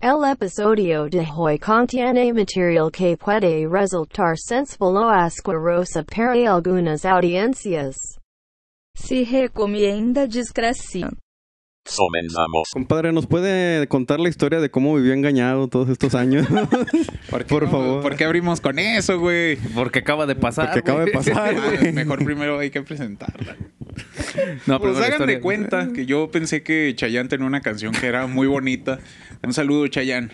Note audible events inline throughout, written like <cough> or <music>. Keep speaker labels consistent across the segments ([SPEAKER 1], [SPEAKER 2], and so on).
[SPEAKER 1] El episodio de hoy contiene material que puede resultar sensible o asqueroso para algunas audiencias.
[SPEAKER 2] Se recomienda discreción.
[SPEAKER 3] Comenzamos.
[SPEAKER 4] Compadre, ¿nos puede contar la historia de cómo vivió engañado todos estos
[SPEAKER 5] <laughs>
[SPEAKER 4] años?
[SPEAKER 6] ¿Por, qué
[SPEAKER 4] Por
[SPEAKER 6] no?
[SPEAKER 4] favor.
[SPEAKER 6] ¿Por qué abrimos con eso, güey?
[SPEAKER 7] Porque acaba de pasar.
[SPEAKER 4] Porque acaba de
[SPEAKER 7] güey.
[SPEAKER 4] pasar,
[SPEAKER 5] <laughs>
[SPEAKER 6] Ah,
[SPEAKER 4] güey.
[SPEAKER 6] Mejor primero hay que presentarla.
[SPEAKER 7] No,
[SPEAKER 6] pues
[SPEAKER 7] pero la
[SPEAKER 6] hagan
[SPEAKER 7] historia-
[SPEAKER 6] de cuenta que yo pensé que Chayanne tenía una canción que era muy bonita. Un saludo, Chayanne.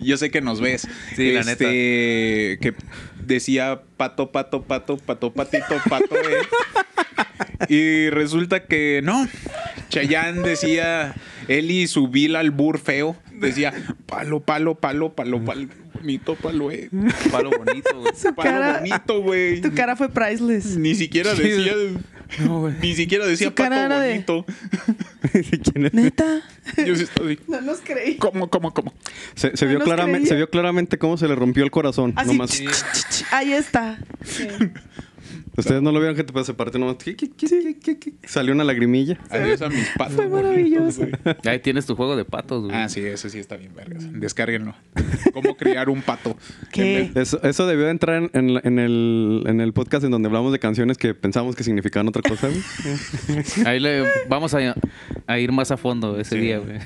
[SPEAKER 6] Yo sé que nos ves.
[SPEAKER 7] Sí, la
[SPEAKER 6] Este, Que decía pato, pato, pato, pato, patito, pato. eh. Y resulta que no. Chayanne decía, él y su vil albur feo, decía palo, palo, palo, palo, palo, bonito, palo, eh.
[SPEAKER 7] Palo bonito, güey.
[SPEAKER 6] Palo
[SPEAKER 5] cara-
[SPEAKER 6] bonito, güey.
[SPEAKER 5] Tu cara fue priceless.
[SPEAKER 6] Ni siquiera
[SPEAKER 7] Sí.
[SPEAKER 6] decía.
[SPEAKER 7] No, güey.
[SPEAKER 6] Ni siquiera decía
[SPEAKER 5] Su cara
[SPEAKER 6] pato
[SPEAKER 5] era de- <laughs>
[SPEAKER 6] bonito.
[SPEAKER 4] Sí, ¿quién es?
[SPEAKER 5] Neta.
[SPEAKER 6] Yo sí estaba así.
[SPEAKER 5] <laughs> No nos creí.
[SPEAKER 6] ¿Cómo, cómo, cómo?
[SPEAKER 4] se, se vio
[SPEAKER 5] nos
[SPEAKER 4] claramente,
[SPEAKER 5] creía. Ah,
[SPEAKER 4] se vio claramente cómo se le rompió el corazón.
[SPEAKER 5] Así.
[SPEAKER 4] nomás.
[SPEAKER 5] Ahí está.
[SPEAKER 4] Ustedes no lo vieron que te se parte nomás. ¿Qué, qué, qué, qué, qué, qué? Salió una lagrimilla.
[SPEAKER 6] Adiós a mis patos.
[SPEAKER 5] Fue maravilloso.
[SPEAKER 6] bonitos, güey.
[SPEAKER 7] Ahí tienes tu juego de patos, güey.
[SPEAKER 6] Ah, sí, ese sí está bien, vergas. Descárguenlo. <laughs> ¿Cómo criar un pato?
[SPEAKER 5] Mm. ¿Qué?
[SPEAKER 6] En vez-
[SPEAKER 4] Eso, eso debió de entrar en, en la- en el, en el podcast en donde hablamos de canciones que pensamos que significaban otra cosa.
[SPEAKER 5] <laughs>
[SPEAKER 4] güey.
[SPEAKER 7] Ahí le vamos a, a ir más a fondo ese
[SPEAKER 6] Sí.
[SPEAKER 7] día, güey.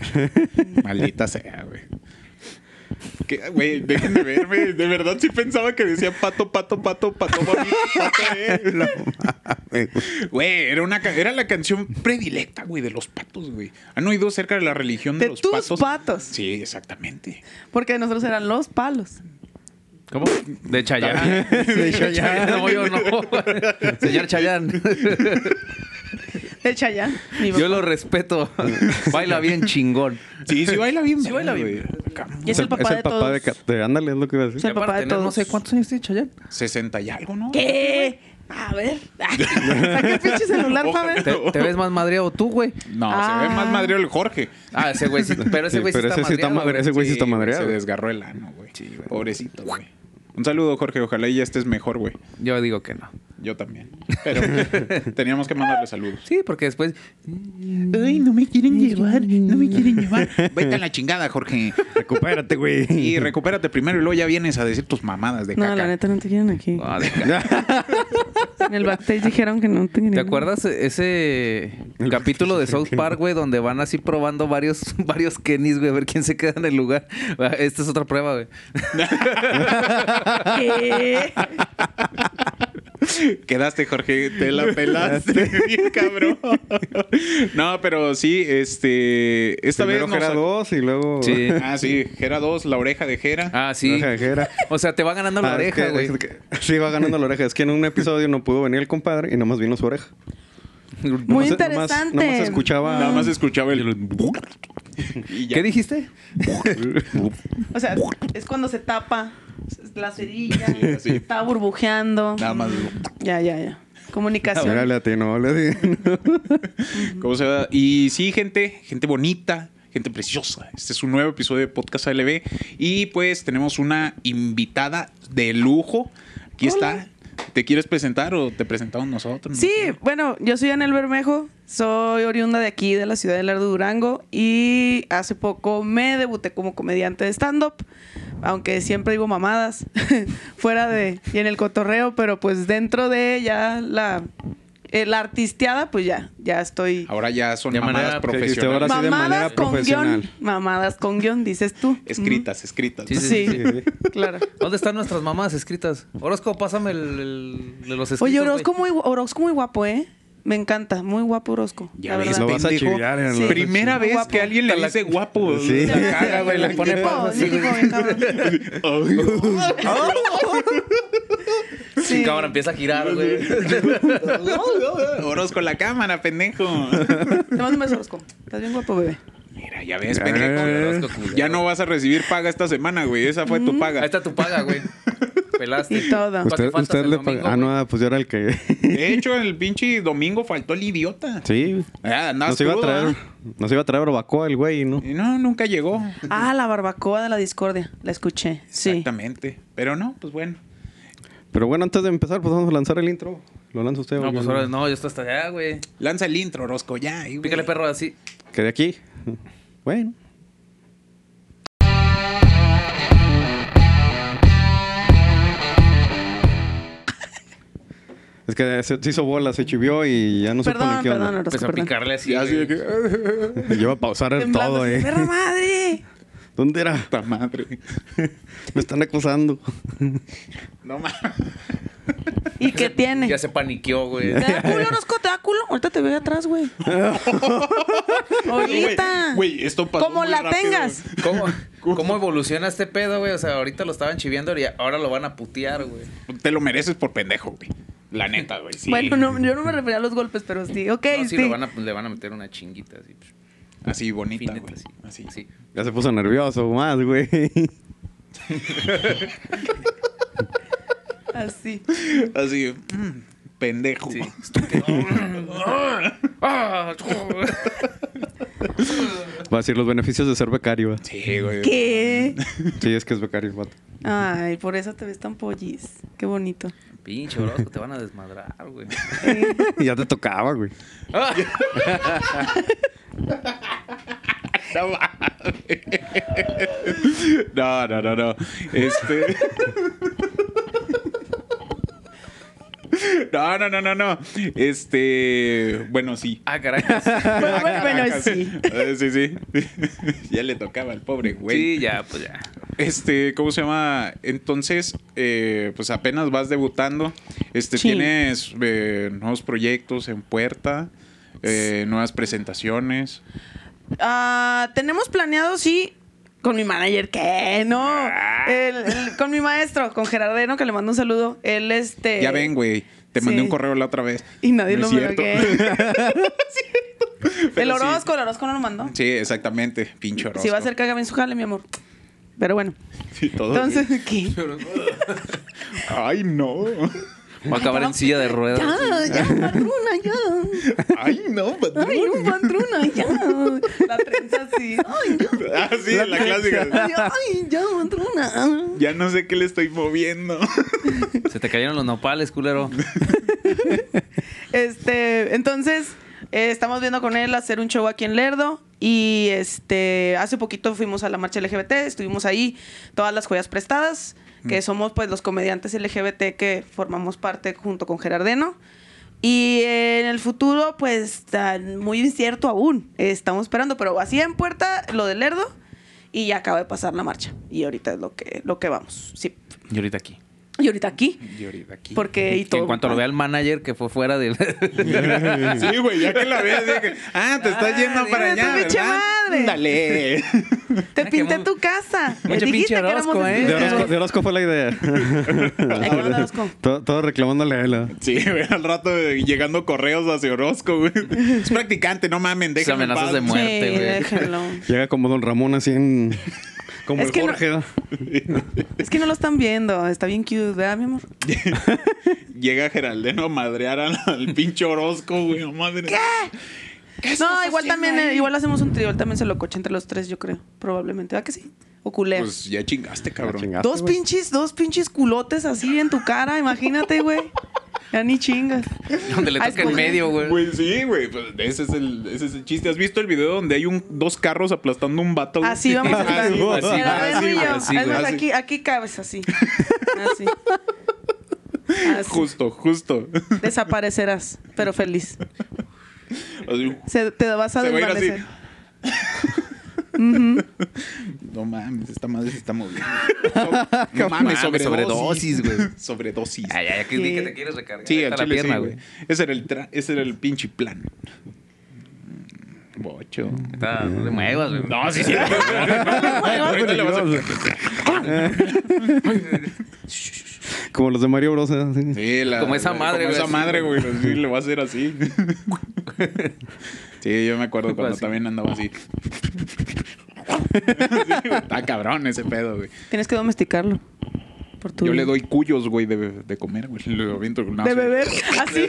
[SPEAKER 6] Maldita sea, güey. ¿Qué? Güey, déjenme verme. De verdad sí pensaba que decía pato, pato, pato, pato bonito. pato, eh.
[SPEAKER 5] <laughs>
[SPEAKER 6] Güey, era, una, ca- era la canción predilecta, güey, de los patos, güey. ¿Han oído acerca de la religión de,
[SPEAKER 5] De
[SPEAKER 6] los
[SPEAKER 5] tus
[SPEAKER 6] patos?
[SPEAKER 5] patos.
[SPEAKER 6] Sí, exactamente.
[SPEAKER 5] Porque de nosotros eran los palos.
[SPEAKER 7] ¿Cómo? De
[SPEAKER 4] Ah,
[SPEAKER 7] Chayán. De <laughs> Chayán. No, yo
[SPEAKER 4] <laughs>
[SPEAKER 7] no. Señor Chayán,
[SPEAKER 5] De Chayán. mi papá.
[SPEAKER 7] <laughs> yo lo respeto. Baila bien chingón.
[SPEAKER 6] Sí, sí baila bien.
[SPEAKER 5] Sí baila bien.
[SPEAKER 6] güey. Acá,
[SPEAKER 5] Y es el papá de todos.
[SPEAKER 4] de, Ca- de- Ándale, es lo que iba a decir.
[SPEAKER 5] Es el papá de
[SPEAKER 7] no
[SPEAKER 5] todos.
[SPEAKER 7] sé cuántos años tiene
[SPEAKER 5] <laughs>
[SPEAKER 7] Chayán.
[SPEAKER 6] 60 y algo, ¿no?
[SPEAKER 5] ¿Qué? A ver. Saca el pinche celular para ver.
[SPEAKER 7] ¿Te, te ves más madreado tú, güey.
[SPEAKER 6] No,
[SPEAKER 5] Ah.
[SPEAKER 6] se ve más madreo el Jorge.
[SPEAKER 7] Ah, ese güey sí. Pero ese
[SPEAKER 4] Sí,
[SPEAKER 7] güey sí,
[SPEAKER 4] pero
[SPEAKER 7] está
[SPEAKER 4] ese sí está
[SPEAKER 7] madreado,
[SPEAKER 4] madre-
[SPEAKER 7] güey.
[SPEAKER 4] ese güey sí está madreado.
[SPEAKER 6] Se desgarró el ano, güey. Pobrecito, güey. Un saludo, Jorge. Ojalá y ya estés mejor, güey.
[SPEAKER 7] Yo digo que no.
[SPEAKER 6] Yo también. <laughs> Pero teníamos que mandarle saludos.
[SPEAKER 7] Sí, porque después...
[SPEAKER 6] Ay, no me quieren llevar. No me quieren llevar. Vete a la chingada, Jorge.
[SPEAKER 4] Recupérate,
[SPEAKER 6] <laughs>
[SPEAKER 4] güey.
[SPEAKER 6] Y recupérate primero y luego ya vienes a decir tus mamadas de
[SPEAKER 5] No,
[SPEAKER 6] caca.
[SPEAKER 5] la neta no te quieren aquí.
[SPEAKER 7] Ah, de
[SPEAKER 4] <laughs>
[SPEAKER 5] En el backstage dijeron que no te querían.
[SPEAKER 7] ¿Te acuerdas ese capítulo de South Park, güey, donde van así probando varios, <laughs> varios Kennys, güey, a ver quién se queda en el lugar? Ah, Esta es otra prueba, güey.
[SPEAKER 5] <laughs> ¿Qué?
[SPEAKER 6] Quedaste, Jorge, te <laughs> la pelaste, bien cabrón. No, pero sí, este. Esta
[SPEAKER 4] Primero
[SPEAKER 6] vez. nos
[SPEAKER 4] Jera
[SPEAKER 6] sac-
[SPEAKER 4] 2 y luego...
[SPEAKER 7] Sí.
[SPEAKER 6] Ah, sí, Jera 2, la oreja de Jera.
[SPEAKER 7] Ah,
[SPEAKER 4] <laughs>
[SPEAKER 7] sí.
[SPEAKER 4] Jera.
[SPEAKER 7] O sea, te va ganando la
[SPEAKER 4] Ah, es
[SPEAKER 7] oreja,
[SPEAKER 4] que-
[SPEAKER 7] güey.
[SPEAKER 4] es que- <laughs> Sí, va ganando la oreja. Es que en un episodio no pudo venir el compadre y nomás vino su oreja.
[SPEAKER 5] Muy
[SPEAKER 4] Nomás- Nomás,
[SPEAKER 5] interesante.
[SPEAKER 4] nomás
[SPEAKER 7] Mm.
[SPEAKER 4] escuchaba...
[SPEAKER 6] Nada más escuchaba el. <laughs> Y ya.
[SPEAKER 7] ¿Qué dijiste?
[SPEAKER 5] O
[SPEAKER 7] <laughs>
[SPEAKER 5] sea, es cuando se tapa la cerilla.
[SPEAKER 6] Sí, así.
[SPEAKER 5] Está burbujeando.
[SPEAKER 6] Nada más.
[SPEAKER 5] Ya, ya, ya. Comunicación.
[SPEAKER 4] Mira, le atinó, le atinó.
[SPEAKER 6] ¿Cómo se va? Y sí, gente, gente bonita, gente preciosa. Este es un nuevo episodio de Podcast ALB. Y pues tenemos una invitada de lujo. Aquí
[SPEAKER 5] Hola.
[SPEAKER 6] está. ¿Te quieres presentar o te presentamos nosotros?
[SPEAKER 5] Sí, bueno, yo soy Anel Bermejo, soy oriunda de aquí, de la ciudad de Lerdo Durango, y hace poco me debuté como comediante de stand-up, aunque siempre digo mamadas, <laughs> fuera de, y en el cotorreo, pero pues dentro de ya la, eh, la artisteada, pues ya, ya estoy...
[SPEAKER 6] Ahora ya son
[SPEAKER 7] De
[SPEAKER 6] mamadas
[SPEAKER 7] manera-
[SPEAKER 6] profesionales.
[SPEAKER 4] pues, ahora sí de manera
[SPEAKER 5] con guión,
[SPEAKER 4] profesional.
[SPEAKER 5] mamadas con guión, dices tú.
[SPEAKER 6] Escritas, escritas.
[SPEAKER 7] Sí,
[SPEAKER 5] Mm,
[SPEAKER 7] sí,
[SPEAKER 5] Sí,
[SPEAKER 4] sí,
[SPEAKER 5] claro.
[SPEAKER 7] ¿Dónde están nuestras mamás escritas? Orozco, pásame el, el- de los escritos.
[SPEAKER 5] Oye,
[SPEAKER 7] güey.
[SPEAKER 5] Orozco muy, gu- Orozco muy guapo, ¿eh? Me encanta, muy guapo Orozco.
[SPEAKER 6] Ya
[SPEAKER 5] la
[SPEAKER 6] ves,
[SPEAKER 4] Lo
[SPEAKER 5] verdad.
[SPEAKER 4] vas a
[SPEAKER 6] pendejo.
[SPEAKER 4] chillar en
[SPEAKER 5] Sí.
[SPEAKER 4] la-
[SPEAKER 6] Primera vez
[SPEAKER 5] Guapo.
[SPEAKER 6] que alguien le dice guapo.
[SPEAKER 4] Sí.
[SPEAKER 6] La caga, güey, le
[SPEAKER 5] Ni
[SPEAKER 6] pone
[SPEAKER 5] tipo,
[SPEAKER 6] papas.
[SPEAKER 5] ni tipo, bien cabrón.
[SPEAKER 6] <laughs>
[SPEAKER 5] <laughs>
[SPEAKER 7] Sí. Cámara empieza a girar, güey.
[SPEAKER 6] Orozco la cámara, pendejo.
[SPEAKER 4] <laughs>
[SPEAKER 5] Te mando un beso, Orozco. Estás bien guapo, bebé.
[SPEAKER 6] Mira, ya ves,
[SPEAKER 4] Eh.
[SPEAKER 6] pendejo.
[SPEAKER 7] Orozco, culero.
[SPEAKER 6] Ya no vas a recibir paga esta semana, güey. Esa fue tu
[SPEAKER 7] Ahí
[SPEAKER 6] paga.
[SPEAKER 7] está tu paga, güey. Pelaste.
[SPEAKER 5] Y todo.
[SPEAKER 7] Pa'
[SPEAKER 4] <laughs>
[SPEAKER 7] que
[SPEAKER 4] Usted,
[SPEAKER 7] faltas
[SPEAKER 4] usted
[SPEAKER 7] el
[SPEAKER 4] le
[SPEAKER 7] domingo,
[SPEAKER 4] paga- Ah,
[SPEAKER 7] güey.
[SPEAKER 4] no, pues yo era el que... <laughs>
[SPEAKER 6] De hecho, el pinche domingo faltó el idiota.
[SPEAKER 4] Sí.
[SPEAKER 6] Ah,
[SPEAKER 4] Nos
[SPEAKER 6] andabas
[SPEAKER 4] iba a
[SPEAKER 6] crudo,
[SPEAKER 7] ¿eh?
[SPEAKER 4] traer...
[SPEAKER 6] ¿ah?
[SPEAKER 4] Nos iba a traer barbacoa el güey, ¿no?
[SPEAKER 6] Y no, nunca llegó.
[SPEAKER 5] Ah, la barbacoa de la discordia. La escuché. Sí.
[SPEAKER 6] Exactamente. Pero no, pues bueno.
[SPEAKER 4] Pero bueno, antes de empezar, pues vamos a lanzar el intro. Lo lanza usted.
[SPEAKER 7] No,
[SPEAKER 4] güey.
[SPEAKER 7] pues ahora no, yo estoy hasta allá, güey.
[SPEAKER 6] Lanza el intro, Orozco, ya. ahí, güey.
[SPEAKER 7] Pícale perro así.
[SPEAKER 4] Que de aquí. Bueno. Es que se, se hizo bola, se chivió y ya no se
[SPEAKER 5] Perdón,
[SPEAKER 4] pone qué
[SPEAKER 5] perdón,
[SPEAKER 4] onda.
[SPEAKER 5] Orozco,
[SPEAKER 7] Empezó Pues a
[SPEAKER 5] perdón.
[SPEAKER 7] picarle así.
[SPEAKER 6] Y así de
[SPEAKER 7] güey.
[SPEAKER 6] que.
[SPEAKER 4] Lleva a pausar el
[SPEAKER 5] Temblando
[SPEAKER 4] todo,
[SPEAKER 5] así,
[SPEAKER 4] eh.
[SPEAKER 5] ¡Perra madre!
[SPEAKER 4] ¿Dónde era?
[SPEAKER 6] ¡Puta madre!
[SPEAKER 4] <laughs> Me están acosando.
[SPEAKER 6] No mames.
[SPEAKER 5] ¿Y qué tiene?
[SPEAKER 7] Ya se paniqueó, güey.
[SPEAKER 5] ¿Te da culo, Orozco? ¿Te da culo? Ahorita te veo atrás, güey. Ahorita.
[SPEAKER 6] Güey, esto pasó.
[SPEAKER 5] Como
[SPEAKER 6] muy
[SPEAKER 5] la
[SPEAKER 6] rápido.
[SPEAKER 5] tengas. <laughs>
[SPEAKER 7] ¿Cómo, ¿Cómo evoluciona este pedo, güey? O sea, ahorita lo estaban chiviando y ahora lo van a putear, güey.
[SPEAKER 6] Te lo mereces por pendejo, güey. La neta, güey. Sí.
[SPEAKER 5] Bueno, no, yo no me refería a los golpes, pero sí. Ok,
[SPEAKER 7] No, sí,
[SPEAKER 5] sí.
[SPEAKER 7] lo van a- le van a meter una chinguita así. pues,
[SPEAKER 6] Así bonita,
[SPEAKER 7] Finita,
[SPEAKER 6] güey.
[SPEAKER 7] así.
[SPEAKER 6] Así.
[SPEAKER 7] Sí.
[SPEAKER 4] Ya se puso nervioso más, güey.
[SPEAKER 5] Así.
[SPEAKER 6] Así. mm, pendejo.
[SPEAKER 7] Sí. ¡Ah!
[SPEAKER 4] Va a decir los beneficios de ser becario. va.
[SPEAKER 6] <laughs> Sí, güey.
[SPEAKER 5] ¿Qué?
[SPEAKER 4] Sí, es que es becario el vato. <laughs>
[SPEAKER 5] Ay, por eso te ves tan pollis. Qué bonito.
[SPEAKER 7] <laughs> Pinche Orozco, te van a desmadrar,
[SPEAKER 5] <laughs>
[SPEAKER 7] güey.
[SPEAKER 4] Y ya te tocaba, güey.
[SPEAKER 6] No, mames. no, no, no, no. Este. <laughs> No, no, no, no, no. Este. Bueno, sí.
[SPEAKER 7] Ah, caray.
[SPEAKER 5] Bueno, bueno, bueno,
[SPEAKER 6] Caracas.
[SPEAKER 5] sí.
[SPEAKER 6] Eh, Sí, sí. <laughs> Ya le tocaba al pobre güey.
[SPEAKER 7] Sí, ya, pues ya.
[SPEAKER 6] Este, ¿cómo se llama? Entonces, eh, pues apenas vas debutando. Este,
[SPEAKER 5] Sí.
[SPEAKER 6] tienes eh, nuevos proyectos en puerta, eh, nuevas presentaciones.
[SPEAKER 5] Ah, tenemos planeado, sí, con mi manager, que no.
[SPEAKER 6] Ah.
[SPEAKER 5] El- el- con mi maestro, con Gerardeno, que le mando un saludo. Él, este.
[SPEAKER 6] ya ven, güey. Te mandé
[SPEAKER 5] sí.
[SPEAKER 6] un correo la otra vez.
[SPEAKER 5] Y nadie
[SPEAKER 6] No
[SPEAKER 5] lo
[SPEAKER 6] es cierto.
[SPEAKER 5] mandó. El <laughs>
[SPEAKER 6] Pero sí.
[SPEAKER 5] Orozco, el Orozco no lo mandó.
[SPEAKER 6] <laughs> Sí, exactamente. Pincho Orozco.
[SPEAKER 5] Si va a ser caga bien su jale, mi amor. Pero bueno.
[SPEAKER 6] Sí, todo
[SPEAKER 5] Entonces,
[SPEAKER 6] bien. <laughs>
[SPEAKER 5] ¿qué?
[SPEAKER 6] Ay, no.
[SPEAKER 5] <laughs>
[SPEAKER 7] Va a acabar en silla de ruedas.
[SPEAKER 6] <laughs>
[SPEAKER 5] Ya, ya, patrona, ya.
[SPEAKER 6] Ay, no, patrón.
[SPEAKER 5] Ay, un patrona,
[SPEAKER 6] <laughs>
[SPEAKER 5] ya. La trenza así. Ay, ya.
[SPEAKER 6] Ah, sí, la, clásica.
[SPEAKER 5] Ay, ya, patrona.
[SPEAKER 6] Ya no sé qué le estoy moviendo.
[SPEAKER 7] Se te cayeron los
[SPEAKER 5] <laughs>
[SPEAKER 7] nopales, culero.
[SPEAKER 5] Este, entonces, eh, estamos viendo con él hacer un show aquí en Lerdo. Y este, hace poquito fuimos a la marcha LGBT, estuvimos ahí, todas las joyas prestadas,
[SPEAKER 7] Mm.
[SPEAKER 5] que somos pues los comediantes LGBT que formamos parte junto con Gerardeno. Y eh, en el futuro, pues, tan muy incierto aún. Estamos esperando, pero así en puerta lo de Lerdo. Y ya acaba de pasar la marcha. Y ahorita es lo que, lo que vamos. Sí.
[SPEAKER 7] Y ahorita aquí.
[SPEAKER 5] Y ahorita
[SPEAKER 7] <laughs>
[SPEAKER 5] aquí.
[SPEAKER 6] Y ahorita aquí.
[SPEAKER 5] Porque y
[SPEAKER 7] Que
[SPEAKER 5] todo.
[SPEAKER 7] en cuanto lo vea el manager que fue fuera
[SPEAKER 6] <laughs>
[SPEAKER 7] del. <laughs>
[SPEAKER 6] Sí, güey, ya que la ves, ya que, ah, te estás
[SPEAKER 7] Ah,
[SPEAKER 6] yendo para
[SPEAKER 5] mira tu
[SPEAKER 6] allá,
[SPEAKER 5] pinche
[SPEAKER 6] ¿verdad?
[SPEAKER 5] madre.
[SPEAKER 6] Dale. <laughs>
[SPEAKER 5] Te
[SPEAKER 7] Ah,
[SPEAKER 5] pinté
[SPEAKER 7] qué mu-
[SPEAKER 5] tu casa. Me
[SPEAKER 7] mucho
[SPEAKER 5] dijiste
[SPEAKER 7] pinche
[SPEAKER 5] que éramos
[SPEAKER 7] Orozco, ¿eh?
[SPEAKER 4] De
[SPEAKER 5] especiales.
[SPEAKER 4] Orozco, de Orozco fue la
[SPEAKER 5] Ay, cabrón,
[SPEAKER 4] idea.
[SPEAKER 5] Orozco.
[SPEAKER 4] <laughs> todo, todo reclamándole a él. ¿eh?
[SPEAKER 6] Sí, güey, al rato eh, llegando correos hacia Orozco, güey. Es practicante, no mamen,
[SPEAKER 7] Sus
[SPEAKER 6] déjame en
[SPEAKER 7] amenazas
[SPEAKER 6] paz.
[SPEAKER 7] de muerte.
[SPEAKER 5] Sí,
[SPEAKER 7] güey.
[SPEAKER 5] déjenlo.
[SPEAKER 4] Llega como Don Ramón así en. Como
[SPEAKER 5] Es
[SPEAKER 4] el
[SPEAKER 5] que no-
[SPEAKER 4] Jorge. ah, ¿no?
[SPEAKER 5] Es que no lo están viendo. Está bien cute, ¿verdad, mi amor?
[SPEAKER 6] Llega Geraldeno a madrear al, al pinche Orozco, güey, no madre.
[SPEAKER 5] No, igual también, eh, igual hacemos un trío. Él también se lo coche entre los tres, yo creo. Probablemente. ¿Verdad que sí? O culé.
[SPEAKER 6] Pues ya chingaste,
[SPEAKER 4] Ah,
[SPEAKER 6] cabrón.
[SPEAKER 4] chingaste,
[SPEAKER 5] dos
[SPEAKER 4] güey.
[SPEAKER 5] pinches, dos pinches culotes así en tu cara. Imagínate, güey. Ya ni chingas.
[SPEAKER 7] Donde le
[SPEAKER 5] Ay,
[SPEAKER 7] toca en
[SPEAKER 5] escoge.
[SPEAKER 7] medio, güey.
[SPEAKER 6] Güey, sí, güey, pues ese es, el, ese es el chiste. ¿Has visto el video donde hay un, dos carros aplastando un vato? güey?
[SPEAKER 5] Así vamos a
[SPEAKER 6] <laughs>
[SPEAKER 5] estar.
[SPEAKER 6] Así, güey,
[SPEAKER 7] así,
[SPEAKER 6] así,
[SPEAKER 5] Mira,
[SPEAKER 7] güey,
[SPEAKER 5] ven
[SPEAKER 6] así,
[SPEAKER 5] tú y yo.
[SPEAKER 6] güey, así,
[SPEAKER 5] Es más,
[SPEAKER 6] güey.
[SPEAKER 5] aquí, aquí cabes así. Así. Así.
[SPEAKER 6] Justo, justo.
[SPEAKER 5] Desaparecerás, pero feliz.
[SPEAKER 6] Así,
[SPEAKER 5] Se- te vas a
[SPEAKER 6] Se va a ir así.
[SPEAKER 5] desvanecer.
[SPEAKER 6] <laughs>
[SPEAKER 5] Ujú.
[SPEAKER 6] No mames, esta madre se está <laughs> moviendo. So- no mames,
[SPEAKER 7] mames,
[SPEAKER 6] sobredosis,
[SPEAKER 7] sobredosis,
[SPEAKER 6] güey.
[SPEAKER 7] güey.
[SPEAKER 6] sobredosis.
[SPEAKER 7] Ay, ay, que, di que
[SPEAKER 5] Sí.
[SPEAKER 7] te quieres recargar.
[SPEAKER 6] Sí,
[SPEAKER 7] hasta
[SPEAKER 6] al chile
[SPEAKER 7] la pierna,
[SPEAKER 6] sí,
[SPEAKER 7] güey.
[SPEAKER 6] güey. Ese era el tra- ese era el pinche plan. Bocho.
[SPEAKER 7] Está- No le muevas, güey.
[SPEAKER 4] <laughs>
[SPEAKER 7] No, sí, sí.
[SPEAKER 6] Ahorita le vas a-
[SPEAKER 4] Como los de Mario Bros. ¿eh? Así.
[SPEAKER 6] Sí, la-
[SPEAKER 7] Como esa
[SPEAKER 6] la-
[SPEAKER 7] madre,
[SPEAKER 6] Como
[SPEAKER 7] güey,
[SPEAKER 6] esa
[SPEAKER 7] así.
[SPEAKER 6] madre, güey. Sí, le va a hacer así. <laughs> Sí, yo me <laughs> acuerdo cuando
[SPEAKER 7] Así.
[SPEAKER 6] también andaba así. Sí, güey, está cabrón ese pedo, güey.
[SPEAKER 5] Tienes que domesticarlo. Por tu
[SPEAKER 6] Yo le
[SPEAKER 5] bien.
[SPEAKER 6] doy ¿eh? cuyos, güey, de, de comer, güey. Le aviento con una-
[SPEAKER 5] De
[SPEAKER 6] <laughs>
[SPEAKER 5] beber, así.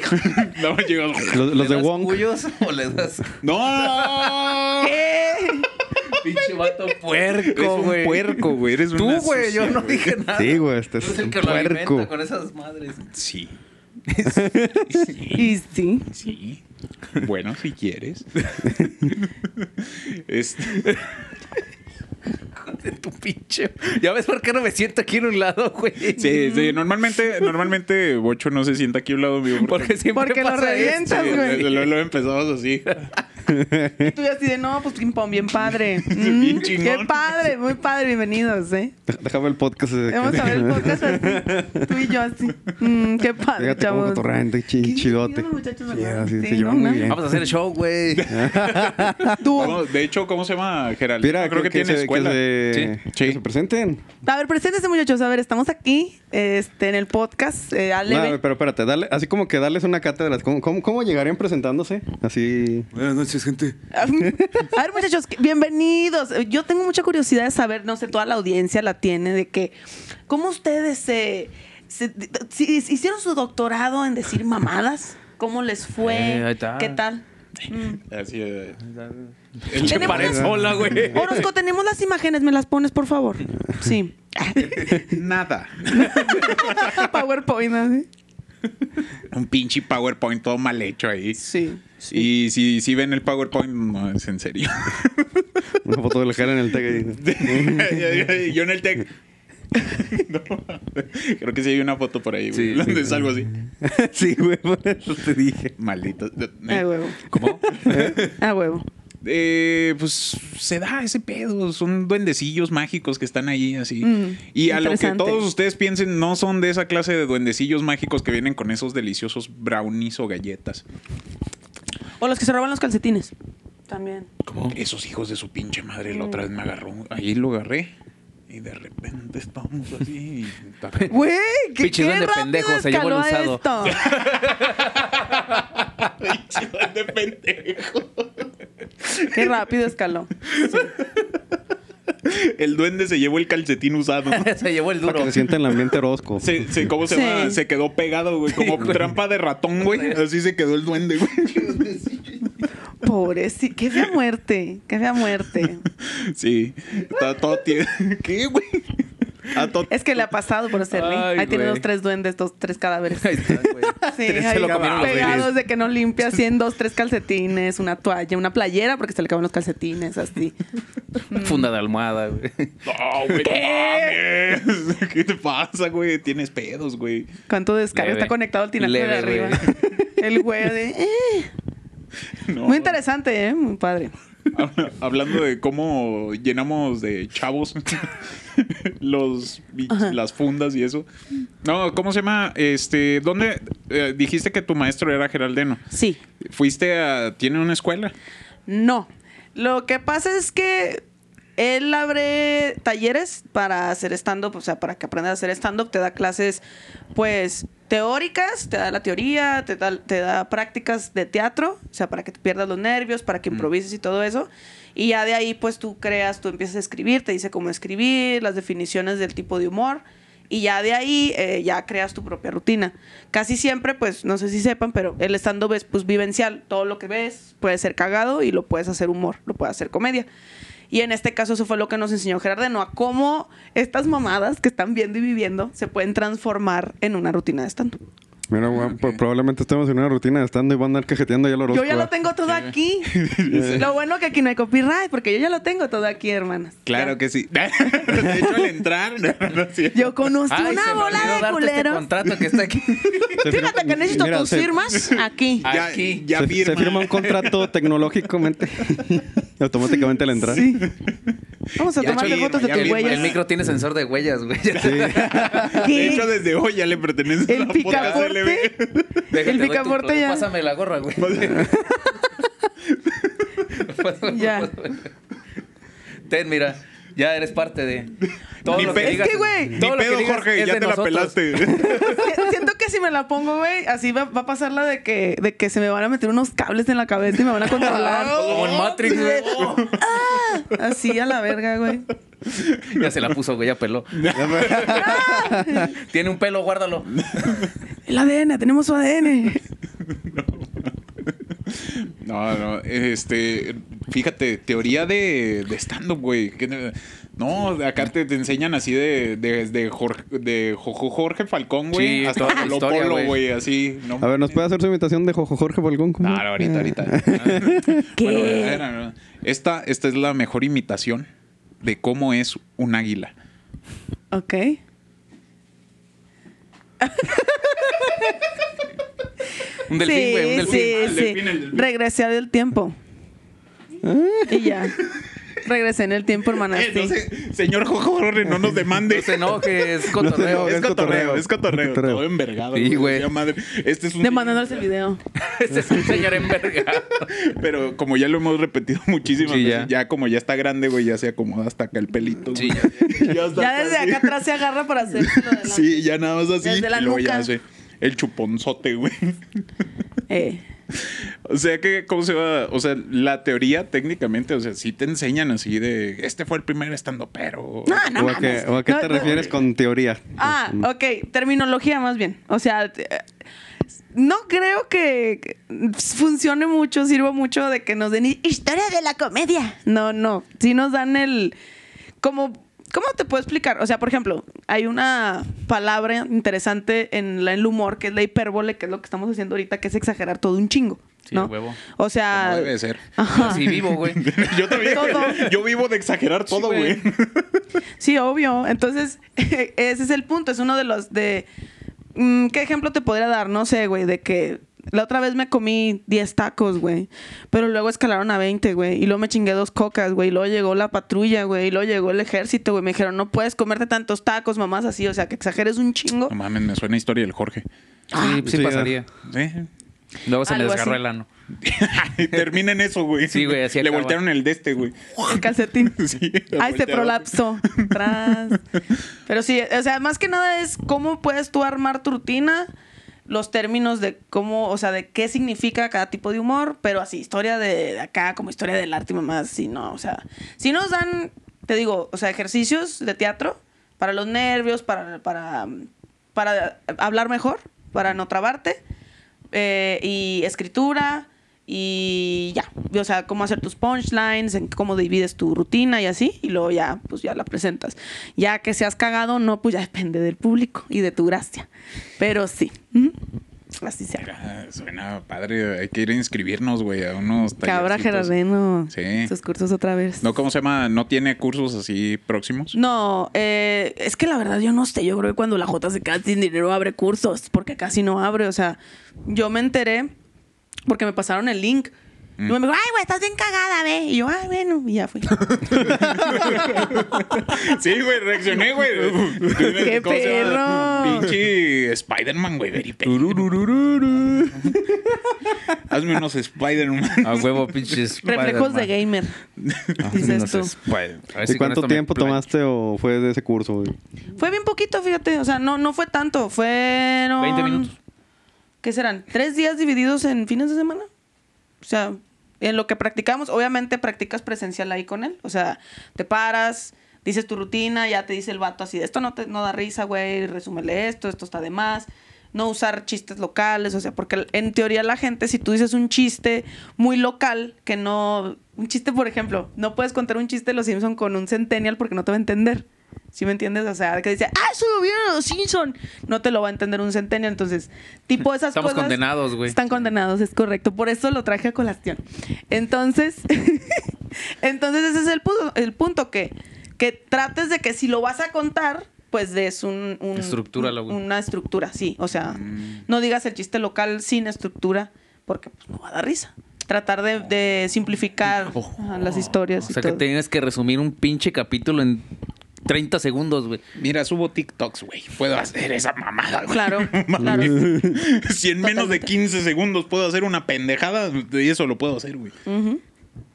[SPEAKER 6] No, llegó-
[SPEAKER 7] <laughs>
[SPEAKER 4] Los, los de Wong.
[SPEAKER 7] cuyos o le das
[SPEAKER 6] ¡No!
[SPEAKER 5] ¿Qué?
[SPEAKER 7] <laughs> pinche vato
[SPEAKER 6] Eres
[SPEAKER 7] puerco,
[SPEAKER 6] un
[SPEAKER 7] güey?
[SPEAKER 6] puerco, güey. Eres
[SPEAKER 7] Tú,
[SPEAKER 6] una
[SPEAKER 7] güey, yo
[SPEAKER 6] sucia,
[SPEAKER 7] no dije nada.
[SPEAKER 4] Sí, güey, este es
[SPEAKER 7] Tú eres el
[SPEAKER 4] un
[SPEAKER 7] que lo alimenta
[SPEAKER 4] puerco.
[SPEAKER 7] con esas madres. <laughs>
[SPEAKER 6] Sí.
[SPEAKER 5] Y sí.
[SPEAKER 6] Sí. Bueno, si
[SPEAKER 5] <laughs>
[SPEAKER 6] quieres. Este-
[SPEAKER 7] de tu pinche. Ya ves por qué no me siento aquí en un lado, güey.
[SPEAKER 6] Sí, sí, normalmente, normalmente Bocho no se sienta aquí a un lado mío.
[SPEAKER 7] Porque siempre
[SPEAKER 5] Porque lo
[SPEAKER 7] pasa esto,
[SPEAKER 5] revientas,
[SPEAKER 6] Sí,
[SPEAKER 5] güey.
[SPEAKER 6] lo, lo empezamos así.
[SPEAKER 5] Y tú ya así de, no, pues ping pong,
[SPEAKER 6] <laughs>
[SPEAKER 5] bien padre. Mm,
[SPEAKER 6] Bien chingón.
[SPEAKER 5] qué padre, muy padre, bienvenidos, ¿eh?
[SPEAKER 4] Deja- Déjame el podcast. eh,
[SPEAKER 5] Vamos
[SPEAKER 4] que-
[SPEAKER 5] a ver el
[SPEAKER 4] <laughs>
[SPEAKER 5] podcast así,
[SPEAKER 6] <laughs>
[SPEAKER 5] tú y yo así. Mm, qué padre,
[SPEAKER 4] Fíjate cómo
[SPEAKER 5] chavos.
[SPEAKER 4] cotorreante, chi-
[SPEAKER 5] Qué
[SPEAKER 4] chidote.
[SPEAKER 5] divertido, muchachos,
[SPEAKER 4] Sí,
[SPEAKER 5] ¿verdad?
[SPEAKER 4] así se
[SPEAKER 5] Sí,
[SPEAKER 4] llevan
[SPEAKER 5] no,
[SPEAKER 4] muy
[SPEAKER 5] no.
[SPEAKER 4] bien.
[SPEAKER 7] Vamos a hacer el
[SPEAKER 4] <laughs>
[SPEAKER 7] show, güey.
[SPEAKER 5] Dúo.
[SPEAKER 6] Vamos, de hecho, ¿cómo se llama Gerald?
[SPEAKER 4] Mira,
[SPEAKER 6] Yo creo que, tiene
[SPEAKER 4] se-
[SPEAKER 6] escuela.
[SPEAKER 4] Que se,
[SPEAKER 6] Sí,
[SPEAKER 4] que
[SPEAKER 6] sí.
[SPEAKER 4] se presenten.
[SPEAKER 5] A ver, preséntese, muchachos. A ver, estamos aquí este, en el podcast. Eh, Ale,
[SPEAKER 4] No,
[SPEAKER 5] ven.
[SPEAKER 4] pero espérate, dale, así como que darles una cátedra. ¿Cómo, cómo, cómo llegarían presentándose? Así.
[SPEAKER 8] Buenas noches, gente.
[SPEAKER 5] A ver, muchachos, que- bienvenidos. Yo tengo mucha curiosidad de saber, no sé, toda la audiencia la tiene, de que, ¿cómo ustedes se, se- si- si hicieron su doctorado en decir mamadas? ¿Cómo les fue?
[SPEAKER 7] Eh, ahí está.
[SPEAKER 5] ¿Qué tal? Mm.
[SPEAKER 6] Así es.
[SPEAKER 5] Tenemos las-
[SPEAKER 7] Hola, güey.
[SPEAKER 5] Orozco, tenemos las imágenes, ¿me las pones, por favor? <laughs> Sí.
[SPEAKER 6] Nada.
[SPEAKER 5] PowerPoint, así.
[SPEAKER 6] Un pinche PowerPoint todo mal hecho ahí.
[SPEAKER 5] Sí.
[SPEAKER 6] Y si, si ven el PowerPoint, no es en serio. <laughs>
[SPEAKER 4] Una foto del gel en el tec.
[SPEAKER 6] Yo en el tech. <laughs> No, creo que sí hay una foto por ahí, güey,
[SPEAKER 7] Sí.
[SPEAKER 6] donde es algo así.
[SPEAKER 4] sí, güey, por eso te dije.
[SPEAKER 6] Maldito.
[SPEAKER 5] A huevo.
[SPEAKER 6] ¿Cómo?
[SPEAKER 5] A huevo.
[SPEAKER 6] Eh, pues se da ese pedo. Son duendecillos mágicos que están ahí así.
[SPEAKER 5] Mm,
[SPEAKER 6] y a lo que
[SPEAKER 5] interesante.
[SPEAKER 6] todos ustedes piensen, no son de esa clase de duendecillos mágicos que vienen con esos deliciosos brownies o galletas.
[SPEAKER 5] O los que se roban los calcetines. También.
[SPEAKER 6] Esos hijos de su pinche madre la otra vez me agarró. Ahí lo agarré. Y de repente estamos así. y-
[SPEAKER 5] <laughs>
[SPEAKER 6] <laughs>
[SPEAKER 5] Güey, qué,
[SPEAKER 7] Pinche
[SPEAKER 5] qué
[SPEAKER 7] duende
[SPEAKER 5] rápido
[SPEAKER 7] pendejo, se llevó el
[SPEAKER 5] escaló
[SPEAKER 7] usado.
[SPEAKER 5] esto.
[SPEAKER 6] de pendejo.
[SPEAKER 5] <laughs> Qué rápido escaló.
[SPEAKER 6] El duende se llevó el calcetín usado.
[SPEAKER 7] <laughs> Se llevó el
[SPEAKER 4] Para
[SPEAKER 7] duro.
[SPEAKER 4] que se sienta en el ambiente rosco.
[SPEAKER 6] Se, se- ¿Cómo se
[SPEAKER 5] Sí.
[SPEAKER 6] llama? Se quedó pegado, güey. Como trampa de ratón, güey. Así se quedó el duende,
[SPEAKER 5] <laughs>
[SPEAKER 6] güey.
[SPEAKER 5] Pobre, sí, qué fea muerte, qué fea muerte.
[SPEAKER 6] Sí. Está todo tie- <laughs> ¿Qué, güey? Está todo-
[SPEAKER 5] Es que le ha pasado por hacerle.
[SPEAKER 7] Ay,
[SPEAKER 5] Ahí tiene
[SPEAKER 7] güey.
[SPEAKER 5] los tres duendes, dos, tres cadáveres.
[SPEAKER 7] Ahí está, güey.
[SPEAKER 5] Sí,
[SPEAKER 7] Tres se
[SPEAKER 5] ahí
[SPEAKER 7] lo comieron los
[SPEAKER 5] pegados
[SPEAKER 7] güeyes.
[SPEAKER 5] de que no limpia, así en dos, tres calcetines, una toalla, una playera, porque se le caben los calcetines, así.
[SPEAKER 7] Funda de almohada, güey.
[SPEAKER 6] No, güey. ¿Qué? <laughs> ¿Qué te pasa, güey? Tienes pedos, güey.
[SPEAKER 5] ¿Cuánto descarga?
[SPEAKER 7] Leve.
[SPEAKER 5] Está conectado al tinaco de
[SPEAKER 7] Leve,
[SPEAKER 5] arriba.
[SPEAKER 7] güey.
[SPEAKER 5] El güey de... eh.
[SPEAKER 6] No.
[SPEAKER 5] Muy interesante, ¿eh? Muy padre.
[SPEAKER 6] Habla- <laughs> Hablando de cómo llenamos de chavos <laughs> los bi- las fundas y eso. No, ¿cómo se llama? Este, ¿dónde eh, dijiste que tu maestro era Geraldeno?
[SPEAKER 5] Sí.
[SPEAKER 6] ¿Fuiste a tiene una escuela?
[SPEAKER 5] No. Lo que pasa es que él abre talleres para hacer stand-up, o sea, para que aprendas a hacer stand-up, te da clases, pues, teóricas, te da la teoría, te da, te da prácticas de teatro, o sea, para que te pierdas los nervios, para que improvises y todo eso. Y ya de ahí, pues, tú creas, tú empiezas a escribir, te dice cómo escribir, las definiciones del tipo de humor. Y ya de ahí eh, ya creas tu propia rutina. Casi siempre, pues, no sé si sepan, pero el stand-up es pues vivencial. Todo lo que ves puede ser cagado y lo puedes hacer humor, lo puedes hacer comedia. Y en este caso eso fue lo que nos enseñó Gerardeno, a cómo estas mamadas que están viendo y viviendo se pueden transformar en una rutina de stand-up.
[SPEAKER 4] Mira, güey, pues, probablemente estemos en una rutina de estando y van a andar cajeteando ya el
[SPEAKER 5] Yo
[SPEAKER 4] Orozco,
[SPEAKER 5] ya lo
[SPEAKER 4] ¿verdad?
[SPEAKER 5] tengo
[SPEAKER 4] <laughs>
[SPEAKER 5] todo aquí. lo bueno que aquí no hay copyright, porque yo ya lo tengo todo aquí, hermanas. Ya.
[SPEAKER 6] que sí. <laughs> De hecho, al entrar, no, no es cierto.
[SPEAKER 5] Yo conocí
[SPEAKER 7] Ay, se
[SPEAKER 5] Pues una
[SPEAKER 7] me olvidó
[SPEAKER 5] bola de
[SPEAKER 7] darte este
[SPEAKER 5] culeros.
[SPEAKER 7] contrato que
[SPEAKER 5] <laughs>
[SPEAKER 7] está aquí.
[SPEAKER 4] Se firma-
[SPEAKER 5] Fíjate que necesito
[SPEAKER 4] mira,
[SPEAKER 5] tus
[SPEAKER 4] se- <laughs>
[SPEAKER 5] firmas aquí.
[SPEAKER 6] Ah, Ya,
[SPEAKER 7] Aquí.
[SPEAKER 6] ya
[SPEAKER 4] se,
[SPEAKER 6] firma.
[SPEAKER 4] se firma un
[SPEAKER 5] <laughs>
[SPEAKER 4] contrato tecnológicamente. <laughs> automáticamente al entrar.
[SPEAKER 5] Sí. Vamos a
[SPEAKER 6] Ya
[SPEAKER 5] tomarle
[SPEAKER 6] firma,
[SPEAKER 5] fotos de
[SPEAKER 6] ya
[SPEAKER 5] tus
[SPEAKER 6] firma.
[SPEAKER 7] El,
[SPEAKER 5] huellas.
[SPEAKER 7] el micro tiene sensor de huellas, güey. <laughs>
[SPEAKER 6] De
[SPEAKER 5] ¿Qué?
[SPEAKER 6] hecho, desde hoy ya le pertenece la
[SPEAKER 5] El
[SPEAKER 6] podcast
[SPEAKER 5] picaporte.
[SPEAKER 6] LB.
[SPEAKER 7] Déjate,
[SPEAKER 5] El
[SPEAKER 7] doy tu-
[SPEAKER 5] picaporte ya.
[SPEAKER 7] Pásame la gorra, güey. <laughs>
[SPEAKER 5] Ya.
[SPEAKER 7] Ten, mira. Ya eres parte de. Todo
[SPEAKER 6] Ni
[SPEAKER 7] lo que
[SPEAKER 6] pedo.
[SPEAKER 7] digas,
[SPEAKER 5] Es que, güey,
[SPEAKER 6] Ni
[SPEAKER 7] todo lo que
[SPEAKER 6] pedo,
[SPEAKER 7] digas
[SPEAKER 6] Jorge,
[SPEAKER 7] es
[SPEAKER 6] ya
[SPEAKER 7] de
[SPEAKER 6] te la
[SPEAKER 7] nosotros. <laughs>
[SPEAKER 6] pelaste.
[SPEAKER 5] Si- Siento que si me la pongo, güey, así va, va a pasar la de que, de que se me van a meter unos cables en la cabeza y me van a controlar.
[SPEAKER 7] <laughs>
[SPEAKER 5] Ah,
[SPEAKER 7] Como en Matrix, güey.
[SPEAKER 5] Así a la verga, güey. <laughs>
[SPEAKER 7] Ya se la puso, güey, ya
[SPEAKER 6] <laughs>
[SPEAKER 7] peló. <laughs> Tiene un pelo, guárdalo.
[SPEAKER 5] El ADN, tenemos su ADN.
[SPEAKER 6] No, no, este, fíjate, teoría de, de stand-up, güey. que no- No, acá te, te enseñan así de, de, de Jorge, de Jojo Jorge Falcón, güey.
[SPEAKER 7] Sí,
[SPEAKER 6] hasta
[SPEAKER 7] toda la
[SPEAKER 6] Polo
[SPEAKER 7] historia,
[SPEAKER 6] Polo,
[SPEAKER 7] güey.
[SPEAKER 6] güey, así. No,
[SPEAKER 4] A ver, ¿nos puede hacer su imitación de Jojo Jorge Eh, Balcón?
[SPEAKER 6] No, no,
[SPEAKER 4] <laughs>
[SPEAKER 6] ahorita, ahorita.
[SPEAKER 5] ¿Qué?
[SPEAKER 6] Bueno, bueno, bueno, bueno. esta, esta es la mejor imitación de cómo es un águila.
[SPEAKER 5] Ok.
[SPEAKER 7] Un delfín, güey, un delfín.
[SPEAKER 5] sí, sí. Regresé al tiempo. Y ya. Regresé en el tiempo, hermana.
[SPEAKER 6] Eh,
[SPEAKER 5] Ah, sí.
[SPEAKER 6] no sé, señor Jojorone, no nos demande.
[SPEAKER 7] No se enoje, es
[SPEAKER 4] No
[SPEAKER 7] cotorreo. <laughs>
[SPEAKER 4] se
[SPEAKER 6] es,
[SPEAKER 4] enoje.
[SPEAKER 6] cotorreo, es cotorreo,
[SPEAKER 4] cotorreo.
[SPEAKER 6] Todo envergado.
[SPEAKER 7] Sí, güey.
[SPEAKER 6] Ya madre. Este es un.
[SPEAKER 5] Demandándoles el video.
[SPEAKER 7] Ese es un señor envergado.
[SPEAKER 6] Pero como ya lo hemos repetido <laughs> muchísimas
[SPEAKER 7] Sí,
[SPEAKER 6] veces,
[SPEAKER 7] ya.
[SPEAKER 6] ya. como ya está grande, güey, ya se acomoda hasta acá el pelito.
[SPEAKER 7] Sí,
[SPEAKER 6] güey. <laughs> ya, está
[SPEAKER 5] Ya desde
[SPEAKER 6] casi.
[SPEAKER 5] acá atrás se agarra para hacer.
[SPEAKER 6] <laughs> Sí, ya nada más así.
[SPEAKER 5] Desde la
[SPEAKER 6] y luego
[SPEAKER 5] nuca.
[SPEAKER 6] ya hace el chuponzote, güey. <laughs>
[SPEAKER 5] Eh.
[SPEAKER 6] O sea que, ¿cómo se va? O sea, la teoría técnicamente, o sea, sí te enseñan así de, este fue el primer estando pero.
[SPEAKER 5] No, no
[SPEAKER 4] ¿O a qué,
[SPEAKER 5] mames.
[SPEAKER 4] o a qué
[SPEAKER 5] No,
[SPEAKER 4] te
[SPEAKER 5] no.
[SPEAKER 4] refieres con teoría?
[SPEAKER 5] Ah, ok. Terminología más bien. O sea, t- eh, no creo que funcione mucho, sirva mucho de que nos den hi- historia de la comedia. No, no. Sí nos dan el... Como, ¿Cómo te puedo explicar? O sea, por ejemplo, hay una palabra interesante en, la- en el humor que es la hipérbole, que es lo que estamos haciendo ahorita, que es exagerar todo un chingo.
[SPEAKER 7] Sí,
[SPEAKER 5] ¿no?
[SPEAKER 7] a huevo.
[SPEAKER 5] O sea...
[SPEAKER 6] Como debe de ser.
[SPEAKER 5] Ajá.
[SPEAKER 7] Sí, vivo, <laughs> güey.
[SPEAKER 6] Yo también.
[SPEAKER 5] Ah. <laughs> Todo.
[SPEAKER 6] <laughs> Yo vivo de exagerar todo,
[SPEAKER 7] güey.
[SPEAKER 6] güey. <laughs>
[SPEAKER 5] Sí, obvio. Entonces, <laughs> ese es el punto. Es uno de los de. mm, ¿Qué ejemplo te podría dar? No sé, güey, de que. La otra vez me comí 10 tacos, güey. Pero luego escalaron a 20, güey. Y luego me chingué dos cocas, güey. Y luego llegó la patrulla, güey. Y luego llegó el ejército, güey. Me dijeron, no puedes comerte tantos tacos, mamás, así. O sea, que exageres un chingo.
[SPEAKER 6] No mames, me suena historia del Jorge.
[SPEAKER 7] Sí, pues sí
[SPEAKER 4] Sí,
[SPEAKER 7] pasaría.
[SPEAKER 6] ¿Sí? <laughs>
[SPEAKER 7] Luego se me
[SPEAKER 5] Algo
[SPEAKER 7] desgarró
[SPEAKER 5] así.
[SPEAKER 7] el ano.
[SPEAKER 6] Termina en eso, güey.
[SPEAKER 7] Sí, güey, así
[SPEAKER 6] Le
[SPEAKER 7] acaba.
[SPEAKER 6] voltearon el de este, güey.
[SPEAKER 5] El calcetín.
[SPEAKER 6] Sí, lo
[SPEAKER 5] Ay, se
[SPEAKER 6] voltearon.
[SPEAKER 5] prolapsó. Tras. Pero sí, o sea, más que nada es cómo puedes tú armar tu rutina, los términos de cómo, o sea, de qué significa cada tipo de humor, pero así, historia de, de acá, como historia del arte y mamás, sí, no, o sea, si nos dan, te digo, o sea, ejercicios de teatro para los nervios, para, para, para hablar mejor, para no trabarte, eh, y escritura y ya, o sea, cómo hacer tus punchlines, en cómo divides tu rutina y así, y luego ya, pues ya la presentas. Ya que seas cagado, no, pues ya depende del público y de tu gracia. Pero sí, ujú, así se haga.
[SPEAKER 6] Ah, Suena padre. Hay que ir a inscribirnos, güey, a unos
[SPEAKER 5] Cabra
[SPEAKER 6] tallercitos.
[SPEAKER 5] Gerardeno,
[SPEAKER 6] Sí.
[SPEAKER 5] sus cursos otra vez.
[SPEAKER 6] No, ¿cómo se llama? ¿No tiene cursos así próximos?
[SPEAKER 5] No, eh, es que la verdad yo no sé. Yo creo que cuando la J se queda sin dinero abre cursos, porque casi no abre. O sea, yo me enteré porque me pasaron el link. Y me dijo, ay, güey, estás bien cagada, ve. Y yo, ay, bueno, y ya fui.
[SPEAKER 6] <laughs> Sí, güey, reaccioné, güey.
[SPEAKER 5] <laughs> ¡Qué
[SPEAKER 6] ¿Cómo se llama?
[SPEAKER 5] perro!
[SPEAKER 6] Pinche Spider-Man, güey, very perro. <laughs> Hazme unos Spider-Man.
[SPEAKER 5] <laughs>
[SPEAKER 7] A huevo, pinches.
[SPEAKER 5] Reflejos de gamer. Dices tú.
[SPEAKER 4] ¿Y cuánto tiempo tomaste o fue de ese curso? güey?
[SPEAKER 5] Fue bien poquito, fíjate. O sea, no, no fue tanto. Fueron.
[SPEAKER 7] 20 minutos.
[SPEAKER 5] ¿Qué serán? ¿Tres días divididos en fines de semana? O sea, en lo que practicamos, obviamente practicas presencial ahí con él. O sea, te paras, dices tu rutina, ya te dice el vato así de esto no te no da risa, güey, resúmele esto, esto está de más. No usar chistes locales, o sea, porque en teoría la gente, si tú dices un chiste muy local, que no. Un chiste, por ejemplo, no puedes contar un chiste de los Simpson con un centennial porque no te va a entender. ¿Sí me entiendes? O sea, que dice, ¡ah, subieron los Simpson! No te lo va a entender un centennial. Entonces, tipo esas
[SPEAKER 7] Estamos
[SPEAKER 5] cosas.
[SPEAKER 7] condenados, güey.
[SPEAKER 5] Están condenados, es correcto. Por eso lo traje a colación. Entonces, <laughs> entonces ese es el punto, el punto que, que trates de que si lo vas a contar, pues des un, un-
[SPEAKER 7] Estructúralo, güey.
[SPEAKER 5] una estructura, sí. O sea,
[SPEAKER 7] Mm.
[SPEAKER 5] no digas el chiste local sin estructura, porque pues, no va a dar risa. Tratar de, de simplificar ajá, las historias.
[SPEAKER 7] Oh. O
[SPEAKER 5] y
[SPEAKER 7] sea que
[SPEAKER 5] todo.
[SPEAKER 7] tienes que resumir un pinche capítulo en 30 segundos, güey.
[SPEAKER 6] Mira, subo TikToks, güey. Puedo hacer esa mamada, güey. <laughs>
[SPEAKER 7] <laughs>
[SPEAKER 5] Claro, claro.
[SPEAKER 6] Si en menos de 15 segundos puedo hacer una pendejada, de eso lo puedo hacer, güey.
[SPEAKER 5] Ujú.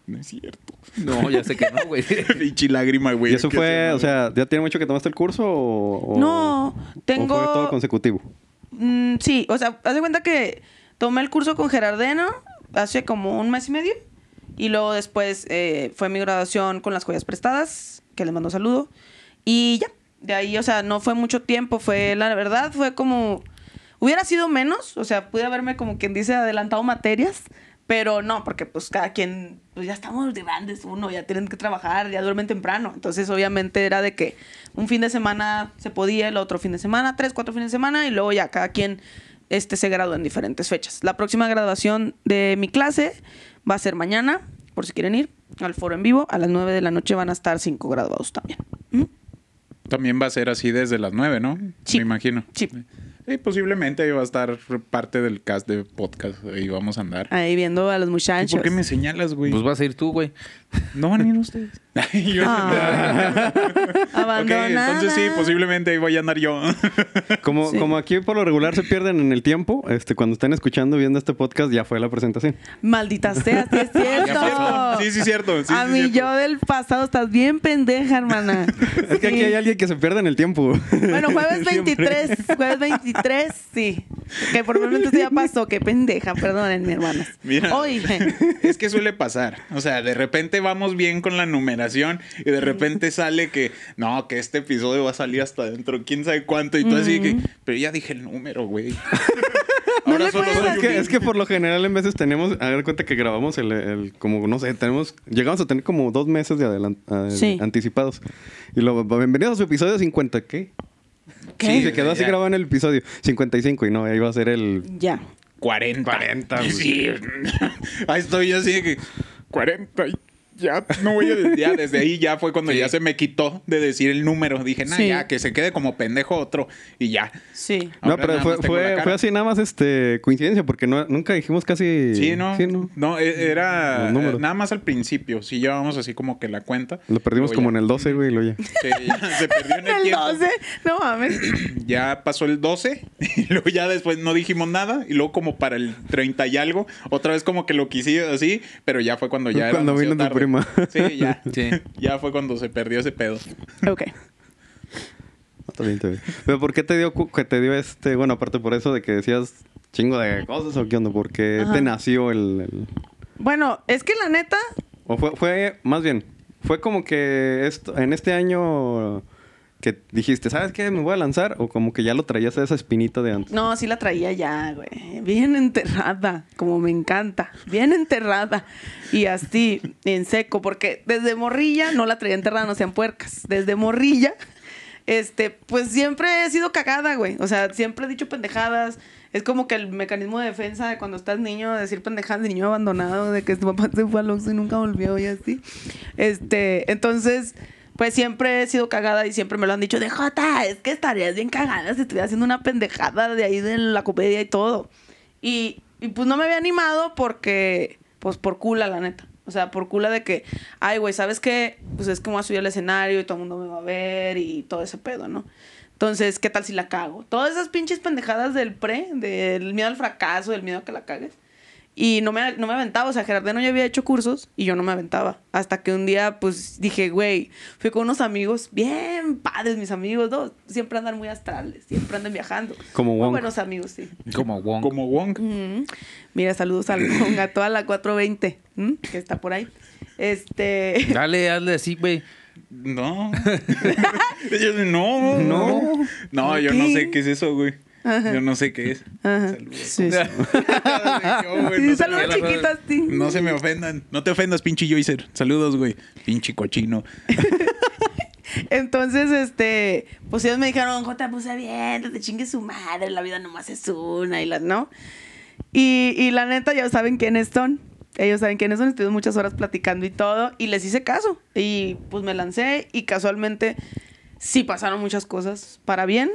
[SPEAKER 6] No es cierto.
[SPEAKER 7] No, ya sé que no, güey.
[SPEAKER 6] <laughs>
[SPEAKER 7] Pues
[SPEAKER 6] Pinche lágrima, güey.
[SPEAKER 4] ¿Y eso
[SPEAKER 6] ¿Qué
[SPEAKER 4] fue,
[SPEAKER 6] hacemos,
[SPEAKER 4] o sea, ya tiene mucho que tomaste el curso o...? o-
[SPEAKER 5] No, tengo...
[SPEAKER 4] ¿O fue todo consecutivo?
[SPEAKER 5] Mm, sí, o sea, haz de cuenta que tomé el curso con Gerardeno hace como un mes y medio. Y luego después eh, fue mi graduación con las joyas prestadas, que les mando saludo. Y ya, de ahí, o sea, no fue mucho tiempo, fue la verdad, fue como... Hubiera sido menos, o sea, pude haberme como quien dice adelantado materias, pero no, porque pues cada quien, pues ya estamos de grandes, uno ya tienen que trabajar, ya duermen temprano. Entonces obviamente era de que un fin de semana se podía, el otro fin de semana, tres, cuatro fines de semana y luego ya cada quien este, se gradúa en diferentes fechas. La próxima graduación de mi clase va a ser mañana, por si quieren ir. al foro en vivo. A las 9 de la noche van a estar 5 graduados también. ¿Mm?
[SPEAKER 6] También va a ser así desde las 9, ¿no?
[SPEAKER 5] Sí.
[SPEAKER 6] Me imagino.
[SPEAKER 5] Sí.
[SPEAKER 6] Sí, posiblemente ahí va a estar parte del cast de podcast. Ahí vamos a andar.
[SPEAKER 5] Ahí viendo a los
[SPEAKER 6] ¿Y
[SPEAKER 5] muchachos.
[SPEAKER 6] ¿Por qué me señalas, güey?
[SPEAKER 7] Pues vas a ir tú, güey.
[SPEAKER 6] no van a ir ustedes. Ay, <laughs> yo-
[SPEAKER 5] <laughs> Ah.
[SPEAKER 6] Ok, entonces sí,
[SPEAKER 5] Abandonada.
[SPEAKER 6] posiblemente ahí voy a andar yo.
[SPEAKER 4] Como,
[SPEAKER 5] Sí.
[SPEAKER 4] como aquí por lo regular se pierden en el tiempo, este, cuando están escuchando, viendo este podcast, ya fue la presentación.
[SPEAKER 5] Maldita sea, sí es
[SPEAKER 6] <laughs>
[SPEAKER 5] cierto.
[SPEAKER 6] sí, sí, cierto. Sí,
[SPEAKER 5] a
[SPEAKER 6] sí,
[SPEAKER 5] mi
[SPEAKER 6] cierto.
[SPEAKER 5] yo del pasado estás bien
[SPEAKER 6] <laughs>
[SPEAKER 5] pendeja, hermana.
[SPEAKER 4] Es que aquí
[SPEAKER 5] Sí.
[SPEAKER 4] hay alguien que se pierde en el tiempo.
[SPEAKER 5] Bueno, jueves
[SPEAKER 4] Siempre.
[SPEAKER 5] 23, jueves 23, sí. Que probablemente esto ya este pasó, qué pendeja, perdónenme, hermanas.
[SPEAKER 6] Mira.
[SPEAKER 5] Hoy,
[SPEAKER 6] <laughs> Es que suele pasar. O sea, de repente vamos bien con la numeración y de repente sale que no, que este episodio va a salir hasta dentro, quién sabe cuánto. Y tú así que, pero ya dije el
[SPEAKER 4] <laughs>
[SPEAKER 6] número, güey.
[SPEAKER 5] No le puedes
[SPEAKER 6] soy
[SPEAKER 4] Es que,
[SPEAKER 6] un-
[SPEAKER 4] es que por lo general en veces tenemos, a ver cuenta que grabamos el, el- como, no sé, tenemos, llegamos a tener como dos meses de adelan- a-
[SPEAKER 5] Sí.
[SPEAKER 4] anticipados. Y luego, bienvenidos a su episodio 50, ¿qué?
[SPEAKER 5] ¿Qué?
[SPEAKER 4] Sí, se quedó así
[SPEAKER 6] Ya.
[SPEAKER 4] grabado en el episodio 55 y no, ahí va a ser el...
[SPEAKER 5] ya.
[SPEAKER 6] 40.
[SPEAKER 4] 40, güey.
[SPEAKER 6] Sí. <laughs> Ahí estoy yo así de que 40 y ya no voy a ya desde ahí ya fue cuando
[SPEAKER 7] Sí.
[SPEAKER 6] ya se me quitó de decir el número. Dije, nah,
[SPEAKER 5] Sí.
[SPEAKER 6] ya que se quede como pendejo otro y ya.
[SPEAKER 5] Sí.
[SPEAKER 4] no,
[SPEAKER 6] Ahora
[SPEAKER 4] pero
[SPEAKER 6] nada
[SPEAKER 4] fue,
[SPEAKER 6] más tengo la
[SPEAKER 4] fue,
[SPEAKER 6] cara.
[SPEAKER 4] fue así nada más este coincidencia porque no, nunca dijimos casi...
[SPEAKER 6] Sí, ¿no?
[SPEAKER 4] Sí,
[SPEAKER 6] no.
[SPEAKER 4] ¿no?
[SPEAKER 6] e- era
[SPEAKER 4] Los números.
[SPEAKER 6] eh, nada más al principio. Sí, llevábamos así como que la cuenta.
[SPEAKER 4] Lo perdimos
[SPEAKER 6] Luego
[SPEAKER 4] como en
[SPEAKER 6] ya-
[SPEAKER 4] el 12, güey, y luego ya.
[SPEAKER 6] Sí, <laughs> ya se perdió en el,
[SPEAKER 5] El
[SPEAKER 6] tiempo.
[SPEAKER 5] 12, no mames.
[SPEAKER 6] Ya pasó el 12 <laughs> y luego ya después no dijimos nada y luego como para el 30 y algo, otra vez como que lo quise así, pero ya fue cuando ya era
[SPEAKER 4] Cuando
[SPEAKER 6] demasiado
[SPEAKER 4] vino tu
[SPEAKER 6] tarde.
[SPEAKER 4] prima.
[SPEAKER 6] <laughs>
[SPEAKER 4] <laughs>
[SPEAKER 6] Sí, ya.
[SPEAKER 7] Sí.
[SPEAKER 6] Ya fue cuando se perdió ese pedo.
[SPEAKER 5] Ok.
[SPEAKER 4] Está bien, está bien. Pero ¿por qué te dio, cu- que te dio este, bueno, aparte por eso de que decías chingo de cosas o qué onda? ¿Por qué
[SPEAKER 5] Ajá.
[SPEAKER 4] te nació el- el...
[SPEAKER 5] Bueno, es que la neta,
[SPEAKER 4] O fue, fue más bien, fue como que esto, en este año que dijiste, ¿sabes qué? Me voy a lanzar, o como que ya lo traías a esa espinita de antes.
[SPEAKER 5] no, sí la traía ya, güey. Bien enterrada, como me encanta. Bien enterrada. Y así, en seco, porque desde morrilla no la traía enterrada, no sean puercas. Desde morrilla, este, pues siempre he sido cagada, güey. O sea, siempre he dicho pendejadas. Es como que el mecanismo de defensa de cuando estás niño, de decir pendejadas de niño abandonado, de que tu papá se fue al Oxxo y nunca volvió y así. Este, entonces, pues siempre he sido cagada y siempre me lo han dicho de Jota, es que estarías bien cagada si estuvieras haciendo una pendejada de ahí de la comedia y todo. Y, y, pues no me había animado porque, pues por cula, la neta. O sea, por cula de que, ay, güey, ¿sabes qué? Pues es que me voy a subir al escenario y todo el mundo me va a ver y todo ese pedo, ¿no? Entonces, ¿qué tal si la cago? Todas esas pinches pendejadas del pre, del miedo al fracaso, del miedo a que la cagues. Y no me, no me aventaba, o sea, Gerardino ya había hecho cursos y yo no me aventaba. Hasta que un día, pues, dije, güey, fui con unos amigos, bien padres mis amigos, dos, siempre andan muy astrales, siempre andan viajando.
[SPEAKER 4] Como
[SPEAKER 5] muy
[SPEAKER 4] Wong.
[SPEAKER 5] buenos amigos, sí.
[SPEAKER 7] Como Wong.
[SPEAKER 6] Como Wong.
[SPEAKER 5] Ujú. Mira, saludos al Wong, a toda la 420, ¿m? que está por ahí.
[SPEAKER 7] <laughs>
[SPEAKER 5] Este,
[SPEAKER 7] Dale, hazle así, güey.
[SPEAKER 6] No. <laughs> Ellos, no.
[SPEAKER 4] No.
[SPEAKER 6] No, yo no
[SPEAKER 5] Ok.
[SPEAKER 6] sé qué es eso, güey. Yo no sé qué es.
[SPEAKER 5] Ajá.
[SPEAKER 6] Saludos.
[SPEAKER 5] Sí, sí.
[SPEAKER 6] Yo, güey,
[SPEAKER 5] Sí,
[SPEAKER 6] no sé
[SPEAKER 5] saludos
[SPEAKER 6] qué-
[SPEAKER 5] chiquitos, sí.
[SPEAKER 6] No se me ofendan. No te ofendas, pinche Joycer. Saludos, güey. Pinche cochino.
[SPEAKER 5] Entonces, este, pues ellos me dijeron, Jota, pues aviéntate, chingue su madre, la vida nomás es una, y la, ¿no? Y, y la neta, ya saben quiénes son. Ellos saben quiénes son, estuvimos muchas horas platicando y todo, y les hice caso. Y pues me lancé, y casualmente sí pasaron muchas cosas para bien.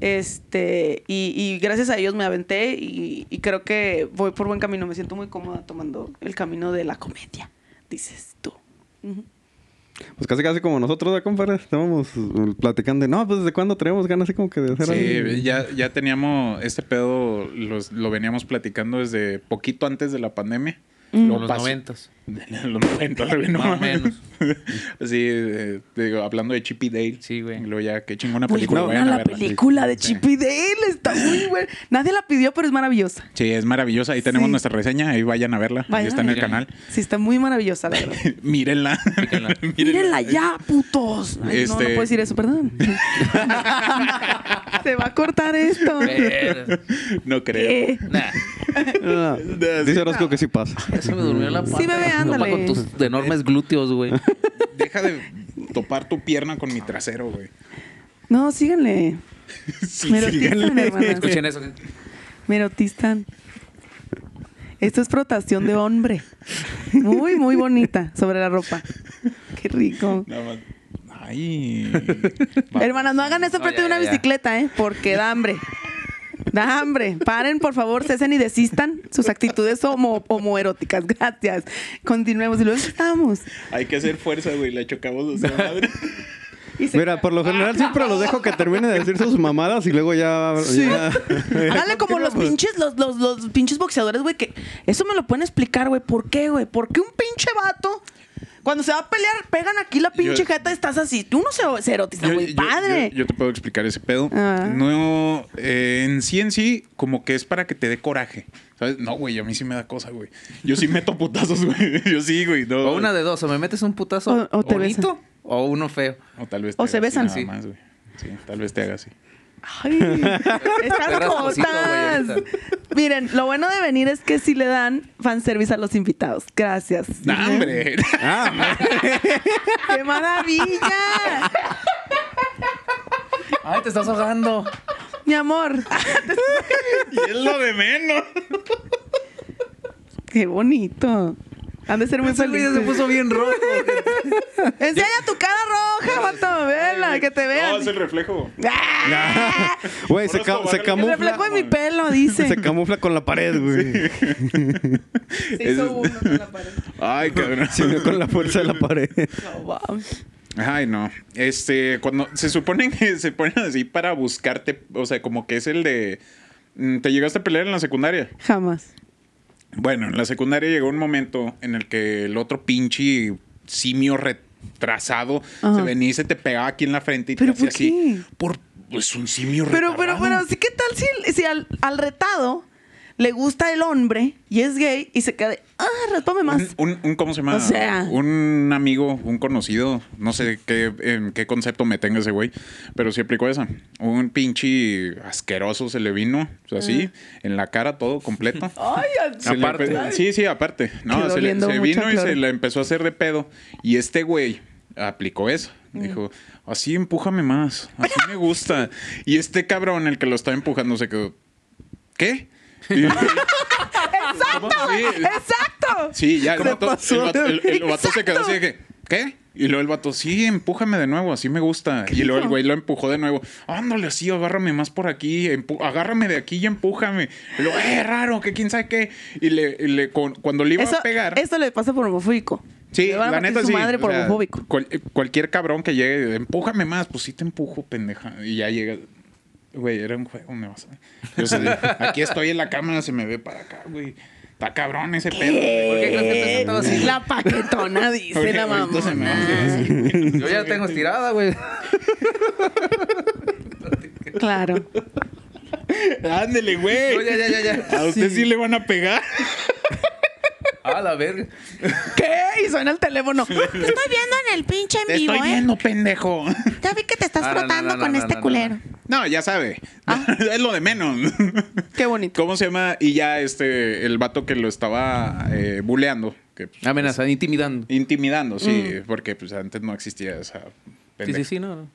[SPEAKER 5] Este, y, y gracias a ellos me aventé, y, y creo que voy por buen camino. Me siento muy cómoda tomando el camino de la comedia, dices tú. Ujú.
[SPEAKER 4] Pues casi casi como nosotros, ¿verdad, compadre? Estábamos mm, platicando de, no, pues ¿desde cuándo tenemos ganas así como que de hacer algo? <laughs>
[SPEAKER 6] Sí, ya, ya teníamos este pedo, los- lo veníamos platicando desde poquito antes de la pandemia. <laughs>
[SPEAKER 5] Mm.
[SPEAKER 6] Lo
[SPEAKER 7] Como los
[SPEAKER 6] pasó-
[SPEAKER 7] noventas.
[SPEAKER 6] los 90, güey, no
[SPEAKER 7] Más o
[SPEAKER 6] mames.
[SPEAKER 7] menos.
[SPEAKER 6] <laughs> Sí, eh, te digo, hablando de Chip y Dale.
[SPEAKER 7] Sí, güey.
[SPEAKER 6] Y luego ya, qué chingona
[SPEAKER 5] Muy
[SPEAKER 6] película.
[SPEAKER 5] buena
[SPEAKER 6] vayan a
[SPEAKER 5] Pues, la
[SPEAKER 6] verla.
[SPEAKER 5] película de
[SPEAKER 6] Sí.
[SPEAKER 5] Chip y Dale, está muy buena. Nadie la pidió, pero es maravillosa.
[SPEAKER 6] Sí, es maravillosa. Ahí tenemos
[SPEAKER 5] Sí.
[SPEAKER 6] nuestra reseña. Ahí vayan a verla.
[SPEAKER 5] Vayan
[SPEAKER 6] ahí está
[SPEAKER 5] a
[SPEAKER 6] en el
[SPEAKER 7] verla.
[SPEAKER 6] canal. <laughs>
[SPEAKER 5] Sí, está muy maravillosa, la verdad.
[SPEAKER 6] Mírenla.
[SPEAKER 7] Mírenla.
[SPEAKER 5] Mírenla ya, putos. Ay, No, no
[SPEAKER 6] eh, Este-
[SPEAKER 5] puedo decir eso, perdón. Se va a cortar esto. Eh,
[SPEAKER 7] Ver.
[SPEAKER 6] <laughs> no creo.
[SPEAKER 5] ¿Qué?
[SPEAKER 7] Nah,
[SPEAKER 4] No, no. Ah, Dice Orozco que sí pasa.
[SPEAKER 7] ya se me durmió la pata.
[SPEAKER 5] Sí, bebé, ándale.
[SPEAKER 7] Toma Con tus enormes glúteos, güey.
[SPEAKER 6] Deja de topar tu pierna con mi trasero, güey.
[SPEAKER 5] No, síganle.
[SPEAKER 6] <laughs> Sí,
[SPEAKER 5] Merotistan,
[SPEAKER 6] síganle.
[SPEAKER 5] hermana.
[SPEAKER 7] Escuchen eso.
[SPEAKER 5] Merotistan. Esto es protación de hombre. Muy, muy bonita sobre la ropa. Qué rico.
[SPEAKER 6] Nada más. Ay. <laughs>
[SPEAKER 5] Hermanas, no hagan esto
[SPEAKER 7] No,
[SPEAKER 5] frente
[SPEAKER 7] ya,
[SPEAKER 5] de una
[SPEAKER 7] ya, ya.
[SPEAKER 5] bicicleta, ¿eh? Porque da hambre. Da hambre. Paren, por favor, cesen y desistan sus actitudes homo- homoeróticas. Gracias. Continuemos. ¿Y luego estamos?
[SPEAKER 6] Hay que hacer fuerza, güey. La chocamos o sea, madre. <laughs>
[SPEAKER 5] Y se-
[SPEAKER 4] Mira, por lo general siempre los dejo que termine de decir sus mamadas y luego ya. pues, ya-
[SPEAKER 5] Háganle como los pinches, los, los, los pinches boxeadores, güey, que eso me lo pueden explicar, güey. ¿Por qué, güey? ¿Por qué un pinche vato? Cuando se va a pelear, pegan aquí la pinche
[SPEAKER 6] Yo-
[SPEAKER 5] jeta, estás así. Tú no se, se erotiza,
[SPEAKER 6] Yo-
[SPEAKER 5] güey.
[SPEAKER 6] yo-
[SPEAKER 5] Padre.
[SPEAKER 6] Yo, yo te puedo explicar ese pedo.
[SPEAKER 5] Ah.
[SPEAKER 6] No, eh, en sí, en sí, como que es para que te dé coraje. ¿Sabes? No, güey, a mí sí me da cosa, güey. Yo sí meto putazos, <laughs> güey. Yo sí, güey. No,
[SPEAKER 7] O una de dos, o me metes un putazo
[SPEAKER 5] O- o te
[SPEAKER 7] bonito o uno feo.
[SPEAKER 6] O tal vez
[SPEAKER 5] o
[SPEAKER 6] haga
[SPEAKER 5] se
[SPEAKER 6] así
[SPEAKER 5] besan.
[SPEAKER 6] nada
[SPEAKER 7] Sí.
[SPEAKER 6] más, güey. Sí, tal vez te haga así.
[SPEAKER 5] Ay,
[SPEAKER 7] Te
[SPEAKER 5] estás como
[SPEAKER 7] rasposito, güey,
[SPEAKER 5] estás.
[SPEAKER 7] ahorita.
[SPEAKER 5] Miren, lo bueno de venir es que sí le dan fanservice a los invitados. Gracias.
[SPEAKER 6] ¡No, hombre!
[SPEAKER 5] <laughs>
[SPEAKER 4] Ah.
[SPEAKER 5] ¡Qué maravilla!
[SPEAKER 7] Ay, te estás
[SPEAKER 6] <laughs>
[SPEAKER 7] ahogando.
[SPEAKER 5] Mi amor.
[SPEAKER 6] <laughs> y es lo de menos.
[SPEAKER 5] ¡Qué bonito! Han de ser muy
[SPEAKER 7] Ese güey ya
[SPEAKER 5] felices.
[SPEAKER 7] se puso
[SPEAKER 6] <laughs>
[SPEAKER 7] bien rojo.
[SPEAKER 5] Enseña tu cara roja, vato. Vela, que te
[SPEAKER 6] No,
[SPEAKER 5] vean.
[SPEAKER 6] es el reflejo.
[SPEAKER 5] ¡Ah!
[SPEAKER 4] Güey, se,
[SPEAKER 6] Por
[SPEAKER 4] ca-
[SPEAKER 6] eso
[SPEAKER 4] se
[SPEAKER 6] vale la
[SPEAKER 5] El
[SPEAKER 6] camufla,
[SPEAKER 5] reflejo
[SPEAKER 4] camufla.
[SPEAKER 5] de mi pelo, dice.
[SPEAKER 4] Se camufla con la pared, güey.
[SPEAKER 5] Se
[SPEAKER 6] hizo
[SPEAKER 5] hizo
[SPEAKER 6] es-
[SPEAKER 5] uno
[SPEAKER 6] uno
[SPEAKER 5] con la pared. <laughs>
[SPEAKER 6] Ay, cabrón.
[SPEAKER 4] Se unió con la fuerza de la pared.
[SPEAKER 6] Ay, no. Este, cuando se supone que <laughs> se ponen así para buscarte, o sea, como que es el de. mm, Te llegaste a pelear en la secundaria.
[SPEAKER 5] Jamás.
[SPEAKER 6] Bueno, en la secundaria llegó un momento en el que el otro pinche simio retrasado
[SPEAKER 5] Ajá.
[SPEAKER 6] se venía y se te pegaba aquí en la frente y
[SPEAKER 5] ¿Pero
[SPEAKER 6] te hacía
[SPEAKER 5] por qué?
[SPEAKER 6] así. Por pues un simio
[SPEAKER 5] Pero, pero,
[SPEAKER 6] retardado.
[SPEAKER 5] pero, ¿sí qué tal si, si al, al retado le gusta el hombre y es gay y se queda de, ah, raspame más?
[SPEAKER 6] Un, un- un- ¿Cómo se llama?
[SPEAKER 5] O sea.
[SPEAKER 6] Un amigo, un conocido, no sé qué, en qué concepto me tenga ese güey, pero sí aplicó esa. Un pinche asqueroso se le vino, o sea, así,
[SPEAKER 5] Ah.
[SPEAKER 6] en la cara todo
[SPEAKER 5] <laughs>
[SPEAKER 6] completo.
[SPEAKER 5] Ay, al-
[SPEAKER 6] Se le
[SPEAKER 7] Aparte.
[SPEAKER 6] empe- sí, sí, aparte. No,
[SPEAKER 5] Oh. Quedó
[SPEAKER 6] se, le,
[SPEAKER 5] oliendo
[SPEAKER 6] se
[SPEAKER 5] mucho
[SPEAKER 6] vino
[SPEAKER 5] a
[SPEAKER 6] y
[SPEAKER 5] cloro.
[SPEAKER 6] se la empezó a hacer de pedo. Y este güey aplicó eso.
[SPEAKER 5] Mm.
[SPEAKER 6] Dijo, así empújame más. Así me gusta. Y este cabrón, el que lo estaba empujando, se quedó.
[SPEAKER 5] <laughs>
[SPEAKER 6] ¿Qué? Y-
[SPEAKER 5] ¡Exacto!
[SPEAKER 6] <laughs> Sí.
[SPEAKER 5] ¡Exacto!
[SPEAKER 6] Sí, ya el
[SPEAKER 4] Se
[SPEAKER 6] vato,
[SPEAKER 4] pasó
[SPEAKER 6] el vato- el- el vato se
[SPEAKER 5] Exacto.
[SPEAKER 6] quedó así de que, ¿qué? Y luego el vato, sí, empújame de nuevo, así me gusta. Y luego el güey lo empujó de nuevo. Ándale, así, agárrame más por aquí, empu- agárrame de aquí y empújame. Y luego, eh, raro, que quién sabe qué. Y le, y le- con- cuando le iba
[SPEAKER 5] Eso,
[SPEAKER 6] a pegar.
[SPEAKER 5] esto le pasa por homofóbico.
[SPEAKER 6] Sí,
[SPEAKER 5] Le van a
[SPEAKER 6] la
[SPEAKER 5] partir
[SPEAKER 6] neta
[SPEAKER 5] su
[SPEAKER 6] sí.
[SPEAKER 5] madre
[SPEAKER 6] o
[SPEAKER 5] por
[SPEAKER 6] sea,
[SPEAKER 5] homofóbico.
[SPEAKER 6] cual- eh, cualquier cabrón que llegue, empújame más, pues sí te empujo, pendeja. Y ya llega. Güey, era un juego, me vas a. Yo sé, aquí estoy en la cámara, se me ve para acá, güey. Está cabrón ese pedo.
[SPEAKER 7] ¿Por qué crees que te sentado así?
[SPEAKER 5] La paquetona dice la
[SPEAKER 6] Ahorita se me va a
[SPEAKER 5] mamona.
[SPEAKER 6] hacer así, güey.
[SPEAKER 7] Yo ya tengo estirada, güey.
[SPEAKER 5] Ah, Claro.
[SPEAKER 6] <laughs> Ándele, güey.
[SPEAKER 7] No, ya, ya, ya, ya.
[SPEAKER 6] A usted sí. le van a pegar.
[SPEAKER 7] A la verga.
[SPEAKER 5] ¿Qué? Y suena el teléfono. Te estoy viendo en el pinche en
[SPEAKER 6] Te
[SPEAKER 5] vivo,
[SPEAKER 6] estoy
[SPEAKER 5] ¿eh?
[SPEAKER 6] viendo, pendejo.
[SPEAKER 5] Ya vi que te estás
[SPEAKER 7] Ah, no, no,
[SPEAKER 5] frotando
[SPEAKER 7] no, no,
[SPEAKER 5] con
[SPEAKER 7] no,
[SPEAKER 5] este
[SPEAKER 7] no, no.
[SPEAKER 5] culero.
[SPEAKER 6] No, ya sabe. <laughs> es lo de menos. <laughs>
[SPEAKER 5] Qué bonito.
[SPEAKER 6] ¿Cómo se llama? Y ya este, el vato que lo estaba eh, buleando, que pues,
[SPEAKER 7] Amenazando, intimidando.
[SPEAKER 6] Intimidando, sí, porque pues antes no existía esa
[SPEAKER 7] Sí,
[SPEAKER 6] pendeja.
[SPEAKER 7] sí, sí, no.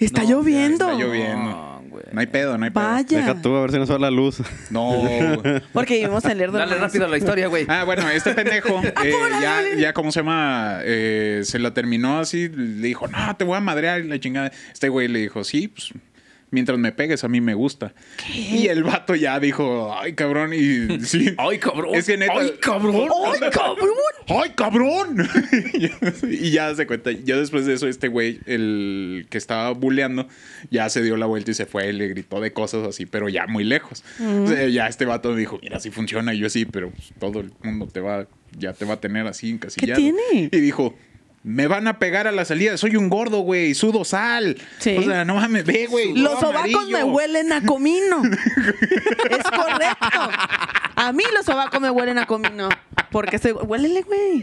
[SPEAKER 5] Está
[SPEAKER 7] No,
[SPEAKER 5] lloviendo.
[SPEAKER 6] Está lloviendo.
[SPEAKER 7] No,
[SPEAKER 6] No,
[SPEAKER 7] güey.
[SPEAKER 6] hay pedo, no hay pedo.
[SPEAKER 5] Vaya.
[SPEAKER 4] Deja tú a ver si nos va la luz.
[SPEAKER 6] No. güey.
[SPEAKER 5] Porque vivimos en Lerdo.
[SPEAKER 7] Dale rápido a la historia, güey.
[SPEAKER 6] Ah, bueno, este pendejo, eh, ya, ya, ¿cómo se llama? Eh, se la terminó así, le dijo, no, te voy a madrear y la chingada. Este güey le dijo, sí, pues, mientras me pegues, a mí me gusta. Y el vato ya dijo, ay, cabrón, y <laughs> sí.
[SPEAKER 7] Ay, cabrón.
[SPEAKER 6] Es que neta-
[SPEAKER 7] Ay, cabrón.
[SPEAKER 5] ¡Ay, cabrón!
[SPEAKER 6] ¡Ay, cabrón! <laughs> y ya se cuenta. Ya después de eso, este güey, el que estaba buleando, ya se dio la vuelta y se fue y le gritó de cosas así, pero ya muy lejos. O sea, ya este vato dijo, mira, así funciona. Y yo sí, pero pues, todo el mundo te va, ya te va a tener así encasillado.
[SPEAKER 5] tiene?
[SPEAKER 6] Y dijo... Me van a pegar a la salida. Soy un gordo, güey. Sudo sal.
[SPEAKER 5] Sí.
[SPEAKER 6] O sea, no mames. Ve, güey.
[SPEAKER 5] Los
[SPEAKER 6] todo
[SPEAKER 5] sobacos me
[SPEAKER 6] amarillo. <laughs>
[SPEAKER 5] huelen a comino. es correcto. A mí los sobacos me huelen a comino. Porque se... Huélele, güey.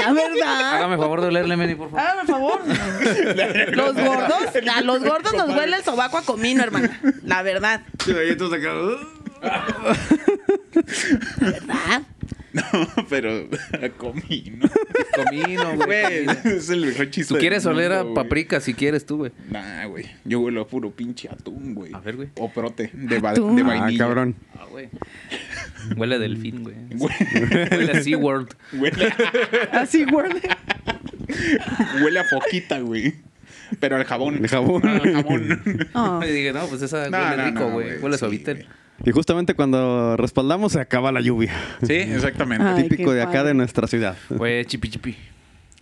[SPEAKER 5] La verdad.
[SPEAKER 7] Hágame favor de olerle, Meni, por favor.
[SPEAKER 5] Hágame favor. Los gordos, a los gordos nos huele el sobaco a comino, hermana. La verdad.
[SPEAKER 4] Y ahí tú sacas, "Uh".
[SPEAKER 5] ¿Verdad?
[SPEAKER 6] No, pero <laughs>
[SPEAKER 5] <laughs>
[SPEAKER 6] comino.
[SPEAKER 7] Comino, güey.
[SPEAKER 6] Ah, Güey, <laughs>
[SPEAKER 7] comino.
[SPEAKER 6] es el mejor chiste.
[SPEAKER 7] Tú quieres
[SPEAKER 6] del
[SPEAKER 7] oler a
[SPEAKER 6] mundo, güey.
[SPEAKER 7] paprika si quieres tú, güey.
[SPEAKER 6] Nah, güey. Yo huelo a puro pinche atún, güey.
[SPEAKER 7] A ver, güey.
[SPEAKER 6] O prote de, va-
[SPEAKER 5] Atún.
[SPEAKER 6] de
[SPEAKER 5] Ah,
[SPEAKER 4] Ah,
[SPEAKER 6] vainilla.
[SPEAKER 4] cabrón.
[SPEAKER 7] Ah, güey. Huele a delfín, güey.
[SPEAKER 6] Güey, <laughs>
[SPEAKER 7] Huele a SeaWorld.
[SPEAKER 6] Huele,
[SPEAKER 5] Así, güey.
[SPEAKER 6] huele a foquita, güey. Pero al jabón.
[SPEAKER 4] El jabón.
[SPEAKER 6] Al
[SPEAKER 7] <laughs>
[SPEAKER 6] jabón.
[SPEAKER 5] Ah.
[SPEAKER 7] Y dije, no, pues esa
[SPEAKER 6] Ah, No,
[SPEAKER 7] huele
[SPEAKER 6] no,
[SPEAKER 7] rico,
[SPEAKER 6] no,
[SPEAKER 7] güey.
[SPEAKER 6] güey,
[SPEAKER 7] huele a
[SPEAKER 6] sí,
[SPEAKER 7] suavitel.
[SPEAKER 6] güey.
[SPEAKER 4] Y justamente cuando respaldamos se acaba la lluvia.
[SPEAKER 6] Sí, exactamente.
[SPEAKER 5] Ay,
[SPEAKER 4] Típico
[SPEAKER 5] qué
[SPEAKER 4] de acá
[SPEAKER 5] padre.
[SPEAKER 4] de nuestra ciudad.
[SPEAKER 7] Güey, chipi chipi.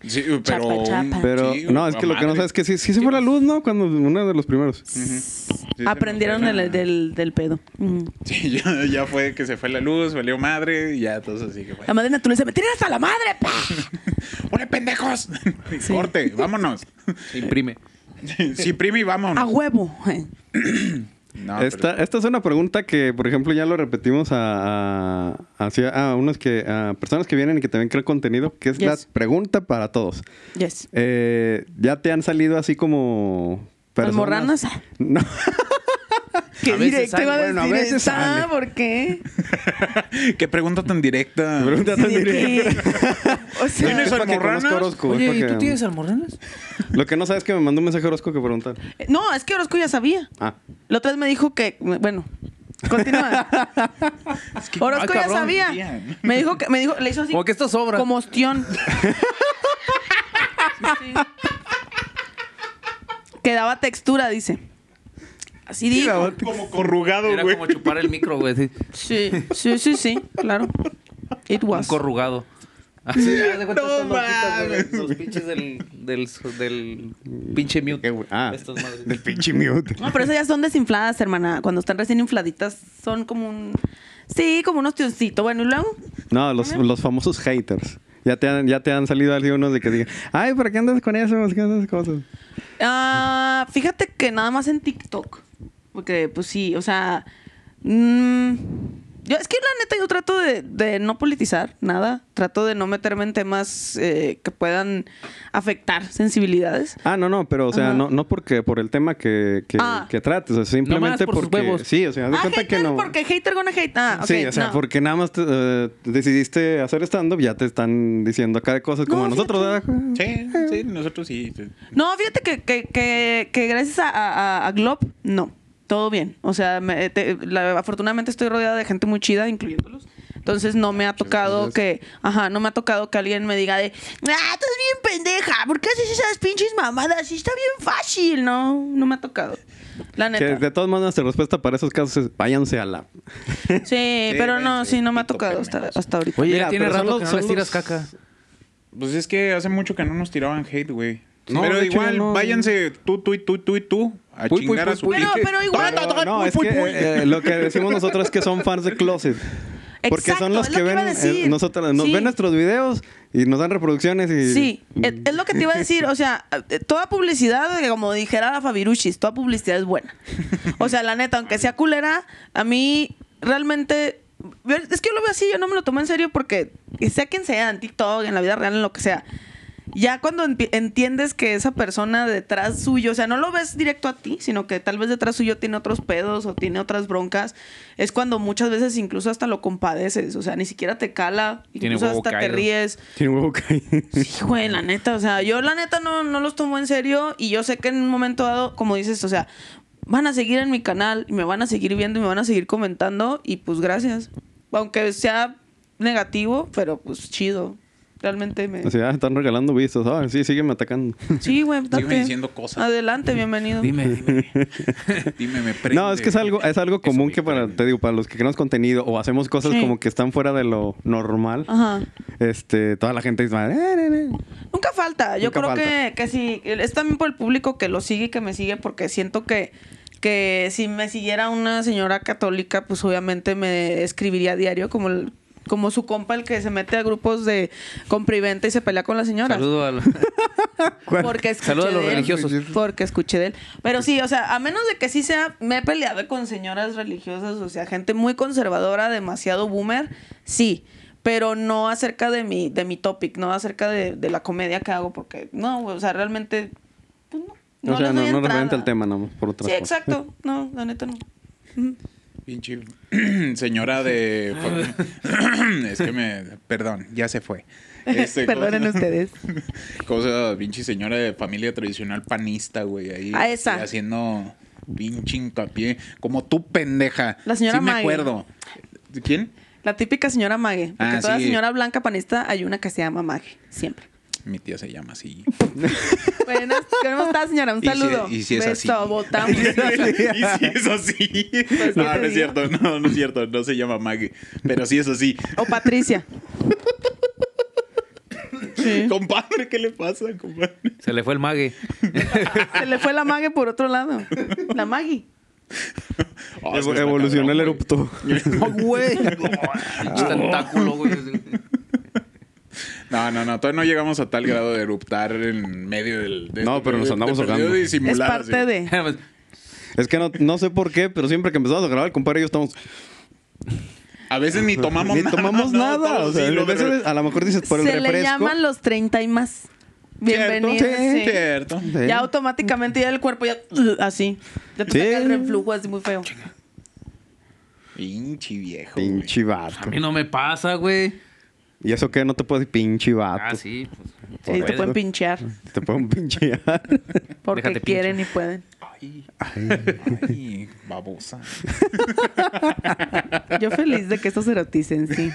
[SPEAKER 6] Sí, pero.
[SPEAKER 5] Chapa, chapa.
[SPEAKER 4] Pero
[SPEAKER 6] Sí,
[SPEAKER 4] no, es que lo que no
[SPEAKER 6] madre.
[SPEAKER 4] sabes es que sí, sí se fue la luz, ¿no? Cuando uno de los primeros.
[SPEAKER 6] Sí,
[SPEAKER 5] Aprendieron
[SPEAKER 6] se nos fue
[SPEAKER 5] el,
[SPEAKER 6] la-
[SPEAKER 5] del, del pedo. Mm.
[SPEAKER 6] Sí, ya, ya fue que se fue la luz, valió madre, y ya, todos así que
[SPEAKER 5] La
[SPEAKER 6] bueno.
[SPEAKER 5] madre naturaleza me tiran hasta la madre. pa.
[SPEAKER 6] <laughs> ¡Ole, pendejos! <laughs>
[SPEAKER 5] Sí.
[SPEAKER 6] Corte, vámonos.
[SPEAKER 7] Se imprime.
[SPEAKER 6] Sí, primi, vámonos.
[SPEAKER 5] A huevo. eh.
[SPEAKER 6] No, pero- <laughs>
[SPEAKER 4] Esta, esta es una pregunta que, por ejemplo, ya lo repetimos a, a, hacia- a unos que, a personas que vienen y que también crean contenido, que es la
[SPEAKER 5] Yes.
[SPEAKER 4] pregunta para todos.
[SPEAKER 5] Yes.
[SPEAKER 4] Eh, ¿Ya te han salido así como
[SPEAKER 5] Las
[SPEAKER 4] personas?
[SPEAKER 5] morranas.
[SPEAKER 4] No,
[SPEAKER 5] Qué
[SPEAKER 7] A veces
[SPEAKER 5] directo
[SPEAKER 7] sale.
[SPEAKER 5] iba a decir.
[SPEAKER 4] Bueno, a veces
[SPEAKER 5] esta,
[SPEAKER 4] sale.
[SPEAKER 5] ¿Por qué?
[SPEAKER 6] Qué pregunta tan directa.
[SPEAKER 4] <laughs> pregunta tan
[SPEAKER 5] Sí, de
[SPEAKER 4] directa.
[SPEAKER 5] que- <laughs> O sea,
[SPEAKER 6] ¿Tienes
[SPEAKER 4] Es para que
[SPEAKER 6] almorranas?
[SPEAKER 4] conozca a Orozco, es
[SPEAKER 7] Oye, ¿y
[SPEAKER 4] porque-
[SPEAKER 7] tú tienes almorranas?
[SPEAKER 4] Lo que no sabes es que me mandó un mensaje Orozco que pregunta.
[SPEAKER 5] no, es que Orozco ya sabía.
[SPEAKER 4] Ah,
[SPEAKER 5] La otra vez me dijo que. Bueno,
[SPEAKER 7] <laughs>
[SPEAKER 5] continúa. Orozco
[SPEAKER 7] ay,
[SPEAKER 5] ya
[SPEAKER 7] cabrón,
[SPEAKER 5] sabía.
[SPEAKER 6] bien.
[SPEAKER 5] Me dijo que. Me dijo, le hizo así.
[SPEAKER 7] Como que esto sobra.
[SPEAKER 5] Como
[SPEAKER 7] <laughs>
[SPEAKER 5] ostión. Que daba textura, dice. Así dijo.
[SPEAKER 6] Como corrugado,
[SPEAKER 7] Era
[SPEAKER 6] güey.
[SPEAKER 7] como chupar el micro, güey. así,
[SPEAKER 5] Sí, sí, sí, sí, claro. It
[SPEAKER 7] Un
[SPEAKER 5] was.
[SPEAKER 7] corrugado. Así, haz de cuenta
[SPEAKER 6] No
[SPEAKER 7] estas lonjitas, güey,
[SPEAKER 6] mames,
[SPEAKER 7] Los pinches del, del, del pinche mute.
[SPEAKER 4] qué güey. Ah,
[SPEAKER 7] Estas madres.
[SPEAKER 4] del pinche
[SPEAKER 7] <laughs>
[SPEAKER 4] mute.
[SPEAKER 5] No, pero esas ya son desinfladas, hermana. Cuando están recién infladitas, son como un. Sí, como un ostioncito. Bueno, y luego.
[SPEAKER 4] No, los, los famosos haters. Ya te, han, ya te han salido algunos de que digan, ay, ¿para qué andas con eso? ¿Qué andas con esas cosas?
[SPEAKER 5] Ah, fíjate que nada más en TikTok. Porque, pues sí, o sea. mm, yo, es que la neta, yo trato de, de no politizar nada. Trato de no meterme en temas eh, que puedan afectar sensibilidades.
[SPEAKER 4] Ah, no, no, pero o sea,
[SPEAKER 5] Ajá.
[SPEAKER 4] no, no porque por el tema que, que,
[SPEAKER 5] Ah.
[SPEAKER 4] que trates, o sea, simplemente
[SPEAKER 7] por sus
[SPEAKER 4] porque
[SPEAKER 7] huevos.
[SPEAKER 4] sí, o sea, haz de
[SPEAKER 5] Ah,
[SPEAKER 4] cuenta que
[SPEAKER 5] hater,
[SPEAKER 4] no.
[SPEAKER 5] porque hater gonna hate. Ah, ok.
[SPEAKER 4] sí, o sea,
[SPEAKER 5] no.
[SPEAKER 4] porque nada más te, eh, decidiste hacer stand up, ya te están diciendo acá de cosas como
[SPEAKER 5] No,
[SPEAKER 4] a nosotros,
[SPEAKER 5] fíjate.
[SPEAKER 4] ¿verdad?
[SPEAKER 6] Sí, sí, nosotros sí. sí.
[SPEAKER 5] No, fíjate que, que, que, que gracias a, a, a- a Glob, no. Todo bien. O sea, me- te- la- afortunadamente estoy rodeada de gente muy chida, incluyéndolos. Entonces no me ha tocado que, ajá, no me ha tocado que alguien me diga de, ah, estás bien pendeja, ¿por qué haces esas pinches mamadas? Sí, está bien fácil. No, no me ha tocado. La
[SPEAKER 4] Que de
[SPEAKER 5] neta.
[SPEAKER 4] todas maneras, nuestra respuesta para esos casos es váyanse a la.
[SPEAKER 5] Sí, pero no,
[SPEAKER 6] váyanse,
[SPEAKER 5] sí, no me ha
[SPEAKER 6] pito
[SPEAKER 5] tocado hasta,
[SPEAKER 6] pendejos.
[SPEAKER 5] hasta ahorita.
[SPEAKER 7] Oye,
[SPEAKER 4] Mira,
[SPEAKER 7] ya tiene
[SPEAKER 4] pero son los-
[SPEAKER 7] rato que no
[SPEAKER 4] son
[SPEAKER 7] les tiras
[SPEAKER 4] los-
[SPEAKER 7] caca.
[SPEAKER 6] Pues es que hace mucho que no nos tiraban hate, güey.
[SPEAKER 4] No,
[SPEAKER 6] pero
[SPEAKER 4] de hecho,
[SPEAKER 6] igual,
[SPEAKER 4] ya no.
[SPEAKER 6] váyanse tú, tú y tú, tú y tú a
[SPEAKER 7] Puy, puy,
[SPEAKER 6] chingar a
[SPEAKER 7] puy,
[SPEAKER 6] su
[SPEAKER 7] puy.
[SPEAKER 5] Pero,
[SPEAKER 6] pinche-
[SPEAKER 5] pero igual.
[SPEAKER 4] No, no, es que eh, eh, lo que decimos nosotros es que son fans de Closet. Porque
[SPEAKER 5] Exacto,
[SPEAKER 4] son los
[SPEAKER 5] es
[SPEAKER 4] que,
[SPEAKER 5] lo que
[SPEAKER 4] ven,
[SPEAKER 5] iba a decir.
[SPEAKER 4] eh, nosotros, nos
[SPEAKER 5] Sí.
[SPEAKER 4] ven nuestros videos y nos dan reproducciones y. mm,
[SPEAKER 5] Sí, es, es lo que te iba a decir. O sea, eh, toda publicidad, eh, como dijera la Fabiruchis, toda publicidad es buena. O sea, la neta, aunque sea culera, a mí realmente. ver, Es que yo lo veo así, yo no me lo tomo en serio porque sea quien sea, en TikTok, en la vida real, en lo que sea. Ya cuando empi- entiendes que esa persona detrás suyo, o sea, no lo ves directo a ti, sino que tal vez detrás suyo tiene otros pedos o tiene otras broncas, es cuando muchas veces incluso hasta lo compadeces, o sea, ni siquiera te cala,
[SPEAKER 7] Tiene
[SPEAKER 5] incluso
[SPEAKER 7] huevo
[SPEAKER 5] hasta te
[SPEAKER 7] caído.
[SPEAKER 5] ríes.
[SPEAKER 4] Tiene huevo caído.
[SPEAKER 5] <laughs> Sí, güey, la neta, o sea, yo la neta no, no los tomo en serio y yo sé que en un momento dado, como dices, o sea, van a seguir en mi canal y me van a seguir viendo y me van a seguir comentando y pues gracias. Aunque sea negativo, pero pues chido. Realmente me...
[SPEAKER 4] O sea, están regalando vistas. Ah, sí, sígueme atacando.
[SPEAKER 5] Sí, güey,
[SPEAKER 6] Sígueme
[SPEAKER 5] date.
[SPEAKER 6] diciendo cosas.
[SPEAKER 5] Adelante, bienvenido.
[SPEAKER 7] Dime, dime.
[SPEAKER 6] <laughs> Dime, me prende.
[SPEAKER 4] No, es que es algo, es algo común
[SPEAKER 7] me
[SPEAKER 4] que para, te digo, para los que creamos contenido o hacemos cosas
[SPEAKER 5] Sí.
[SPEAKER 4] como que están fuera de lo normal,
[SPEAKER 5] Ajá.
[SPEAKER 4] este, toda la gente dice, "Ah, eh, eh, eh".
[SPEAKER 5] Nunca falta. Yo
[SPEAKER 4] Nunca
[SPEAKER 5] creo Que,
[SPEAKER 4] falta.
[SPEAKER 5] que sí. Es también por el público que lo sigue y que me sigue, porque siento que, que si me siguiera una señora católica, pues obviamente me escribiría a diario como el- como su compa el que se mete a grupos de compra y venta y se pelea con la señora.
[SPEAKER 7] Saludo a los...
[SPEAKER 5] Porque escuché
[SPEAKER 7] Saludo a los
[SPEAKER 5] de él.
[SPEAKER 7] religiosos.
[SPEAKER 5] Porque escuché de él. Pero sí, o sea, a menos de que sí sea, me he peleado con señoras religiosas, o sea, gente muy conservadora, demasiado boomer, sí. Pero no acerca de mi, de mi topic, no acerca de, de la comedia que hago, porque no, o sea, realmente, pues no.
[SPEAKER 4] o sea,
[SPEAKER 5] les
[SPEAKER 4] no,
[SPEAKER 5] doy
[SPEAKER 4] no
[SPEAKER 5] entrada.
[SPEAKER 4] referente al tema, nada más, por otra
[SPEAKER 5] Sí, exacto. No, la neta no. Ujú.
[SPEAKER 6] Pinche <clears throat> señora de. <clears throat> es que me. Perdón, ya se fue.
[SPEAKER 5] <laughs>
[SPEAKER 4] <laughs>
[SPEAKER 6] Este, ¿cómo se
[SPEAKER 5] Perdonen
[SPEAKER 6] llama?
[SPEAKER 5] ustedes.
[SPEAKER 6] <laughs> Cosa, pinche señora de familia tradicional panista, güey. Ahí
[SPEAKER 5] Ah, esa.
[SPEAKER 6] sí, haciendo pinche hincapié. Como tú, pendeja.
[SPEAKER 5] La señora
[SPEAKER 6] Sí me
[SPEAKER 5] Maggie.
[SPEAKER 6] acuerdo. ¿Quién?
[SPEAKER 5] La típica señora Mague. Porque
[SPEAKER 6] Ah,
[SPEAKER 5] toda
[SPEAKER 6] sí.
[SPEAKER 5] señora blanca panista hay una que se llama Mague. Siempre.
[SPEAKER 6] Mi tía se llama
[SPEAKER 5] <laughs>
[SPEAKER 6] así.
[SPEAKER 5] Buenas, ¿cómo está, señora? Un
[SPEAKER 6] Y si-
[SPEAKER 5] saludo.
[SPEAKER 6] y si es así.
[SPEAKER 5] Beso,
[SPEAKER 6] <laughs>
[SPEAKER 5] votamos.
[SPEAKER 6] y si es así.
[SPEAKER 5] Pues, ¿qué
[SPEAKER 6] no,
[SPEAKER 5] te
[SPEAKER 6] no es
[SPEAKER 5] digo?
[SPEAKER 6] cierto, no, no es cierto. No se llama Maggie. Pero sí es así.
[SPEAKER 5] O Patricia. Sí.
[SPEAKER 6] <laughs> Compadre, ¿qué le pasa, compadre?
[SPEAKER 7] Se le fue el mague.
[SPEAKER 5] Se le fue la mague por otro lado. La Maggie.
[SPEAKER 6] Ah, es que
[SPEAKER 4] Evo-
[SPEAKER 6] está
[SPEAKER 4] Evolucionó el
[SPEAKER 6] cabrón,
[SPEAKER 4] erupto.
[SPEAKER 7] ¡No, güey! <laughs> Pinche tentáculo, güey.
[SPEAKER 6] <laughs>
[SPEAKER 7] <laughs>
[SPEAKER 6] No, no, no. Todavía no llegamos a tal grado de eruptar en medio del. de
[SPEAKER 4] No,
[SPEAKER 6] este
[SPEAKER 4] pero nos
[SPEAKER 6] periodo-
[SPEAKER 4] andamos
[SPEAKER 6] de periodo
[SPEAKER 4] ahogando.
[SPEAKER 5] Es
[SPEAKER 6] disimular,
[SPEAKER 5] parte
[SPEAKER 6] así. <laughs>
[SPEAKER 5] de.
[SPEAKER 4] Es que no, no sé por qué, pero siempre que empezamos a grabar el compadre y yo estamos.
[SPEAKER 6] A veces ni tomamos
[SPEAKER 4] ni
[SPEAKER 6] nada.
[SPEAKER 4] tomamos
[SPEAKER 6] <laughs> no,
[SPEAKER 4] nada.
[SPEAKER 6] estamos
[SPEAKER 4] O sea,
[SPEAKER 6] así,
[SPEAKER 4] a
[SPEAKER 6] lo de-
[SPEAKER 4] veces a lo mejor dices por el
[SPEAKER 5] Se
[SPEAKER 4] refresco.
[SPEAKER 5] le llaman los 30 y más. Bienvenidos.
[SPEAKER 6] Cierto,
[SPEAKER 5] sí.
[SPEAKER 6] Cierto.
[SPEAKER 4] Sí.
[SPEAKER 5] Ya automáticamente ya el cuerpo ya uh, así. Ya te
[SPEAKER 4] Sí.
[SPEAKER 5] saca el reflujo así muy feo.
[SPEAKER 6] Pinche viejo. güey.
[SPEAKER 4] Pinche vato.
[SPEAKER 7] A mí no me pasa, güey.
[SPEAKER 4] ¿Y eso qué? No te puedes pinche vato.
[SPEAKER 7] Ah, sí. pues,
[SPEAKER 5] Sí,
[SPEAKER 4] Correcto.
[SPEAKER 5] te pueden pinchear.
[SPEAKER 4] Te pueden <laughs> pinchear.
[SPEAKER 5] Porque
[SPEAKER 7] Déjate pincho.
[SPEAKER 5] quieren y pueden.
[SPEAKER 6] Ay, ay, babosa.
[SPEAKER 4] <laughs>
[SPEAKER 5] Yo feliz de que estos eroticen, sí.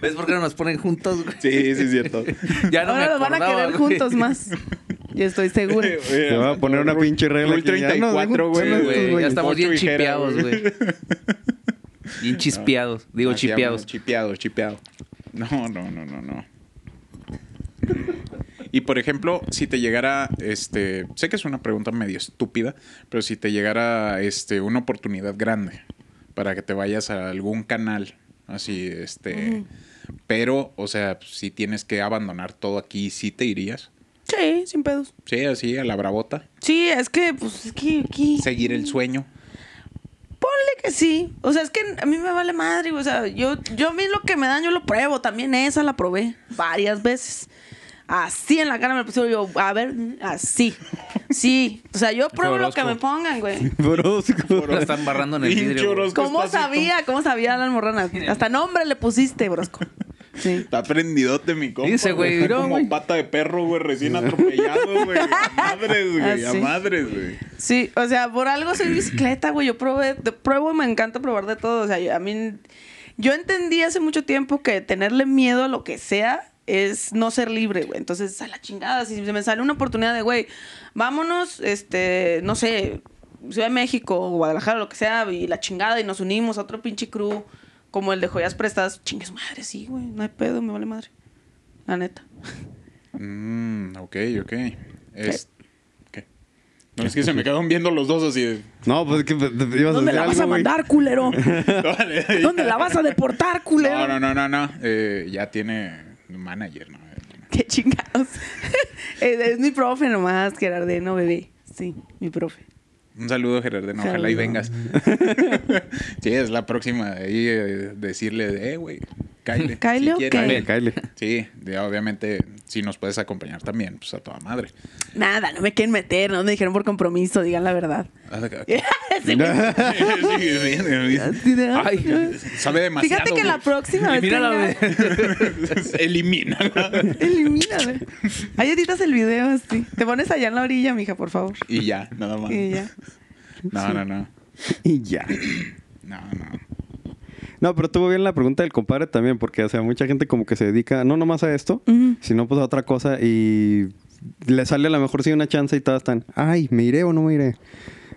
[SPEAKER 7] ¿Ves por qué no nos ponen juntos, güey?
[SPEAKER 6] Sí, sí, es cierto.
[SPEAKER 7] <laughs> Ya no me
[SPEAKER 5] Ahora los van a
[SPEAKER 7] acordaba,
[SPEAKER 5] querer
[SPEAKER 7] güey.
[SPEAKER 5] juntos más. Yo estoy segura.
[SPEAKER 4] Te voy a poner una pinche regla
[SPEAKER 6] Rule
[SPEAKER 4] que ya no,
[SPEAKER 6] 34,
[SPEAKER 4] son estos,
[SPEAKER 7] güey,
[SPEAKER 4] güey.
[SPEAKER 7] ya estamos
[SPEAKER 6] Ocho
[SPEAKER 7] bien
[SPEAKER 6] y jera,
[SPEAKER 7] chipeados, güey. Bien chispeados. Digo,
[SPEAKER 6] Ah, sí,
[SPEAKER 7] chipeados.
[SPEAKER 6] llamo, Chipeado, chipeado. No, no, no, no, no. Y por ejemplo, si te llegara, este, sé que es una pregunta medio estúpida, pero si te llegara, este, una oportunidad grande para que te vayas a algún canal, así, este, pero, o sea, si tienes que abandonar todo aquí, ¿sí te irías?
[SPEAKER 5] Sí, sin pedos.
[SPEAKER 6] Sí, así, a la bravota,
[SPEAKER 5] Sí, es que, pues, es que aquí.
[SPEAKER 6] seguir el sueño.
[SPEAKER 5] Ponle que sí. O sea, es que a mí me vale madre. O sea, yo, yo a mí lo que me dan, yo lo pruebo. También esa la probé varias veces. Así en la cara me pusieron yo, a ver, así. Sí. O sea, yo pruebo lo que me
[SPEAKER 7] Orozco.
[SPEAKER 5] pongan, güey.
[SPEAKER 4] Brosco.
[SPEAKER 7] Lo están barrando en el
[SPEAKER 6] Pinche
[SPEAKER 7] vidrio. güey.
[SPEAKER 6] Orozco
[SPEAKER 5] ¿Cómo
[SPEAKER 6] está así
[SPEAKER 5] sabía? ¿Cómo sabía la almorrana? Hasta nombre le pusiste, brosco. Sí.
[SPEAKER 6] Está prendidote mi compa.
[SPEAKER 7] Dice, güey,
[SPEAKER 6] Está
[SPEAKER 7] no,
[SPEAKER 6] como
[SPEAKER 7] güey.
[SPEAKER 6] pata de perro, güey, <laughs> recién atropellado, <laughs> güey. A madres, güey.
[SPEAKER 5] Ah,
[SPEAKER 6] A
[SPEAKER 5] sí.
[SPEAKER 6] madres, güey.
[SPEAKER 5] Sí, o sea, por
[SPEAKER 4] <clears throat>
[SPEAKER 5] algo soy bicicleta, güey. Yo probé, de- pruebo y me encanta probar de todo. O sea, yo- a mí. Yo entendí hace mucho tiempo que tenerle miedo a lo que sea es no ser libre, güey. Entonces, a la chingada. Si se me sale una oportunidad de, güey, vámonos, este, no sé, Ciudad de México, Guadalajara, lo que sea, y la chingada, y nos unimos a otro pinche crew como el de Joyas Prestadas. Chingues madre, sí, güey. No hay pedo, me vale madre. La neta.
[SPEAKER 6] Mmm, ok, ok. Es... ¿Qué? No, es que se me quedaron viendo los dos así <laughs> de...
[SPEAKER 4] No, pues que pues, te ibas a
[SPEAKER 5] ¿Dónde
[SPEAKER 4] decir
[SPEAKER 5] la vas a
[SPEAKER 4] algo, güey.
[SPEAKER 5] mandar,
[SPEAKER 4] <laughs>
[SPEAKER 5] culero?
[SPEAKER 6] Dale.
[SPEAKER 5] <laughs> ¿Dónde la vas a deportar, culero?
[SPEAKER 6] No, no, no, no, no. Eh, ya tiene manager, ¿no?
[SPEAKER 5] <laughs> Qué chingados. es, es mi profe nomás, Gerardeno, bebé. Sí, mi profe.
[SPEAKER 6] Un saludo, Gerardeno. Ojalá y
[SPEAKER 5] Saludo. <laughs>
[SPEAKER 6] vengas. sí, es la próxima. Ahí eh, decirle, eh, güey, Kyle.
[SPEAKER 5] Cáele o qué?
[SPEAKER 4] Cáele, cáele.
[SPEAKER 6] Sí, de- obviamente, si nos puedes acompañar también, pues a toda madre.
[SPEAKER 5] Nada, no me quieren meter, no me dijeron por compromiso, digan la verdad. Sí, así de,
[SPEAKER 6] Ay, sabe demasiado.
[SPEAKER 5] Fíjate que la
[SPEAKER 6] <laughs> güey.
[SPEAKER 5] próxima vez.
[SPEAKER 7] Mira la
[SPEAKER 5] tenga-
[SPEAKER 6] <laughs> Elimínala.
[SPEAKER 5] <laughs> Elimínala. Ahí editas el video así. Te pones allá en la orilla, mija, por favor.
[SPEAKER 6] Y ya, nada más.
[SPEAKER 5] Y ya.
[SPEAKER 6] No, no, no.
[SPEAKER 4] <laughs> Y ya.
[SPEAKER 6] No, no.
[SPEAKER 4] No, pero estuvo bien la pregunta del compadre también, porque, o sea, mucha gente como que se dedica, no nomás a esto, sino pues a otra cosa y le sale a lo mejor sí una chance y todas están, ay, ¿me iré o no me iré?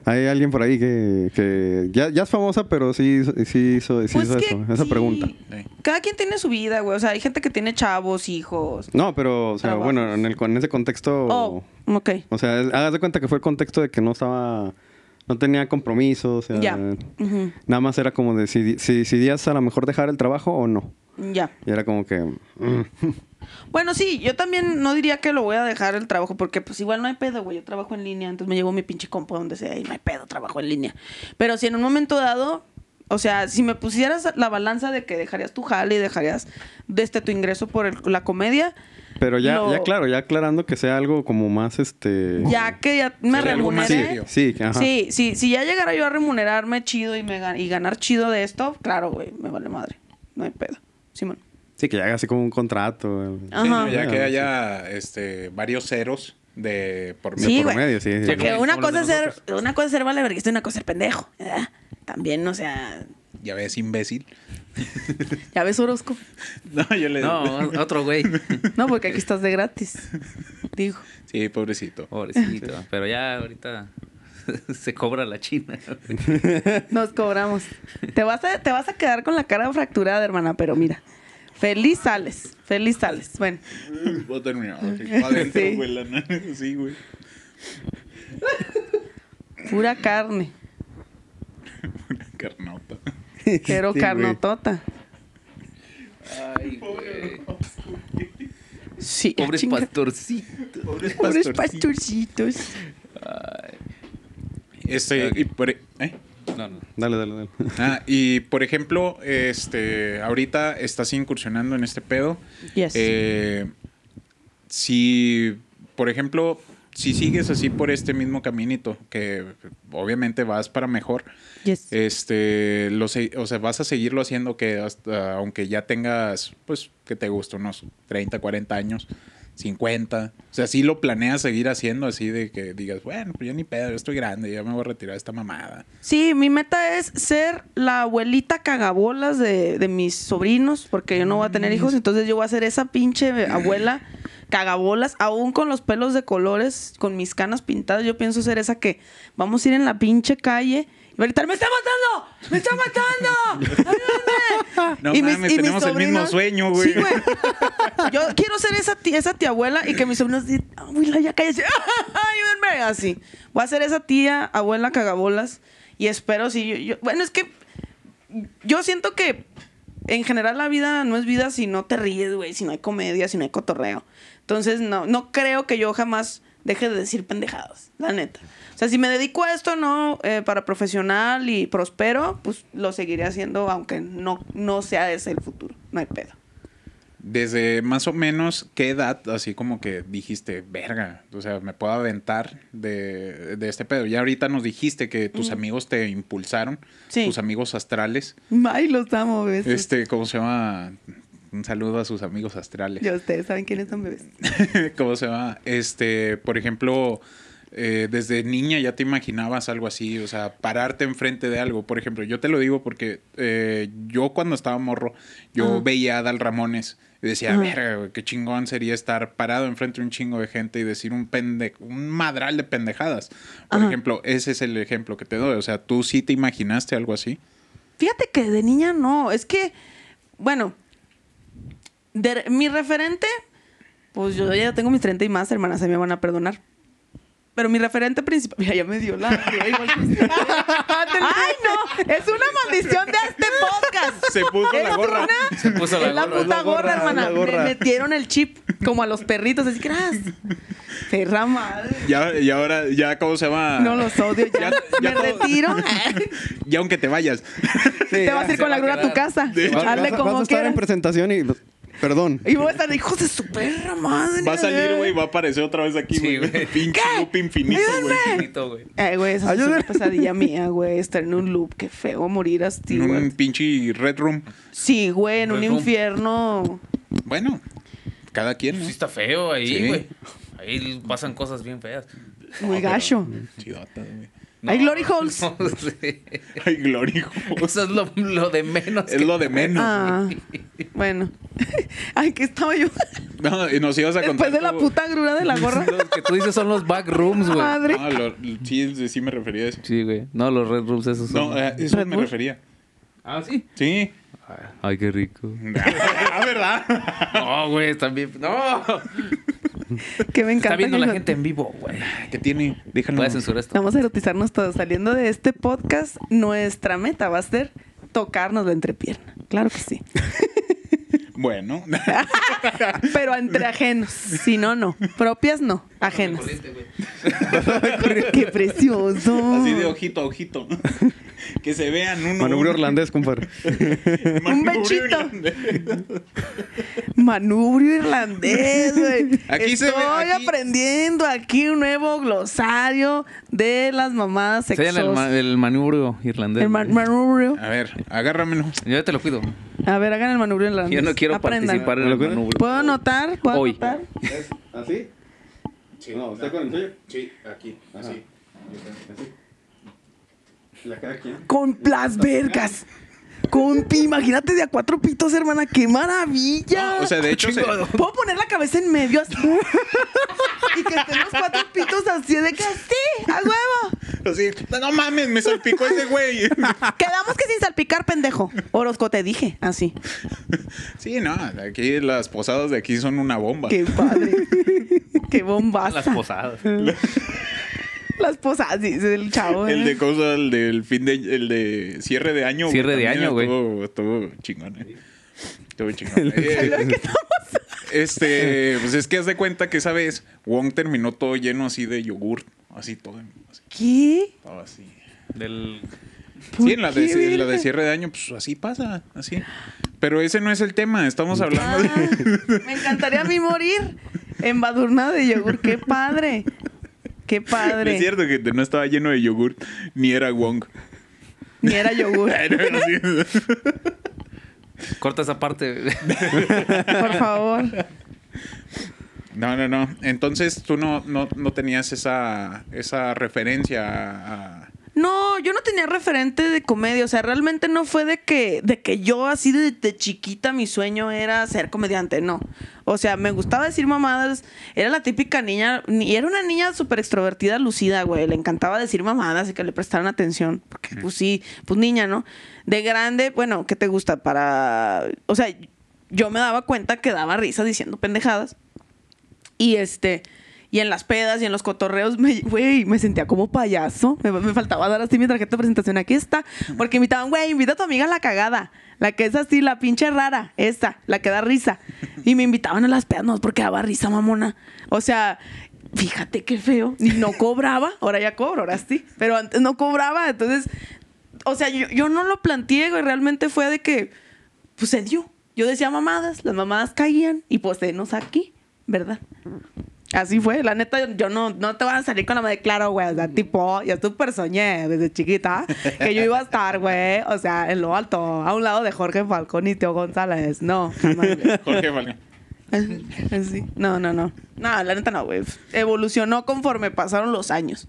[SPEAKER 4] Hay alguien por ahí que, que ya, ya es famosa, pero sí, hizo- sí hizo, sí hizo eso, esa
[SPEAKER 5] Pues sí.
[SPEAKER 4] pregunta.
[SPEAKER 6] Sí.
[SPEAKER 5] Cada quien tiene su vida, güey. O sea, hay gente que tiene chavos, hijos.
[SPEAKER 4] No, pero, o sea,
[SPEAKER 5] Trabajos.
[SPEAKER 4] bueno, en, el, en ese contexto...
[SPEAKER 5] Oh, ok.
[SPEAKER 4] O sea, es- hagas de cuenta que fue el contexto de que no estaba, no tenía compromiso, o sea,
[SPEAKER 5] Ya. Ujú.
[SPEAKER 4] nada más era como de si, si decidías a lo mejor dejar el trabajo o no.
[SPEAKER 5] Ya.
[SPEAKER 4] Y era como que, mm,
[SPEAKER 5] Bueno, sí, yo también no diría que lo voy a dejar el trabajo, porque pues igual no hay pedo, güey. Yo trabajo en línea, entonces me llevo mi pinche compa donde sea y no hay pedo, trabajo en línea. Pero si en un momento dado, o sea, si me pusieras la balanza de que dejarías tu jale y dejarías de este, tu ingreso por el- la comedia,
[SPEAKER 4] Pero ya,
[SPEAKER 5] Lo-
[SPEAKER 4] ya claro, ya aclarando que sea algo como más este.
[SPEAKER 5] Ya que ya me
[SPEAKER 6] Sería algo más
[SPEAKER 5] remuneré.
[SPEAKER 6] serio.
[SPEAKER 4] Sí, ajá.
[SPEAKER 5] Sí, sí, si ya llegara yo a remunerarme chido y, me, ga- y ganar chido de esto, claro, güey, me vale madre. No hay pedo. Simón.
[SPEAKER 4] Sí, que ya haga así como un contrato. eh, el-
[SPEAKER 5] Ajá.
[SPEAKER 6] no, ya que haya este, varios ceros de por
[SPEAKER 4] de
[SPEAKER 5] Sí,
[SPEAKER 4] por
[SPEAKER 5] güey.
[SPEAKER 4] medio, sí, sí, sí.
[SPEAKER 5] Porque
[SPEAKER 7] como-
[SPEAKER 5] una
[SPEAKER 7] como los
[SPEAKER 5] cosa, es
[SPEAKER 7] de
[SPEAKER 5] ser, una cosa es ser valeverguista y una cosa es ser pendejo. ¿verdad? También, o sea,
[SPEAKER 6] Ya ves, imbécil. <laughs>
[SPEAKER 5] ya ves Orozco.
[SPEAKER 6] No, yo le
[SPEAKER 7] No, otro güey.
[SPEAKER 5] No, porque aquí estás de gratis. Digo.
[SPEAKER 6] Sí, pobrecito.
[SPEAKER 7] Pobrecito. <laughs> Pero ya ahorita <laughs> se cobra la China.
[SPEAKER 5] Nos cobramos. Te vas, a, te vas a quedar con la cara fracturada, hermana, pero mira. Feliz sales. Feliz sales. Bueno.
[SPEAKER 6] <laughs> Voy a
[SPEAKER 5] <laughs>
[SPEAKER 6] terminar. Adentro,
[SPEAKER 5] Sí.
[SPEAKER 6] güey, la nave. Sí, güey.
[SPEAKER 5] Pura carne.
[SPEAKER 6] Una carnota.
[SPEAKER 5] Quiero
[SPEAKER 4] Sí, güey.
[SPEAKER 5] carnotota.
[SPEAKER 7] Ay, güey.
[SPEAKER 5] Sí. ah,
[SPEAKER 7] Pobres
[SPEAKER 5] chinga.
[SPEAKER 7] pastorcitos.
[SPEAKER 6] Pobres
[SPEAKER 5] Pobres
[SPEAKER 6] pastorcitos.
[SPEAKER 5] pastorcitos.
[SPEAKER 6] Este, y por, ¿eh?
[SPEAKER 7] No, no.
[SPEAKER 4] Dale, dale, dale.
[SPEAKER 6] Ah, y por ejemplo, este, ahorita estás incursionando en este pedo.
[SPEAKER 5] Yes.
[SPEAKER 6] Eh, si, por ejemplo, si sigues así por este mismo caminito, que obviamente vas para mejor,
[SPEAKER 5] yes.
[SPEAKER 6] este, lo se- o sea, vas a seguirlo haciendo que hasta, aunque ya tengas, pues, que te gusta unos 30, 40 años, 50, o sea, si lo planeas seguir haciendo así de que digas, bueno, pues ya ni pedo, yo estoy grande, ya me voy a retirar de esta mamada.
[SPEAKER 5] Sí, mi meta es ser la abuelita cagabolas de, de mis sobrinos, porque yo no voy a tener hijos, entonces yo voy a ser esa pinche abuela cagabolas, aún con los pelos de colores, con mis canas pintadas, yo pienso ser esa que vamos a ir en la pinche calle y va a gritar, ¡me está matando! ¡Me está
[SPEAKER 6] <laughs>
[SPEAKER 5] matando! ¡Ayúdenme!"
[SPEAKER 6] No mames, tenemos el mismo sueño, güey.
[SPEAKER 5] Sí, güey. Yo quiero ser esa tía, esa tía abuela y que mis sobrinos digan, "Ah, abuela, ya cállese, <laughs> ayúdenme, así. Voy a ser esa tía abuela cagabolas y espero si yo, yo- bueno, es que yo siento que en general la vida no es vida si no te ríes, güey, si no hay comedia, si no hay cotorreo. Entonces, no, no creo que yo jamás deje de decir pendejadas, la neta. O sea, si me dedico a esto, no, eh, para profesional y prospero, pues lo seguiré haciendo, aunque no, no sea ese el futuro. No hay pedo.
[SPEAKER 6] Desde más o menos qué edad, así como que dijiste, verga, o sea, me puedo aventar de, de este pedo. Ya ahorita nos dijiste que tus amigos te impulsaron,
[SPEAKER 5] Sí.
[SPEAKER 6] tus amigos astrales.
[SPEAKER 5] Ay, los amo, bebés.
[SPEAKER 6] Este, ¿cómo se llama? Un saludo a sus amigos astrales.
[SPEAKER 5] Ya ustedes saben quiénes son bebés.
[SPEAKER 6] <laughs> ¿Cómo se llama? Este, por ejemplo, eh, desde niña ya te imaginabas algo así, o sea, pararte enfrente de algo. Por ejemplo, yo te lo digo porque eh, yo cuando estaba morro, yo veía a Dal Ramones y decía,
[SPEAKER 5] Ajá.
[SPEAKER 6] verga, güey, qué chingón sería estar parado enfrente de un chingo de gente y decir un pende un madral de pendejadas. Por
[SPEAKER 5] Ajá.
[SPEAKER 6] ejemplo, ese es el ejemplo que te doy. O sea, tú sí te imaginaste algo así.
[SPEAKER 5] Fíjate que de niña no, es que, bueno, de- mi referente, pues yo ya tengo mis 30 y más, hermanas, se me van a perdonar. Pero mi referente principal, <laughs> mira, ya me dio la... <laughs> ¡Ay, no! Es una maldición de este podcast.
[SPEAKER 6] Se puso
[SPEAKER 5] Es
[SPEAKER 6] la gorra.
[SPEAKER 5] una-
[SPEAKER 7] Se puso la
[SPEAKER 5] es la
[SPEAKER 7] gorra.
[SPEAKER 5] puta
[SPEAKER 4] La
[SPEAKER 5] gorra,
[SPEAKER 4] gorra,
[SPEAKER 5] hermana.
[SPEAKER 4] la gorra.
[SPEAKER 5] Me metieron el chip como a los perritos, así que ¡ras! Perra madre.
[SPEAKER 6] Ya, y ahora, ya, ¿cómo se llama?
[SPEAKER 5] No los odio, ya,
[SPEAKER 6] Ya-
[SPEAKER 5] me
[SPEAKER 6] ya todo-
[SPEAKER 5] retiro.
[SPEAKER 6] <laughs> Ya aunque te vayas.
[SPEAKER 5] Te
[SPEAKER 6] <laughs>
[SPEAKER 5] vas a ir
[SPEAKER 7] se
[SPEAKER 5] con
[SPEAKER 7] va
[SPEAKER 5] la
[SPEAKER 7] a
[SPEAKER 5] grúa a tu
[SPEAKER 7] quedar.
[SPEAKER 5] casa.
[SPEAKER 6] De hecho,
[SPEAKER 5] Hazle
[SPEAKER 4] vas, a-
[SPEAKER 5] como
[SPEAKER 4] vas a estar
[SPEAKER 5] quieras.
[SPEAKER 4] en presentación y. Perdón.
[SPEAKER 5] Y voy a estar de hijos de su perra madre.
[SPEAKER 6] Va a salir, güey, va a aparecer otra vez aquí,
[SPEAKER 7] Sí,
[SPEAKER 6] güey.
[SPEAKER 7] güey.
[SPEAKER 6] <laughs> Pinche
[SPEAKER 5] ¿Qué?
[SPEAKER 6] loop infinito, güey.
[SPEAKER 7] Infinito, güey.
[SPEAKER 5] Ay, güey, esa es una
[SPEAKER 4] Ayúdame.
[SPEAKER 5] pesadilla mía, güey. Estar en un loop, qué feo morir así.
[SPEAKER 6] En
[SPEAKER 5] güey.
[SPEAKER 6] un pinche red room.
[SPEAKER 5] Sí, güey, en un
[SPEAKER 7] Luego.
[SPEAKER 5] infierno.
[SPEAKER 6] Bueno, cada quien, ¿no?
[SPEAKER 7] Sí está feo ahí,
[SPEAKER 6] Sí.
[SPEAKER 7] güey. Ahí pasan cosas bien feas.
[SPEAKER 5] Muy gacho.
[SPEAKER 6] Chidota, güey.
[SPEAKER 5] Hay glory holes.
[SPEAKER 7] <laughs> no, sí.
[SPEAKER 6] Ay, gloria, hijo.
[SPEAKER 7] Eso es lo, lo de menos.
[SPEAKER 6] Es
[SPEAKER 7] que-
[SPEAKER 6] lo de menos.
[SPEAKER 5] Ah, bueno. <laughs> Ay, que estaba yo.
[SPEAKER 6] <laughs> No, y nos ibas a contar.
[SPEAKER 5] Después de la
[SPEAKER 6] tú-
[SPEAKER 5] puta grura de Ah, la
[SPEAKER 7] <laughs>
[SPEAKER 5] gorra.
[SPEAKER 7] Los que tú dices son los backrooms, güey.
[SPEAKER 5] Madre.
[SPEAKER 6] No, lo- sí, sí me refería a eso.
[SPEAKER 7] Sí, güey. No, eh. los red rooms esos son.
[SPEAKER 6] No, a eso
[SPEAKER 5] ¿Red
[SPEAKER 6] me
[SPEAKER 5] Bull?
[SPEAKER 6] refería.
[SPEAKER 7] ah, sí.
[SPEAKER 6] Sí.
[SPEAKER 7] Ay, qué <laughs> rico.
[SPEAKER 6] Ah, ¿verdad?
[SPEAKER 7] No, güey, también. No.
[SPEAKER 5] Que me encanta.
[SPEAKER 7] Está viendo
[SPEAKER 5] que
[SPEAKER 7] la
[SPEAKER 5] nos-
[SPEAKER 7] gente en vivo, güey.
[SPEAKER 6] ¿Qué tiene? Déjalo.
[SPEAKER 7] Voy a censurar esto.
[SPEAKER 5] Vamos a erotizarnos todos. Saliendo de este podcast, nuestra meta va a ser tocarnos la entrepierna. Claro que
[SPEAKER 7] <laughs>
[SPEAKER 5] sí.
[SPEAKER 6] Bueno. <laughs>
[SPEAKER 5] Pero entre ajenos. Si no, no. Propias no. ajenas. Qué precioso.
[SPEAKER 6] Así de ojito a ojito. <laughs> que se vean uno.
[SPEAKER 4] Manubrio
[SPEAKER 6] uno.
[SPEAKER 4] irlandés, compadre.
[SPEAKER 6] <laughs>
[SPEAKER 5] Un
[SPEAKER 6] Manubrio
[SPEAKER 5] mechito. <laughs>
[SPEAKER 6] irlandés.
[SPEAKER 5] Manubrio irlandés, güey.
[SPEAKER 6] Aquí se ve-
[SPEAKER 5] Estoy
[SPEAKER 6] aquí-
[SPEAKER 5] aprendiendo aquí un nuevo glosario de las mamadas
[SPEAKER 7] Enseñan
[SPEAKER 5] sexosas.
[SPEAKER 7] el, ma- el manubrio irlandés.
[SPEAKER 5] El man- manubrio.
[SPEAKER 6] A ver, agárramelo.
[SPEAKER 7] Yo te lo cuido.
[SPEAKER 5] A ver, hagan el manubrio irlandés.
[SPEAKER 7] Ah. Yo no quiero
[SPEAKER 5] Aprendan.
[SPEAKER 7] participar en
[SPEAKER 4] ¿Me lo
[SPEAKER 7] el
[SPEAKER 4] cuido?
[SPEAKER 7] manubrio.
[SPEAKER 5] ¿Puedo anotar? ¿Puedo
[SPEAKER 7] Hoy.
[SPEAKER 5] anotar?
[SPEAKER 4] ¿Así? No, ¿usted con el tuyo?
[SPEAKER 6] Sí, aquí. Así.
[SPEAKER 4] La cara aquí.
[SPEAKER 5] Con las vergas. Compi, imagínate de a cuatro pitos, hermana. ¡Qué maravilla!
[SPEAKER 6] No, o sea, de hecho, se-
[SPEAKER 5] Puedo poner la cabeza en
[SPEAKER 6] <laughs>
[SPEAKER 5] medio así. y que estén los cuatro pitos así de que sí, a huevo.
[SPEAKER 6] así, No, no mames, me salpicó ese güey.
[SPEAKER 7] <laughs>
[SPEAKER 5] Quedamos que sin salpicar, pendejo. Orozco, te dije, así.
[SPEAKER 6] sí, no, aquí las posadas de aquí son una bomba.
[SPEAKER 5] Qué
[SPEAKER 6] <laughs>
[SPEAKER 5] padre. Qué bombaza.
[SPEAKER 7] Las posadas.
[SPEAKER 5] Las posadas, dice el chavo.
[SPEAKER 6] El de
[SPEAKER 5] ¿eh?
[SPEAKER 6] cosa, el del fin de, el de cierre de año. güey,
[SPEAKER 7] Cierre de
[SPEAKER 6] también
[SPEAKER 7] año, güey.
[SPEAKER 6] Estuvo, estuvo chingón, eh.
[SPEAKER 7] <laughs>
[SPEAKER 6] Estuvo chingón. Eh, este, pues es que haz de cuenta que esa vez Wong terminó todo lleno así de yogur, así todo, así,
[SPEAKER 5] ¿Qué?
[SPEAKER 6] todo así.
[SPEAKER 7] Del...
[SPEAKER 6] Sí, en la, de,
[SPEAKER 5] qué,
[SPEAKER 6] en la de
[SPEAKER 5] verga?
[SPEAKER 6] cierre de año, pues así pasa, así. Pero ese no es el tema, estamos hablando
[SPEAKER 5] Ah,
[SPEAKER 6] de...
[SPEAKER 5] me encantaría a mí morir embadurnada de yogur. Qué padre. Qué
[SPEAKER 6] No Es
[SPEAKER 5] padre.
[SPEAKER 6] cierto que no estaba lleno de yogur, ni era
[SPEAKER 5] <laughs>
[SPEAKER 6] Wong.
[SPEAKER 5] Ni
[SPEAKER 6] <laughs>
[SPEAKER 5] era yogur.
[SPEAKER 6] Era así.
[SPEAKER 7] Corta esa parte. <laughs>
[SPEAKER 5] Por favor.
[SPEAKER 6] No, no, no. Entonces tú no, no, no tenías esa, esa referencia a... a-
[SPEAKER 5] No, yo no tenía referente de comedia, o sea, realmente no fue de que, de que yo así de, de chiquita mi sueño era ser comediante, no. O sea, me gustaba decir mamadas, era la típica niña, ni- era una niña súper extrovertida, lucida, güey, le encantaba decir mamadas y que le prestaran atención, porque pues sí, pues niña, ¿no? De grande, bueno, ¿qué te gusta? Para, o sea, yo me daba cuenta que daba risa diciendo pendejadas. Y este. Y en las pedas y en los cotorreos, me- güey, me, sentía como payaso. Me, me faltaba dar así mi tarjeta de presentación. Aquí está. Porque invitaban, güey, invita a tu amiga a la cagada. La que es así, la pinche rara. Esta, la que da risa. Y me invitaban a las pedas, no, porque daba risa, mamona. O sea, fíjate qué feo. Y no cobraba. Ahora ya cobro, ahora sí. Pero antes no cobraba. Entonces, o sea, yo, yo no lo planteé, güey. Realmente fue de que, pues se dio. Yo decía mamadas, las mamadas caían y pues nos aquí, ¿verdad? Así fue, la neta, yo no, no te van a salir con la madre, claro, güey, o sea, tipo, yo súper soñé desde chiquita que yo iba a estar, güey, o sea, en lo alto, a un lado de Jorge Falcón y Teo González, no, jamás, güey.
[SPEAKER 6] <laughs>
[SPEAKER 5] <laughs>
[SPEAKER 6] Jorge Valga.
[SPEAKER 5] Así, no, no, no, no, la neta no, güey, evolucionó conforme pasaron los años.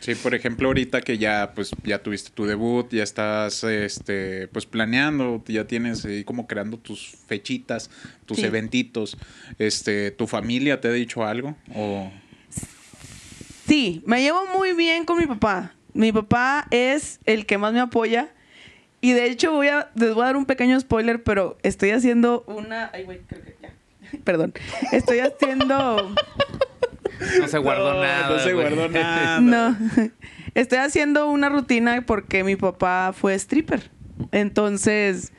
[SPEAKER 6] Sí, por ejemplo, ahorita que ya, pues, ya tuviste tu debut, ya estás, este, pues, planeando, ya tienes ahí como creando tus fechitas, tus
[SPEAKER 5] Sí.
[SPEAKER 6] eventitos, este, ¿tu familia te ha dicho algo? O...
[SPEAKER 5] Sí, me llevo muy bien con mi papá. Mi papá es el que más me apoya. Y de hecho voy a, les voy a dar un pequeño spoiler, pero estoy haciendo una... Ay, güey, creo que ya. <laughs> Perdón. Estoy haciendo...
[SPEAKER 7] No se guardó nada.
[SPEAKER 6] <laughs> No se
[SPEAKER 7] güey.
[SPEAKER 5] <laughs>
[SPEAKER 6] guardó nada.
[SPEAKER 5] No. Estoy haciendo una rutina porque mi papá fue stripper. Entonces,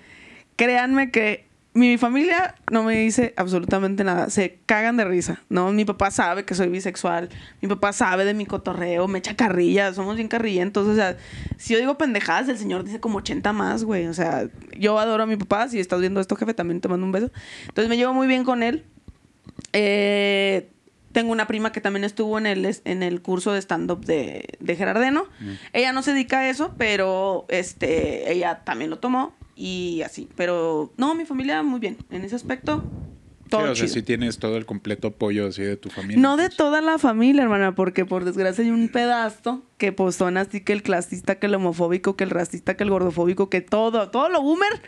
[SPEAKER 5] créanme que mi familia no me dice absolutamente nada. Se cagan de risa. No, mi papá sabe que soy bisexual. Mi papá sabe de mi cotorreo. Me echa carrilla. Somos bien carrillentos. O sea, si yo digo pendejadas, el señor dice como 80 más, güey. O sea, yo adoro a mi papá. Si estás viendo esto, jefe, también te mando un beso. Entonces, me llevo muy bien con él. Eh, tengo una prima que también estuvo en el, en el curso de stand-up de, de Gerardeno.
[SPEAKER 6] Mm.
[SPEAKER 5] Ella no se dedica a eso, pero este, ella también lo tomó y así. Pero no, mi familia muy bien. En ese aspecto,
[SPEAKER 6] Sí,
[SPEAKER 5] todo
[SPEAKER 6] o sea,
[SPEAKER 5] chido.
[SPEAKER 6] sí tienes todo el completo apoyo así de tu familia.
[SPEAKER 5] No de
[SPEAKER 6] entonces.
[SPEAKER 5] toda la familia, hermana, porque por desgracia hay un pedazo que pues son así que el clasista, que el homofóbico, que el racista, que el gordofóbico, que todo, todo lo boomer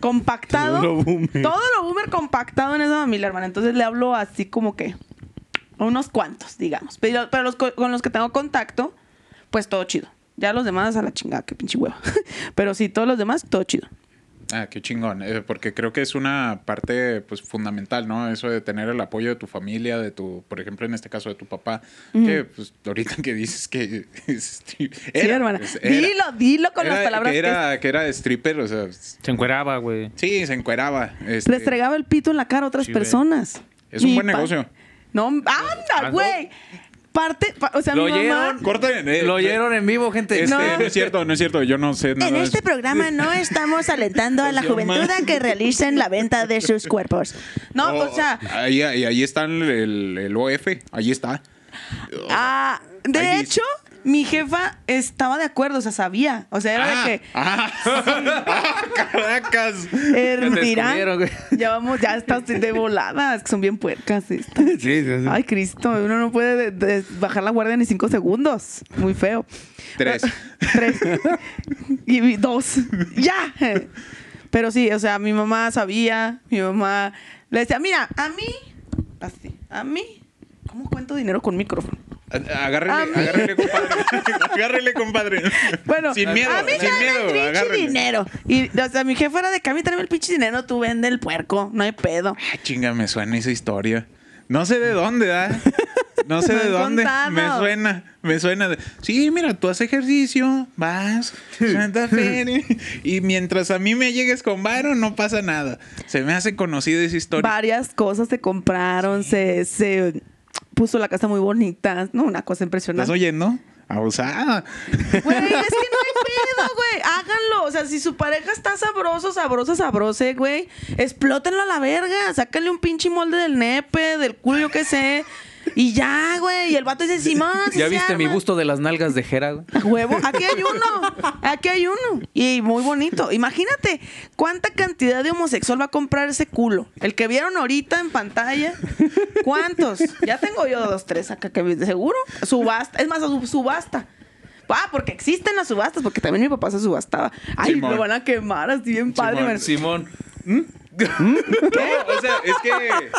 [SPEAKER 5] compactado.
[SPEAKER 4] Todo lo boomer.
[SPEAKER 5] Todo lo boomer compactado en esa familia, hermana. Entonces le hablo así como que a unos cuantos, digamos. Pero, pero los co- con los que tengo contacto, pues todo chido. Ya los demás a la chingada, qué pinche hueva. <laughs> pero sí, todos los demás, todo chido.
[SPEAKER 6] Ah, qué chingón, eh, porque creo que es una parte pues fundamental, ¿no? Eso de tener el apoyo de tu familia, de tu, por ejemplo, en este caso de tu papá, que pues ahorita que dices que <laughs> es stri-
[SPEAKER 5] sí,
[SPEAKER 6] era,
[SPEAKER 5] hermana.
[SPEAKER 6] pues, era.
[SPEAKER 5] Dilo, dilo con las
[SPEAKER 6] Era-
[SPEAKER 5] palabras
[SPEAKER 6] que
[SPEAKER 5] que,
[SPEAKER 6] era, que era stripper, o sea, s-
[SPEAKER 7] <laughs> Se encueraba, güey.
[SPEAKER 6] sí, se encueraba. este,
[SPEAKER 5] restregaba el pito en la cara a otras
[SPEAKER 7] Sí, güey.
[SPEAKER 5] personas.
[SPEAKER 6] Es un
[SPEAKER 5] Mi
[SPEAKER 6] buen
[SPEAKER 5] pa-
[SPEAKER 6] negocio.
[SPEAKER 5] No, anda,
[SPEAKER 6] no.
[SPEAKER 5] güey. Parte, pa- o sea,
[SPEAKER 7] Lo
[SPEAKER 5] mi mamá.
[SPEAKER 7] oyeron.
[SPEAKER 6] Corten. eh,
[SPEAKER 7] Lo oyeron en vivo, gente.
[SPEAKER 6] Este,
[SPEAKER 5] No.
[SPEAKER 6] no. es cierto, no es cierto. Yo no sé. no,
[SPEAKER 8] En
[SPEAKER 6] no,
[SPEAKER 8] este
[SPEAKER 6] es-
[SPEAKER 8] programa no estamos alentando a la
[SPEAKER 6] Yo más.
[SPEAKER 8] juventud a que realicen la venta de sus cuerpos.
[SPEAKER 5] No,
[SPEAKER 6] Oh,
[SPEAKER 5] o sea,
[SPEAKER 6] Ahí, ahí, ahí está el, el- el OF. Ahí está.
[SPEAKER 5] ah, de
[SPEAKER 6] ahí
[SPEAKER 5] hecho, mi jefa estaba de acuerdo, o sea, sabía. O sea, era
[SPEAKER 6] Ah, <laughs>
[SPEAKER 5] de que.
[SPEAKER 6] ah, <laughs>
[SPEAKER 5] <laughs>
[SPEAKER 6] ah, Caracas.
[SPEAKER 5] Hervirán.
[SPEAKER 7] descubrieron, güey.
[SPEAKER 5] "Eh, Ya vamos, ya estás de volada. Es que son bien puercas estas.
[SPEAKER 4] Sí, sí, sí.
[SPEAKER 5] Ay, Cristo, uno no puede de- de- bajar la guardia ni cinco segundos. Muy feo.
[SPEAKER 6] Tres.
[SPEAKER 5] Tres. y vi- dos. ¡Ya! Pero sí, o sea, mi mamá sabía, mi mamá le decía, mira, a mí, así, a mí, ¿cómo cuento dinero con micrófono? A mí.
[SPEAKER 6] Agárrele, agárrele, compadre. <laughs> agárrele, compadre.
[SPEAKER 5] Bueno,
[SPEAKER 6] sin miedo,
[SPEAKER 5] a mí
[SPEAKER 6] sin
[SPEAKER 5] tráeme
[SPEAKER 6] miedo.
[SPEAKER 5] el pinche
[SPEAKER 6] agárrele.
[SPEAKER 5] dinero. Y, o sea, mi jefa era de que a mí tráeme el pinche dinero, tú vende el puerco, no hay pedo.
[SPEAKER 6] Ah, chinga, me suena esa historia. No sé de dónde, ¿ah? No sé
[SPEAKER 5] <laughs> Me
[SPEAKER 6] de
[SPEAKER 5] han
[SPEAKER 6] dónde.
[SPEAKER 5] contado.
[SPEAKER 6] Me suena, me suena. de- Sí, mira, tú haces ejercicio, vas,
[SPEAKER 5] <laughs>
[SPEAKER 6] Santa Feria, ¿eh?". y mientras a mí me llegues con varo, no pasa nada. Se me hace conocida esa historia.
[SPEAKER 5] Varias cosas se compraron, se, se puso la casa muy bonita, ¿no? Una cosa
[SPEAKER 6] ¿Estás
[SPEAKER 5] impresionante.
[SPEAKER 6] oyendo? Abusada.
[SPEAKER 5] Güey, es que no hay pedo, güey. Háganlo. O sea, si su pareja está sabroso, sabrosa, sabrose, güey, explótenlo a la verga. Sácale un pinche molde del nepe, del culo, yo qué sé. Y ya, güey. Y el vato dice, Simón, sí
[SPEAKER 7] ¿Ya
[SPEAKER 5] se
[SPEAKER 7] viste mi
[SPEAKER 5] arma".
[SPEAKER 7] gusto de las nalgas de Jera? güey?
[SPEAKER 5] A Huevo, aquí hay uno, aquí hay uno. Y muy bonito. Imagínate cuánta cantidad de homosexual va a comprar ese culo. El que vieron ahorita en pantalla. ¿Cuántos? Ya tengo yo dos, tres acá que vi- seguro. Subasta, es más, sub- subasta. Ah, porque existen las subastas, porque también mi papá se subastaba. Ay,
[SPEAKER 6] Simón.
[SPEAKER 5] lo van a quemar así bien padre.
[SPEAKER 6] Simón,
[SPEAKER 5] man.
[SPEAKER 7] Simón.
[SPEAKER 6] No, o sea, es que.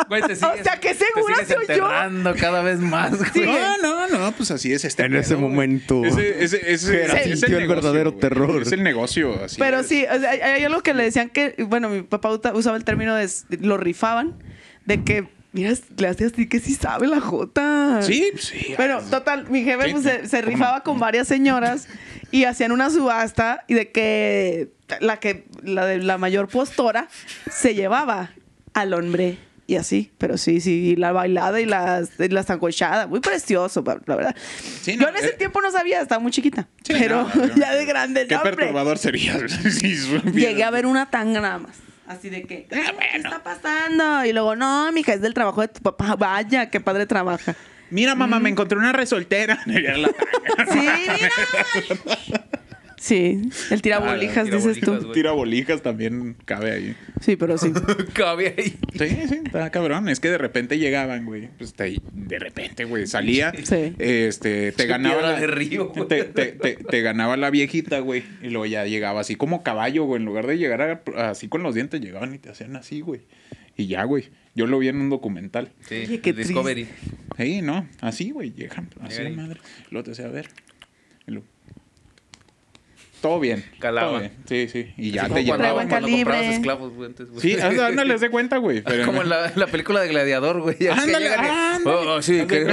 [SPEAKER 7] Güey, te
[SPEAKER 5] O sea, que segura
[SPEAKER 7] te
[SPEAKER 5] se
[SPEAKER 7] sigues
[SPEAKER 5] oyó.
[SPEAKER 7] enterrando cada vez más, güey.
[SPEAKER 6] No, no, no, pues así es este
[SPEAKER 4] En ese
[SPEAKER 6] güey.
[SPEAKER 4] momento,
[SPEAKER 6] Ese, ese, ese,
[SPEAKER 4] Gerard
[SPEAKER 6] ese
[SPEAKER 4] sintió el verdadero
[SPEAKER 6] güey.
[SPEAKER 4] terror.
[SPEAKER 6] Es el negocio, así.
[SPEAKER 5] Pero
[SPEAKER 6] es.
[SPEAKER 5] sí, o sea, hay, hay algo que le decían que, bueno, mi papá uta- usaba el término de s- lo rifaban, de que, mira, le hace así que sí sabe la Jota.
[SPEAKER 6] Sí, pues sí.
[SPEAKER 5] Bueno, total, mi jefe
[SPEAKER 6] Sí,
[SPEAKER 5] pues, se,
[SPEAKER 6] sí.
[SPEAKER 5] se rifaba con varias señoras y hacían una subasta y de que la que la de la mayor postora se llevaba al hombre y así, pero sí, sí, y la bailada y las y la zancochada, muy precioso, pa- la verdad.
[SPEAKER 6] Sí,
[SPEAKER 5] Yo
[SPEAKER 6] no,
[SPEAKER 5] en ese
[SPEAKER 6] eh.
[SPEAKER 5] tiempo no sabía, estaba muy chiquita,
[SPEAKER 6] Sí,
[SPEAKER 5] pero
[SPEAKER 6] no, no,
[SPEAKER 5] ya de
[SPEAKER 6] no.
[SPEAKER 5] grande,
[SPEAKER 6] Qué
[SPEAKER 5] no, hombre.
[SPEAKER 6] perturbador sería. <laughs> si supiera.
[SPEAKER 5] Llegué a ver una tanga nada más. Así de que, "Ah, ¿qué está pasando? Y luego, no, mija, es del trabajo de tu papá. Vaya, qué padre trabaja.
[SPEAKER 6] Mira, mamá,
[SPEAKER 5] Mm.
[SPEAKER 6] me encontré una resoltera. <laughs> Era la tanga.
[SPEAKER 5] Sí,
[SPEAKER 6] <laughs>
[SPEAKER 5] mira. Sí, el tirabolijas,
[SPEAKER 7] Ah, el
[SPEAKER 5] dices tú.
[SPEAKER 7] tirabolijas, güey.
[SPEAKER 6] Tira bolijas también cabe ahí.
[SPEAKER 5] Sí, pero sí.
[SPEAKER 7] Cabe ahí.
[SPEAKER 6] Sí, sí, está cabrón. Es que de repente llegaban, güey. Pues te- de repente, güey, salía.
[SPEAKER 5] Sí.
[SPEAKER 6] Este, te
[SPEAKER 7] Sí,
[SPEAKER 6] ganaba.
[SPEAKER 7] piedra
[SPEAKER 6] la-
[SPEAKER 7] de río, güey.
[SPEAKER 6] te, te- te- te ganaba la viejita, güey. Y luego ya llegaba así como caballo, güey. En lugar de llegar a- así con los dientes, llegaban y te hacían así, güey. Y ya, güey. Yo lo vi en un documental.
[SPEAKER 7] Sí,
[SPEAKER 5] Oye, qué
[SPEAKER 7] Discovery.
[SPEAKER 6] Sí, no, así, güey, llegan, así la
[SPEAKER 7] Llegan y-
[SPEAKER 6] madre. Lo te hacía a ver. y luego- Todo bien.
[SPEAKER 7] Calaba.
[SPEAKER 6] todo bien, Sí, sí. Y ya
[SPEAKER 7] Así
[SPEAKER 6] te
[SPEAKER 7] como cuando-
[SPEAKER 6] llevaban.
[SPEAKER 5] Traían
[SPEAKER 7] cuando
[SPEAKER 5] calibre.
[SPEAKER 7] comprabas esclavos, güey, antes, güey. <laughs>
[SPEAKER 6] Sí, anda- ándale, se cuenta, güey. pero no.
[SPEAKER 7] Como en la, la película de Gladiador, güey. ya ves que
[SPEAKER 6] Ándale,
[SPEAKER 7] llegan y-
[SPEAKER 6] ándale.
[SPEAKER 7] Oh, oh, sí, que-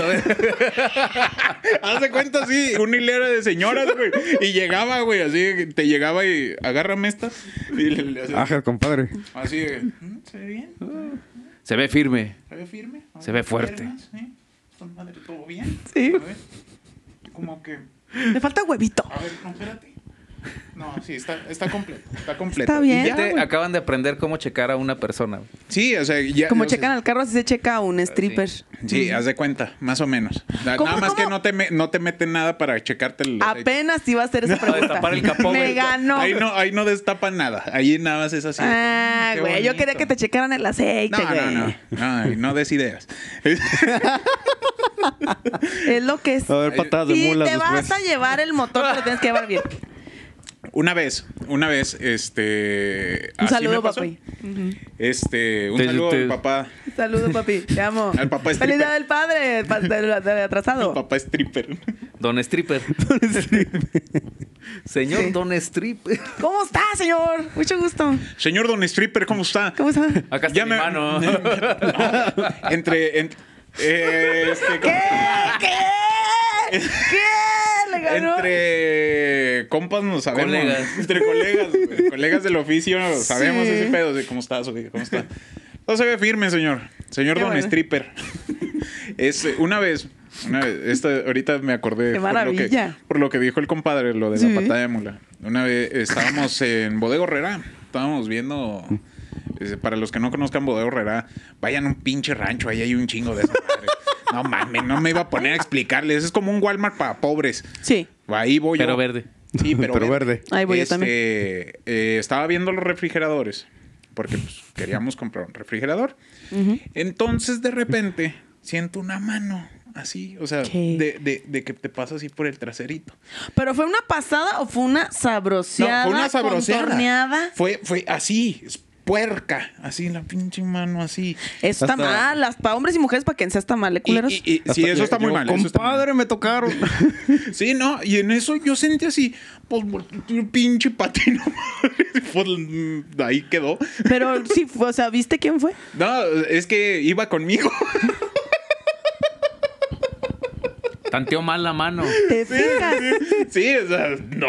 [SPEAKER 6] Haz de cuenta, sí, un hilero de señoras, güey. Y llegaba, güey, así, te llegaba y agárrame esta. Y le, le hacías
[SPEAKER 4] Ajá, compadre.
[SPEAKER 6] así, de, "Mm, ¿se ve bien?
[SPEAKER 7] Se ve firme.
[SPEAKER 6] ¿Se ve firme?
[SPEAKER 7] Se ve fuerte.
[SPEAKER 6] ¿Sí? Con madre, ¿todo bien?
[SPEAKER 5] <laughs> Sí.
[SPEAKER 6] A ver, como que...
[SPEAKER 5] Le falta huevito.
[SPEAKER 6] A ver, no, espérate. No, sí, está, está completo. Está completo.
[SPEAKER 5] Está bien.
[SPEAKER 6] Y ya,
[SPEAKER 7] Te
[SPEAKER 6] güey.
[SPEAKER 7] acaban de aprender cómo checar a una persona. güey.
[SPEAKER 6] Sí, o sea, ya.
[SPEAKER 5] Como
[SPEAKER 6] o sea,
[SPEAKER 5] checan al carro, así se checa a un stripper.
[SPEAKER 6] Sí, haz de cuenta, más o menos. Na-
[SPEAKER 5] ¿Cómo,
[SPEAKER 6] Nada más
[SPEAKER 5] cómo?
[SPEAKER 6] que no te, me- no te meten nada para checarte el. aceite.
[SPEAKER 5] Apenas iba a hacer esa pregunta.
[SPEAKER 7] destapar el capó,
[SPEAKER 5] Me
[SPEAKER 7] güey.
[SPEAKER 5] ganó.
[SPEAKER 6] Ahí no, ahí no destapan nada. Ahí nada más es así.
[SPEAKER 5] Ah,
[SPEAKER 6] Qué
[SPEAKER 5] güey, yo
[SPEAKER 6] bonito.
[SPEAKER 5] quería que te checaran el aceite,
[SPEAKER 6] No,
[SPEAKER 5] güey.
[SPEAKER 6] no, no. Ay, no des ideas. <laughs>
[SPEAKER 5] Es lo que es.
[SPEAKER 4] A ver, patadas de
[SPEAKER 5] si
[SPEAKER 4] mulas
[SPEAKER 5] te
[SPEAKER 4] después.
[SPEAKER 5] vas a llevar el motor, te lo tienes que llevar bien.
[SPEAKER 6] una vez, una vez, este.
[SPEAKER 5] Un
[SPEAKER 6] así me
[SPEAKER 5] saludo,
[SPEAKER 6] pasó.
[SPEAKER 5] papi.
[SPEAKER 6] Este, un
[SPEAKER 7] Te-
[SPEAKER 6] saludo
[SPEAKER 7] te-
[SPEAKER 6] al papá.
[SPEAKER 5] Saludo, papi. Te amo.
[SPEAKER 6] Al papá stripper.
[SPEAKER 5] Feliz día del padre, pa- del- del
[SPEAKER 6] al
[SPEAKER 5] atrasado.
[SPEAKER 6] Papá stripper.
[SPEAKER 7] Don Stripper. Señor
[SPEAKER 5] Sí.
[SPEAKER 7] Don Stripper.
[SPEAKER 5] ¿Cómo está, señor? Mucho gusto.
[SPEAKER 6] Señor Don Stripper, ¿cómo está?
[SPEAKER 5] ¿Cómo está?
[SPEAKER 7] Acá está
[SPEAKER 6] Ya
[SPEAKER 7] mi
[SPEAKER 6] me- <laughs>
[SPEAKER 7] mano.
[SPEAKER 6] entre. ent- eh, este,
[SPEAKER 5] ¿Qué? ¿Qué? ¿Qué? Le ganó.
[SPEAKER 6] Entre compas nos sabemos. <laughs>
[SPEAKER 7] Colegas.
[SPEAKER 6] Entre colegas, güey. colegas del oficio sabemos
[SPEAKER 5] Sí.
[SPEAKER 6] ese pedo. de ¿Cómo estás, güey? ¿Cómo está? No se ve firme, señor. Señor
[SPEAKER 5] Qué
[SPEAKER 6] Don
[SPEAKER 5] <laughs> bueno.
[SPEAKER 6] Stripper. Es eh, una vez, una vez, esta, ahorita me acordé
[SPEAKER 5] Qué
[SPEAKER 6] Por, lo que,
[SPEAKER 5] maravilla.
[SPEAKER 6] por lo que dijo el compadre, lo de
[SPEAKER 5] Sí.
[SPEAKER 6] la patada de mula. Una vez estábamos en Bodega Herrera, estábamos viendo. eh, Para los que no conozcan Bodega Herrera, vayan a un pinche rancho, ahí hay un chingo de esa madre. No mames, no me iba a poner a explicarles. Es como un Walmart para pobres.
[SPEAKER 5] Sí.
[SPEAKER 6] Ahí voy yo.
[SPEAKER 7] Pero verde.
[SPEAKER 6] Sí, pero,
[SPEAKER 4] Pero verde.
[SPEAKER 5] Ahí voy yo
[SPEAKER 6] Este,
[SPEAKER 5] también.
[SPEAKER 6] eh, estaba viendo los refrigeradores. Porque pues, queríamos comprar un refrigerador. Entonces, de repente, siento una mano así. O sea,
[SPEAKER 5] ¿Qué?
[SPEAKER 6] de, de- de que te pasa así por el traserito.
[SPEAKER 5] ¿Pero fue una pasada o fue una
[SPEAKER 6] No,
[SPEAKER 5] sabroseada?
[SPEAKER 6] fue una sabroseada.
[SPEAKER 5] contorneada?
[SPEAKER 6] Fue, fue así, es puerca. Así, la pinche mano así.
[SPEAKER 5] Eso está
[SPEAKER 4] Hasta-
[SPEAKER 5] mal. Las, para hombres y mujeres, para quien sea, está mal, ¿eh,
[SPEAKER 6] Y,
[SPEAKER 5] culeros.
[SPEAKER 6] y- y- sí, eso está muy mal. eso está muy mal.
[SPEAKER 4] Compadre, me tocaron.
[SPEAKER 6] <laughs> Sí, no, y en eso yo sentí así, pues, un pinche patino. <laughs> Pues, mm, ahí quedó.
[SPEAKER 5] Pero sí, fue- o sea, ¿viste quién fue?
[SPEAKER 6] No, es que iba conmigo. <laughs>
[SPEAKER 7] Tanteó mal la mano.
[SPEAKER 5] Te fijas.
[SPEAKER 6] Sí, o sea, no,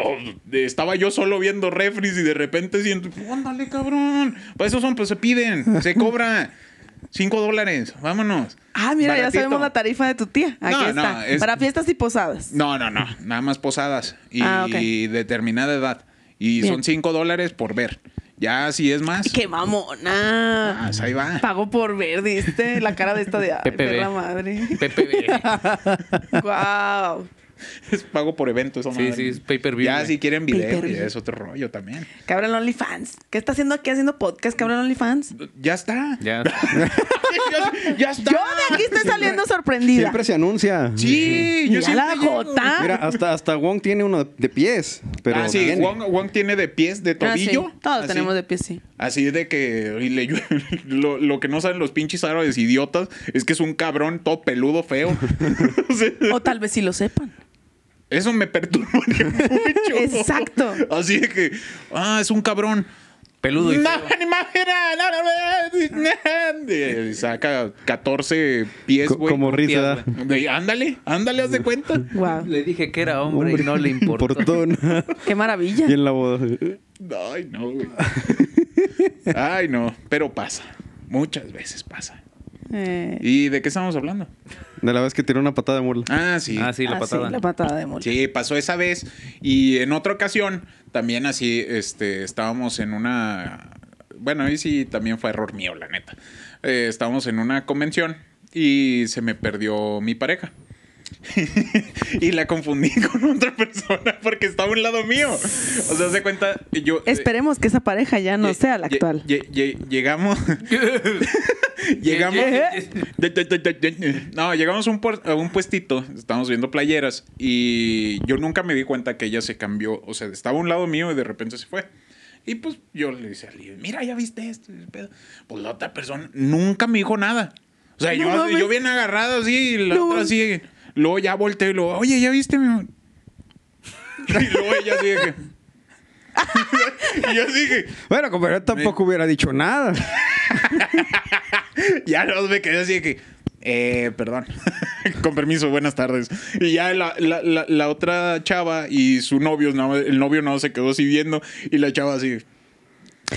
[SPEAKER 6] estaba yo solo viendo refris y de repente siento, ándale, cabrón. Para eso son, pues se piden, se cobra cinco dólares, vámonos.
[SPEAKER 5] Ah, mira, ya
[SPEAKER 6] Baratito.
[SPEAKER 5] sabemos la tarifa de tu tía. Aquí
[SPEAKER 6] No, no,
[SPEAKER 5] está.
[SPEAKER 6] es-
[SPEAKER 5] Para fiestas y posadas.
[SPEAKER 6] No, no, no, nada más posadas y
[SPEAKER 5] Ah, ok.
[SPEAKER 6] determinada edad. Y
[SPEAKER 5] Bien.
[SPEAKER 6] son cinco dólares por ver. Ya si es más,
[SPEAKER 5] ¡Qué mamona!
[SPEAKER 6] ah, ahí va.
[SPEAKER 5] Pagó por ver, diste la cara de esta de ay,
[SPEAKER 7] PPB.
[SPEAKER 5] perra madre.
[SPEAKER 7] PPB.
[SPEAKER 5] <laughs> Wow.
[SPEAKER 6] <laughs> Es pago por evento, eso
[SPEAKER 7] Sí, sí, es pay-per-view,
[SPEAKER 6] Ya
[SPEAKER 7] güey.
[SPEAKER 6] si quieren video,
[SPEAKER 5] Pay-per-view.
[SPEAKER 6] ya es otro rollo también.
[SPEAKER 5] Cabrón OnlyFans. ¿Qué está haciendo aquí haciendo podcast, cabrón OnlyFans?
[SPEAKER 6] Ya está. <laughs>
[SPEAKER 7] Ya.
[SPEAKER 6] ya, ya está.
[SPEAKER 5] Yo de aquí estoy saliendo sorprendida.
[SPEAKER 4] Siempre se anuncia.
[SPEAKER 6] Sí, yo
[SPEAKER 5] Mira la
[SPEAKER 6] siempre llego.
[SPEAKER 5] Jota.
[SPEAKER 4] Mira, hasta, hasta Wong tiene uno de pies. Pero
[SPEAKER 6] ah, sí,
[SPEAKER 4] tiene.
[SPEAKER 6] Wong, Wong tiene de pies, de
[SPEAKER 5] Ah, sí.
[SPEAKER 6] tobillo.
[SPEAKER 5] Todos
[SPEAKER 6] así.
[SPEAKER 5] tenemos de pie, sí.
[SPEAKER 6] Así de que y le llue- <laughs> lo, lo que no saben los pinches árabes idiotas es que es un cabrón todo peludo, feo. <laughs> O sea,
[SPEAKER 5] O tal vez sí lo sepan.
[SPEAKER 6] Eso me perturbaría mucho.
[SPEAKER 5] Exacto.
[SPEAKER 6] Así de que, ah, es un cabrón.
[SPEAKER 7] Peludo y
[SPEAKER 6] No,
[SPEAKER 7] feo.
[SPEAKER 6] ni imaginar, no, no, no. Y Saca 14 pies,
[SPEAKER 4] Co-
[SPEAKER 6] güey.
[SPEAKER 4] como risa.
[SPEAKER 7] pies,
[SPEAKER 4] da.
[SPEAKER 7] güey.
[SPEAKER 6] De- ándale, ándale, haz de cuenta.
[SPEAKER 5] Wow.
[SPEAKER 7] Le dije que era hombre,
[SPEAKER 4] <laughs>
[SPEAKER 6] <laughs>
[SPEAKER 7] y no le importó.
[SPEAKER 5] <laughs>
[SPEAKER 4] nada.
[SPEAKER 5] Qué maravilla.
[SPEAKER 4] Y en la boda.
[SPEAKER 6] Ay, no, güey. Ay, no. Pero pasa. Muchas veces pasa.
[SPEAKER 5] Eh,
[SPEAKER 6] ¿Y de qué estamos hablando?
[SPEAKER 4] De la vez que tiró una patada de mula.
[SPEAKER 6] Ah, sí.
[SPEAKER 7] Ah, sí, la
[SPEAKER 5] ah,
[SPEAKER 7] patada.
[SPEAKER 5] Sí, la patada de mula.
[SPEAKER 6] Sí, pasó esa vez. Y en otra ocasión, también así, este, estábamos en una. Bueno, ahí sí también fue error mío, la neta. Eh, estábamos en una convención y se me perdió mi pareja. <laughs> y la confundí <laughs> con otra persona porque estaba a un lado mío. O sea, se cuenta, yo. eh,
[SPEAKER 5] Esperemos que esa pareja ya no
[SPEAKER 6] Lle-
[SPEAKER 5] sea la
[SPEAKER 6] lle-
[SPEAKER 5] actual.
[SPEAKER 6] lle- lle- llegamos. llegamos. ¿eh? De- de- de- de- de- no, llegamos a un, puer- a un puestito. Estábamos viendo playeras. Y yo nunca me di cuenta que ella se cambió. O sea, estaba a un lado mío y de repente se fue. Y pues yo le dije al líder, mira, ya viste esto. y el pedo. Pues la otra persona nunca me dijo nada. O sea,
[SPEAKER 5] No
[SPEAKER 6] yo,
[SPEAKER 5] mames.
[SPEAKER 6] yo bien agarrado así. Y la
[SPEAKER 5] No
[SPEAKER 6] otra
[SPEAKER 5] mames.
[SPEAKER 6] así. Luego ya volteé y luego, oye, ya viste, mi amor?" <laughs> Y luego ella así de que. <laughs> y yo dije,
[SPEAKER 4] Bueno, como yo tampoco hubiera dicho nada.
[SPEAKER 6] <laughs> Ya no me quedé así de que. Eh, perdón. <laughs> Con permiso, buenas tardes. Y ya la, la- la- la otra chava y su novio, no, el novio no se quedó así viendo. Y la chava así.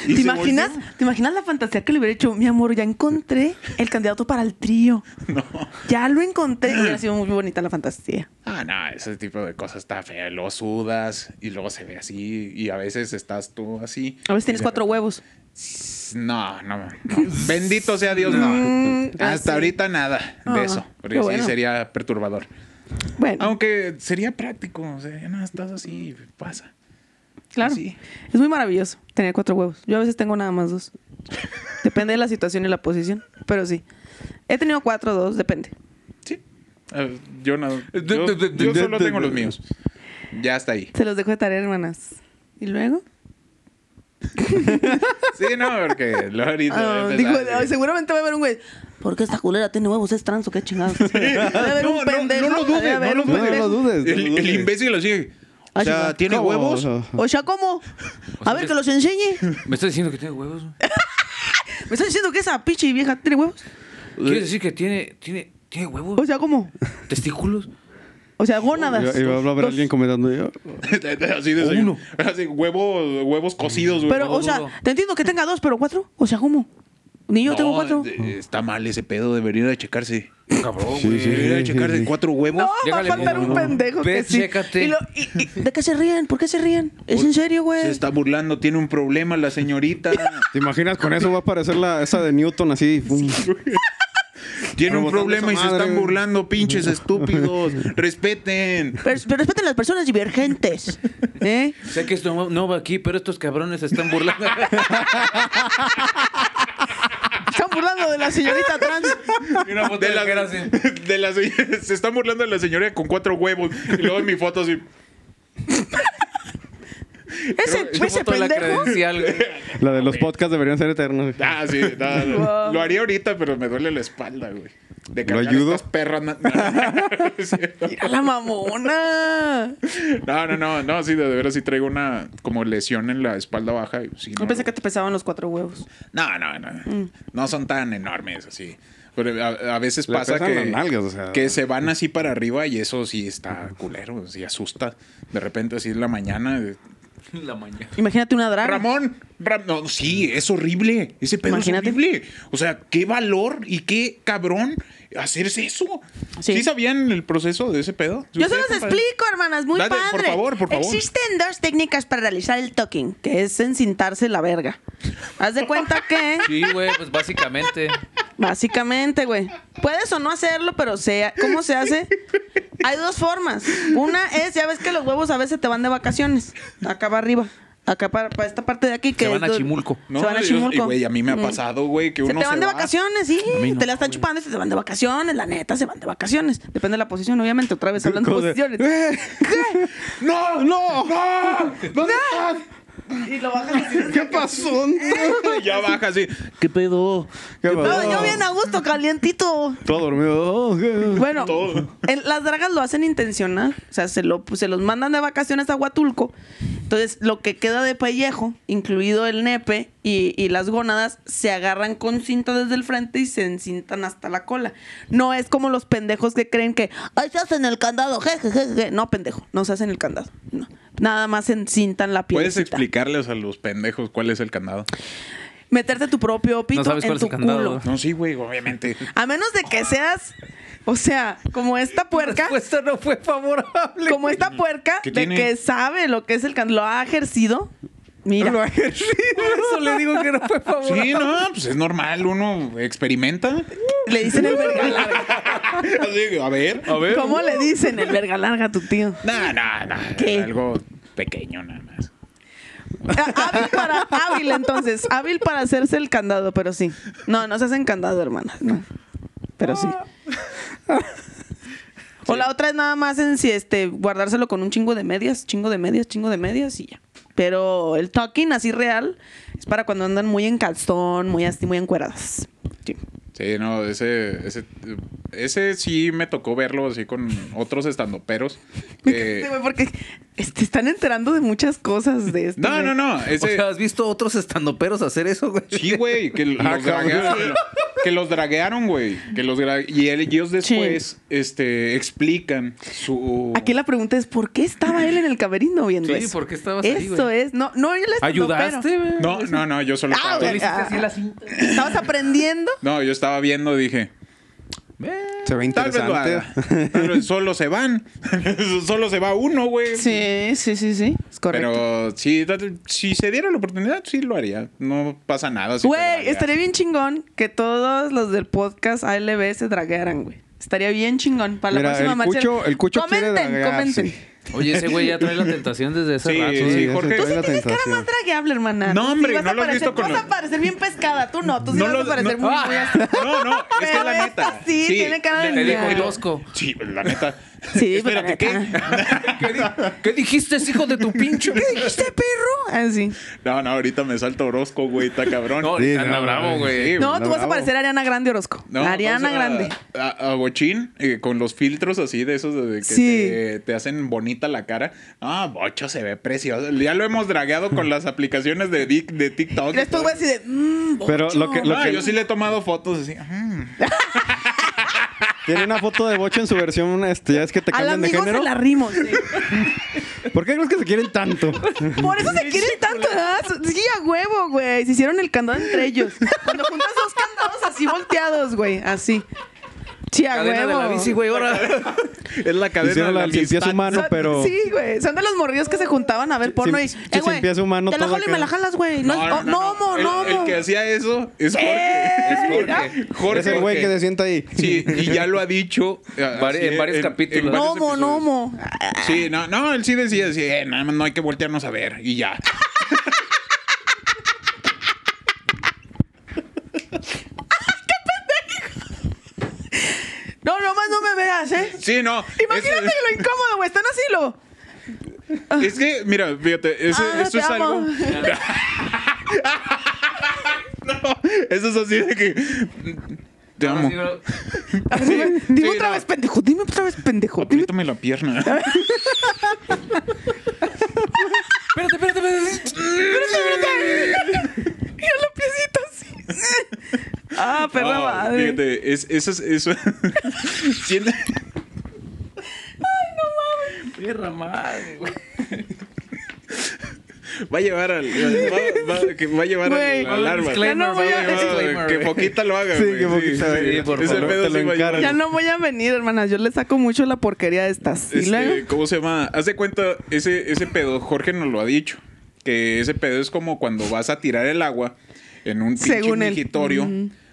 [SPEAKER 5] ¿Te imaginas, ¿Te imaginas la fantasía que le hubiera hecho? Mi amor, ya encontré el candidato para el trío.
[SPEAKER 6] <laughs> No.
[SPEAKER 5] Ya lo encontré. Y ha sido muy bonita la fantasía.
[SPEAKER 6] Ah, no, ese tipo de cosas está feo. Luego sudas y luego se ve así. Y a veces estás tú así.
[SPEAKER 5] A ver si tienes cuatro huevos.
[SPEAKER 6] No, no, no. Bendito sea Dios, no.
[SPEAKER 5] Mm,
[SPEAKER 6] Hasta
[SPEAKER 5] ah, sí.
[SPEAKER 6] ahorita nada de
[SPEAKER 5] Ah,
[SPEAKER 6] eso.
[SPEAKER 5] qué
[SPEAKER 6] Porque sí
[SPEAKER 5] bueno.
[SPEAKER 6] sería perturbador.
[SPEAKER 5] Bueno,
[SPEAKER 6] Aunque sería práctico. O sea, ya no estás así y pasa.
[SPEAKER 5] claro.
[SPEAKER 6] sí.
[SPEAKER 5] Es muy maravilloso tener cuatro huevos. Yo a veces tengo nada más dos. Depende de la situación y la posición. Pero sí. He tenido cuatro, dos, depende.
[SPEAKER 6] Sí. Eh, Yo no. Yo,
[SPEAKER 7] de- de-
[SPEAKER 6] yo
[SPEAKER 4] de-
[SPEAKER 6] solo
[SPEAKER 4] de-
[SPEAKER 6] tengo
[SPEAKER 4] de-
[SPEAKER 6] los míos. Ya está ahí.
[SPEAKER 5] Se los dejo de tarea, hermanas. ¿Y luego?
[SPEAKER 6] Sí, no, porque lo ahorita.
[SPEAKER 5] Ah,
[SPEAKER 6] empezaba
[SPEAKER 5] dijo,
[SPEAKER 6] así.
[SPEAKER 5] "Ay, seguramente va a haber un güey. ¿Por qué esta culera tiene huevos? Es trans o qué <laughs> chingados. Debe haber
[SPEAKER 6] No,
[SPEAKER 5] un
[SPEAKER 6] no,
[SPEAKER 5] pendejo.
[SPEAKER 6] no lo
[SPEAKER 5] debe
[SPEAKER 6] dudes,
[SPEAKER 5] haber
[SPEAKER 6] no
[SPEAKER 5] un
[SPEAKER 6] lo
[SPEAKER 4] No, no lo
[SPEAKER 5] pendejo.
[SPEAKER 4] dudes. no lo
[SPEAKER 6] el, el
[SPEAKER 4] dudes.
[SPEAKER 6] imbécil así. O sea,
[SPEAKER 5] chica.
[SPEAKER 6] ¿tiene
[SPEAKER 4] ¿Cómo?
[SPEAKER 6] huevos?
[SPEAKER 4] O sea,
[SPEAKER 5] O sea, ¿cómo? A ver, que los enseñe.
[SPEAKER 7] <laughs> ¿Me estás diciendo que tiene huevos?
[SPEAKER 5] ¿Me estás diciendo que esa pichi vieja tiene huevos?
[SPEAKER 7] ¿Quieres decir que tiene, tiene, tiene huevos?
[SPEAKER 5] O sea, ¿cómo?
[SPEAKER 7] ¿Testículos?
[SPEAKER 5] O sea, gónadas.
[SPEAKER 4] Iba, iba a haber
[SPEAKER 5] Dos.
[SPEAKER 4] alguien comentando. Yo,
[SPEAKER 6] <laughs> así de
[SPEAKER 7] Uno.
[SPEAKER 6] Así, huevos, huevos cocidos, güey.
[SPEAKER 5] Pero, o sea,
[SPEAKER 7] duro.
[SPEAKER 5] te entiendo que tenga dos, pero cuatro. O sea, ¿cómo? Ni yo
[SPEAKER 6] No,
[SPEAKER 5] tengo cuatro.
[SPEAKER 6] de- Está mal ese pedo, debería ir a checarse. Cabrón,
[SPEAKER 4] Sí,
[SPEAKER 6] Oh, güey.
[SPEAKER 4] sí,
[SPEAKER 6] debería ir a
[SPEAKER 4] sí,
[SPEAKER 6] checarse
[SPEAKER 4] sí.
[SPEAKER 6] cuatro huevos.
[SPEAKER 5] No, va a
[SPEAKER 7] Llégale,
[SPEAKER 5] faltar
[SPEAKER 7] no,
[SPEAKER 5] un
[SPEAKER 7] no.
[SPEAKER 5] pendejo que
[SPEAKER 7] Ve,
[SPEAKER 5] sí.
[SPEAKER 7] chécate.
[SPEAKER 5] Y lo- y- y- ¿De qué se ríen? ¿Por qué se ríen? ¿Es en serio,
[SPEAKER 6] Se
[SPEAKER 5] güey?
[SPEAKER 6] está burlando, tiene un problema la
[SPEAKER 5] <laughs>
[SPEAKER 6] señorita.
[SPEAKER 4] ¿Te imaginas? Con eso va a aparecer la, esa de Newton así. pum.
[SPEAKER 6] Tiene un
[SPEAKER 4] Rebotando esa
[SPEAKER 6] problema y se
[SPEAKER 4] madre,
[SPEAKER 6] están
[SPEAKER 4] güey. <laughs>
[SPEAKER 6] burlando, pinches estúpidos. Respeten.
[SPEAKER 8] Pero, pero respeten las personas divergentes.
[SPEAKER 5] ¿Eh?
[SPEAKER 7] Sé que esto no- no va aquí, pero estos cabrones se están burlando.
[SPEAKER 6] <laughs>
[SPEAKER 5] Están burlando de la señorita trans.
[SPEAKER 6] De la, <laughs> de la se- se están burlando de la señora con cuatro huevos. Y luego en mi foto así.
[SPEAKER 5] Ese,
[SPEAKER 7] Una
[SPEAKER 5] ese
[SPEAKER 7] foto de la
[SPEAKER 5] pendejo.
[SPEAKER 7] credencial, güey.
[SPEAKER 6] <laughs>
[SPEAKER 4] La de los podcasts deberían ser eternos.
[SPEAKER 6] Ah, sí. no, no.
[SPEAKER 5] Wow.
[SPEAKER 6] Lo haría ahorita, pero me duele la espalda, güey. De
[SPEAKER 4] ¿Lo
[SPEAKER 6] cargar
[SPEAKER 4] ayudo?
[SPEAKER 6] estas perras. na- na-
[SPEAKER 5] Mira la mamona.
[SPEAKER 6] No, no, no, no, sí, de veras sí traigo una como lesión en la espalda baja. y sí,
[SPEAKER 5] Yo
[SPEAKER 6] no,
[SPEAKER 5] pensé que te pesaban los cuatro huevos.
[SPEAKER 6] no, no, no, no son tan enormes así. Pero a, a veces
[SPEAKER 4] Le
[SPEAKER 6] pasa
[SPEAKER 4] pesan
[SPEAKER 6] que,
[SPEAKER 4] las nalgas, o sea.
[SPEAKER 6] que se van así para arriba y eso sí está culero, sí asusta. De repente así en la mañana. eh,
[SPEAKER 7] La mañana.
[SPEAKER 5] Imagínate una draga.
[SPEAKER 6] Ramón, Ram- no, sí, es horrible. Ese pedo
[SPEAKER 5] Imagínate.
[SPEAKER 6] es horrible. O sea, qué valor y qué cabrón hacerse eso.
[SPEAKER 5] Sí.
[SPEAKER 6] Sí, sabían el proceso de ese pedo.
[SPEAKER 8] Yo se
[SPEAKER 6] ¿Ustedes,
[SPEAKER 8] los
[SPEAKER 6] compadre?
[SPEAKER 8] explico, hermanas, muy
[SPEAKER 6] Date,
[SPEAKER 8] padre.
[SPEAKER 6] por favor, por favor.
[SPEAKER 8] Existen dos técnicas para realizar el talking.
[SPEAKER 5] Que es encintarse la verga. Haz de cuenta que,
[SPEAKER 7] Sí, güey, pues básicamente.
[SPEAKER 5] básicamente, güey, puedes o no hacerlo, pero sea, ¿cómo se hace? Hay dos formas. Una es, ya ves que los huevos a veces te van de vacaciones. Acá va arriba. Acá para, para esta parte de aquí que
[SPEAKER 7] Se van
[SPEAKER 5] es
[SPEAKER 7] a
[SPEAKER 5] do-
[SPEAKER 7] Chimulco.
[SPEAKER 6] No,
[SPEAKER 5] se van a
[SPEAKER 6] yo-
[SPEAKER 5] Chimulco.
[SPEAKER 6] y, güey, a mí me ha
[SPEAKER 5] Mm.
[SPEAKER 6] pasado, güey, que
[SPEAKER 5] Se
[SPEAKER 6] uno
[SPEAKER 5] te van
[SPEAKER 6] se
[SPEAKER 5] de
[SPEAKER 6] va.
[SPEAKER 5] vacaciones, sí.
[SPEAKER 7] A mí no,
[SPEAKER 5] te la están
[SPEAKER 7] güey.
[SPEAKER 5] chupando y se te van de vacaciones, la neta, se van de vacaciones. Depende de la posición, obviamente, otra vez hablando de
[SPEAKER 4] Como de-
[SPEAKER 5] posiciones.
[SPEAKER 6] <laughs>
[SPEAKER 4] <laughs>
[SPEAKER 6] ¡No! ¡No! ¡No! ¿Dónde estás?
[SPEAKER 5] ¡Ah! Y lo bajan así.
[SPEAKER 4] ¿Qué pasó?
[SPEAKER 6] <laughs>
[SPEAKER 5] <laughs>
[SPEAKER 6] ya baja así.
[SPEAKER 7] ¿Qué pedo?
[SPEAKER 4] ¿Qué
[SPEAKER 5] No,
[SPEAKER 4] pasó?
[SPEAKER 5] yo bien a gusto, calientito.
[SPEAKER 4] Todo dormido. Oh, qué-
[SPEAKER 5] Bueno,
[SPEAKER 6] Todo.
[SPEAKER 5] el- las dragas lo hacen intencional. O sea, se, lo, se los mandan de vacaciones a Huatulco. Entonces, lo que queda de pellejo, incluido el nepe y, y las gónadas, se agarran con cinta desde el frente y se encintan hasta la cola. No es como los pendejos que creen que, ay, se hacen el candado, jejejeje. No, pendejo, no se hacen el candado. No. Nada más encintan la piel.
[SPEAKER 6] ¿Puedes explicarles a los pendejos cuál es el candado?
[SPEAKER 5] Meterte tu propio pito
[SPEAKER 7] No sabes
[SPEAKER 5] en
[SPEAKER 7] cuál es
[SPEAKER 5] tu
[SPEAKER 7] el candado.
[SPEAKER 5] culo.
[SPEAKER 6] No, sí, güey, obviamente.
[SPEAKER 5] A menos de que seas, o sea, como esta puerca.
[SPEAKER 7] respuesta no fue favorable.
[SPEAKER 5] como esta puerca
[SPEAKER 6] ¿Qué
[SPEAKER 5] de
[SPEAKER 6] tiene?
[SPEAKER 5] que sabe lo que es el can lo ha ejercido. Mira, <laughs>
[SPEAKER 7] Por eso le digo que no fue favorable.
[SPEAKER 6] Sí, no, pues es normal, uno experimenta.
[SPEAKER 5] le dicen el verga larga.
[SPEAKER 6] <laughs> Así, a ver. A
[SPEAKER 5] <laughs>
[SPEAKER 6] ver.
[SPEAKER 5] ¿Cómo le dicen el verga larga a tu tío?
[SPEAKER 6] No, no, no.
[SPEAKER 5] ¿Qué?
[SPEAKER 6] Algo pequeño nada más.
[SPEAKER 5] Ah, Hábil para hábil entonces, hábil para hacerse el candado, pero sí. No, no se hacen candado, hermana. No. Pero
[SPEAKER 7] <laughs>
[SPEAKER 5] sí. O la otra es nada más en si este guardárselo con un chingo de medias, chingo de medias, chingo de medias y ya. Pero el talking así real es para cuando andan muy en calzón, muy así, muy encueradas. Sí.
[SPEAKER 6] Sí, no, ese, ese, ese sí me tocó verlo así con otros
[SPEAKER 5] <laughs>
[SPEAKER 6] estandoperos. Eh,
[SPEAKER 5] Sí, güey, porque es- te están enterando de muchas cosas de esto.
[SPEAKER 6] no,
[SPEAKER 5] güey.
[SPEAKER 6] no, no.
[SPEAKER 7] O
[SPEAKER 6] Ese,
[SPEAKER 7] sea, ¿has visto otros estandoperos hacer eso, güey?
[SPEAKER 6] Sí, güey,
[SPEAKER 5] <laughs>
[SPEAKER 6] que los
[SPEAKER 4] Ah, cabrón.
[SPEAKER 6] draguearon, que los draguearon, güey, que los dra- y él- ellos después este explican su
[SPEAKER 5] Aquí la pregunta es, ¿por qué estaba él en el camerino viendo
[SPEAKER 7] Sí,
[SPEAKER 5] eso?
[SPEAKER 7] ¿por qué estabas ahí,
[SPEAKER 5] Eso
[SPEAKER 7] güey?
[SPEAKER 5] es. No, no, él es
[SPEAKER 7] ¿Ayudaste, güey?
[SPEAKER 6] No, no, no, yo solo
[SPEAKER 5] Ah,
[SPEAKER 6] estaba,
[SPEAKER 5] güey. Estabas aprendiendo.
[SPEAKER 6] No, yo estaba viendo, dije,
[SPEAKER 4] Se ve
[SPEAKER 6] tal vez
[SPEAKER 4] interesante.
[SPEAKER 6] lo haga.
[SPEAKER 4] <laughs>
[SPEAKER 6] Pero solo se van. <laughs> solo se va uno, güey.
[SPEAKER 5] Sí, sí, sí, sí. Es correcto.
[SPEAKER 6] Pero sí, da- si se diera la oportunidad, sí lo haría. No pasa nada. sí, pero
[SPEAKER 5] Güey,
[SPEAKER 6] haría.
[SPEAKER 5] estaría bien chingón que todos los del podcast ALB se draguearan, güey. Estaría bien chingón para
[SPEAKER 4] Mira,
[SPEAKER 5] la próxima
[SPEAKER 4] el
[SPEAKER 5] marcha.
[SPEAKER 4] Cucho- el Cucho quiere
[SPEAKER 5] comenten,
[SPEAKER 4] draguearse.
[SPEAKER 5] comenten.
[SPEAKER 7] Oye, ese güey ya trae la tentación desde hace
[SPEAKER 6] Sí,
[SPEAKER 7] rato.
[SPEAKER 6] sí,
[SPEAKER 7] güey.
[SPEAKER 6] Jorge.
[SPEAKER 4] Tú
[SPEAKER 6] Tú sí
[SPEAKER 5] Tienes cara más dragueable, hermana.
[SPEAKER 6] No,
[SPEAKER 5] Sí,
[SPEAKER 6] hombre,
[SPEAKER 5] vas a
[SPEAKER 6] no lo has
[SPEAKER 5] parecer-
[SPEAKER 6] visto con
[SPEAKER 5] Vas
[SPEAKER 6] la-
[SPEAKER 5] a parecer bien pescada, tú no. Tú sí
[SPEAKER 6] No
[SPEAKER 5] vas
[SPEAKER 6] lo-
[SPEAKER 5] a parecer
[SPEAKER 6] no-
[SPEAKER 4] Ah.
[SPEAKER 6] ah,
[SPEAKER 5] muy, muy así.
[SPEAKER 6] No, no, es que
[SPEAKER 5] Pero
[SPEAKER 6] la
[SPEAKER 5] <laughs>
[SPEAKER 6] neta.
[SPEAKER 5] esta sí, tiene cara de
[SPEAKER 6] le- le
[SPEAKER 5] niña.
[SPEAKER 6] dijo el
[SPEAKER 7] Tosco.
[SPEAKER 6] Sí, la neta.
[SPEAKER 5] Sí, pues pero
[SPEAKER 6] Espérate, ¿qué?
[SPEAKER 7] ¿Qué,
[SPEAKER 6] <laughs>
[SPEAKER 7] di- qué dijiste, hijo de tu
[SPEAKER 5] <laughs>
[SPEAKER 7] pinche?
[SPEAKER 5] ¿Este perro? Así.
[SPEAKER 6] No, no, ahorita me salta Orozco, güey, está cabrón.
[SPEAKER 7] No,
[SPEAKER 4] Sí,
[SPEAKER 7] anda
[SPEAKER 4] no,
[SPEAKER 7] bravo, güey.
[SPEAKER 6] Sí,
[SPEAKER 5] No,
[SPEAKER 4] anda
[SPEAKER 5] tú vas a
[SPEAKER 4] bravo.
[SPEAKER 5] parecer Ariana Grande Orozco.
[SPEAKER 6] No,
[SPEAKER 5] Ariana
[SPEAKER 6] entonces,
[SPEAKER 5] Grande.
[SPEAKER 6] A, a- a Bochín, eh, con los filtros así de esos de que
[SPEAKER 5] Sí.
[SPEAKER 6] te, te hacen bonita la cara. Ah, Bocho se ve precioso. Ya lo hemos dragueado con las aplicaciones de, Dick- de TikTok.
[SPEAKER 5] Y Después voy a decir de. "Mm,
[SPEAKER 4] Pero
[SPEAKER 5] bocho".
[SPEAKER 4] lo que-
[SPEAKER 6] No, yo sí le he tomado fotos así. "Mm".
[SPEAKER 4] Tiene una foto de Bocho en su versión, este, ya es que te
[SPEAKER 5] Al
[SPEAKER 4] cambian de
[SPEAKER 5] amigo se
[SPEAKER 4] género.
[SPEAKER 5] la rimos.
[SPEAKER 4] ¿Por qué crees que se quieren
[SPEAKER 6] <laughs>
[SPEAKER 4] tanto?
[SPEAKER 5] Por eso se quieren tanto, ¿verdad? Sí, a huevo, güey. Se hicieron el candado entre ellos. Cuando juntas dos así volteados, güey, así. Sí, a
[SPEAKER 7] Cadena de
[SPEAKER 5] huevo.
[SPEAKER 7] la bici, güey, ahora.
[SPEAKER 6] <laughs> Es la cadena
[SPEAKER 4] Hicieron
[SPEAKER 6] de
[SPEAKER 4] la
[SPEAKER 6] la
[SPEAKER 4] limpieza
[SPEAKER 6] amistad.
[SPEAKER 4] humana.
[SPEAKER 5] Son-
[SPEAKER 4] pero-
[SPEAKER 5] Sí, güey. Son de los morrillos que se juntaban a ver porno y.
[SPEAKER 4] sin-
[SPEAKER 5] Eh,
[SPEAKER 4] sin
[SPEAKER 5] güey.
[SPEAKER 4] pies humano,
[SPEAKER 5] Te la
[SPEAKER 4] todo
[SPEAKER 5] jalo y
[SPEAKER 4] acá.
[SPEAKER 5] me la jalas, güey. No, oh, no, mo,
[SPEAKER 6] El-
[SPEAKER 5] no,
[SPEAKER 6] el,
[SPEAKER 5] mo.
[SPEAKER 6] que hacía eso es Jorge. <laughs> Es
[SPEAKER 7] <laughs>
[SPEAKER 6] Jorge. Jorge.
[SPEAKER 4] es el güey que
[SPEAKER 6] Jorge.
[SPEAKER 4] se sienta ahí.
[SPEAKER 6] Sí, y ya lo ha dicho eh,
[SPEAKER 7] Vari-
[SPEAKER 6] así,
[SPEAKER 7] en varios capítulos.
[SPEAKER 6] varios
[SPEAKER 5] No, mo, no,
[SPEAKER 6] episodios.
[SPEAKER 5] mo.
[SPEAKER 6] Sí, no, no, él sí decía, sí, eh, nada más no hay que voltearnos a ver y ya.
[SPEAKER 5] No, nomás no me veas, ¿eh?
[SPEAKER 6] Sí, no.
[SPEAKER 5] <laughs> Imagínate
[SPEAKER 6] ese-
[SPEAKER 5] lo incómodo, güey. Están así, lo.
[SPEAKER 6] Es que, mira, fíjate, eso,
[SPEAKER 5] Ah,
[SPEAKER 6] eso
[SPEAKER 5] te
[SPEAKER 6] es
[SPEAKER 5] amo.
[SPEAKER 6] algo. <laughs> no, eso es así de que. Te
[SPEAKER 7] Ah,
[SPEAKER 6] amo.
[SPEAKER 5] Así, güey. dime
[SPEAKER 6] sí,
[SPEAKER 5] otra
[SPEAKER 6] no.
[SPEAKER 5] vez, pendejo. Dime otra vez, pendejo. Dime
[SPEAKER 6] Apriétame la pierna.
[SPEAKER 7] Espérate, espérate, espérate.
[SPEAKER 5] <laughs> la piecita así. <laughs> ah, perra
[SPEAKER 6] No,
[SPEAKER 5] madre.
[SPEAKER 6] Fíjate, es, eso es. <laughs> Eso. Siento-
[SPEAKER 7] Tierra madre, güey.
[SPEAKER 6] Va a llevar al. Va, va- que va a llevar
[SPEAKER 5] Güey,
[SPEAKER 6] al, al árbol.
[SPEAKER 5] ya no voy
[SPEAKER 6] Va
[SPEAKER 5] a-
[SPEAKER 6] a llevar- Que Foquita lo haga.
[SPEAKER 4] Sí,
[SPEAKER 6] güey,
[SPEAKER 4] que Foquita, güey, por
[SPEAKER 6] Ese
[SPEAKER 4] favor,
[SPEAKER 6] pedo
[SPEAKER 4] te
[SPEAKER 6] sí
[SPEAKER 4] lo
[SPEAKER 6] va a llevar.
[SPEAKER 4] encargo.
[SPEAKER 5] <laughs> Ya no voy a venir, hermanas. Yo le saco mucho la porquería de estas. y
[SPEAKER 6] Este,
[SPEAKER 5] luego.
[SPEAKER 6] ¿Cómo se llama? Haz de cuenta, ese, ese pedo, Jorge nos lo ha dicho. Que ese pedo es como cuando vas a tirar el agua en un pinche
[SPEAKER 5] Según él.
[SPEAKER 6] migitorio.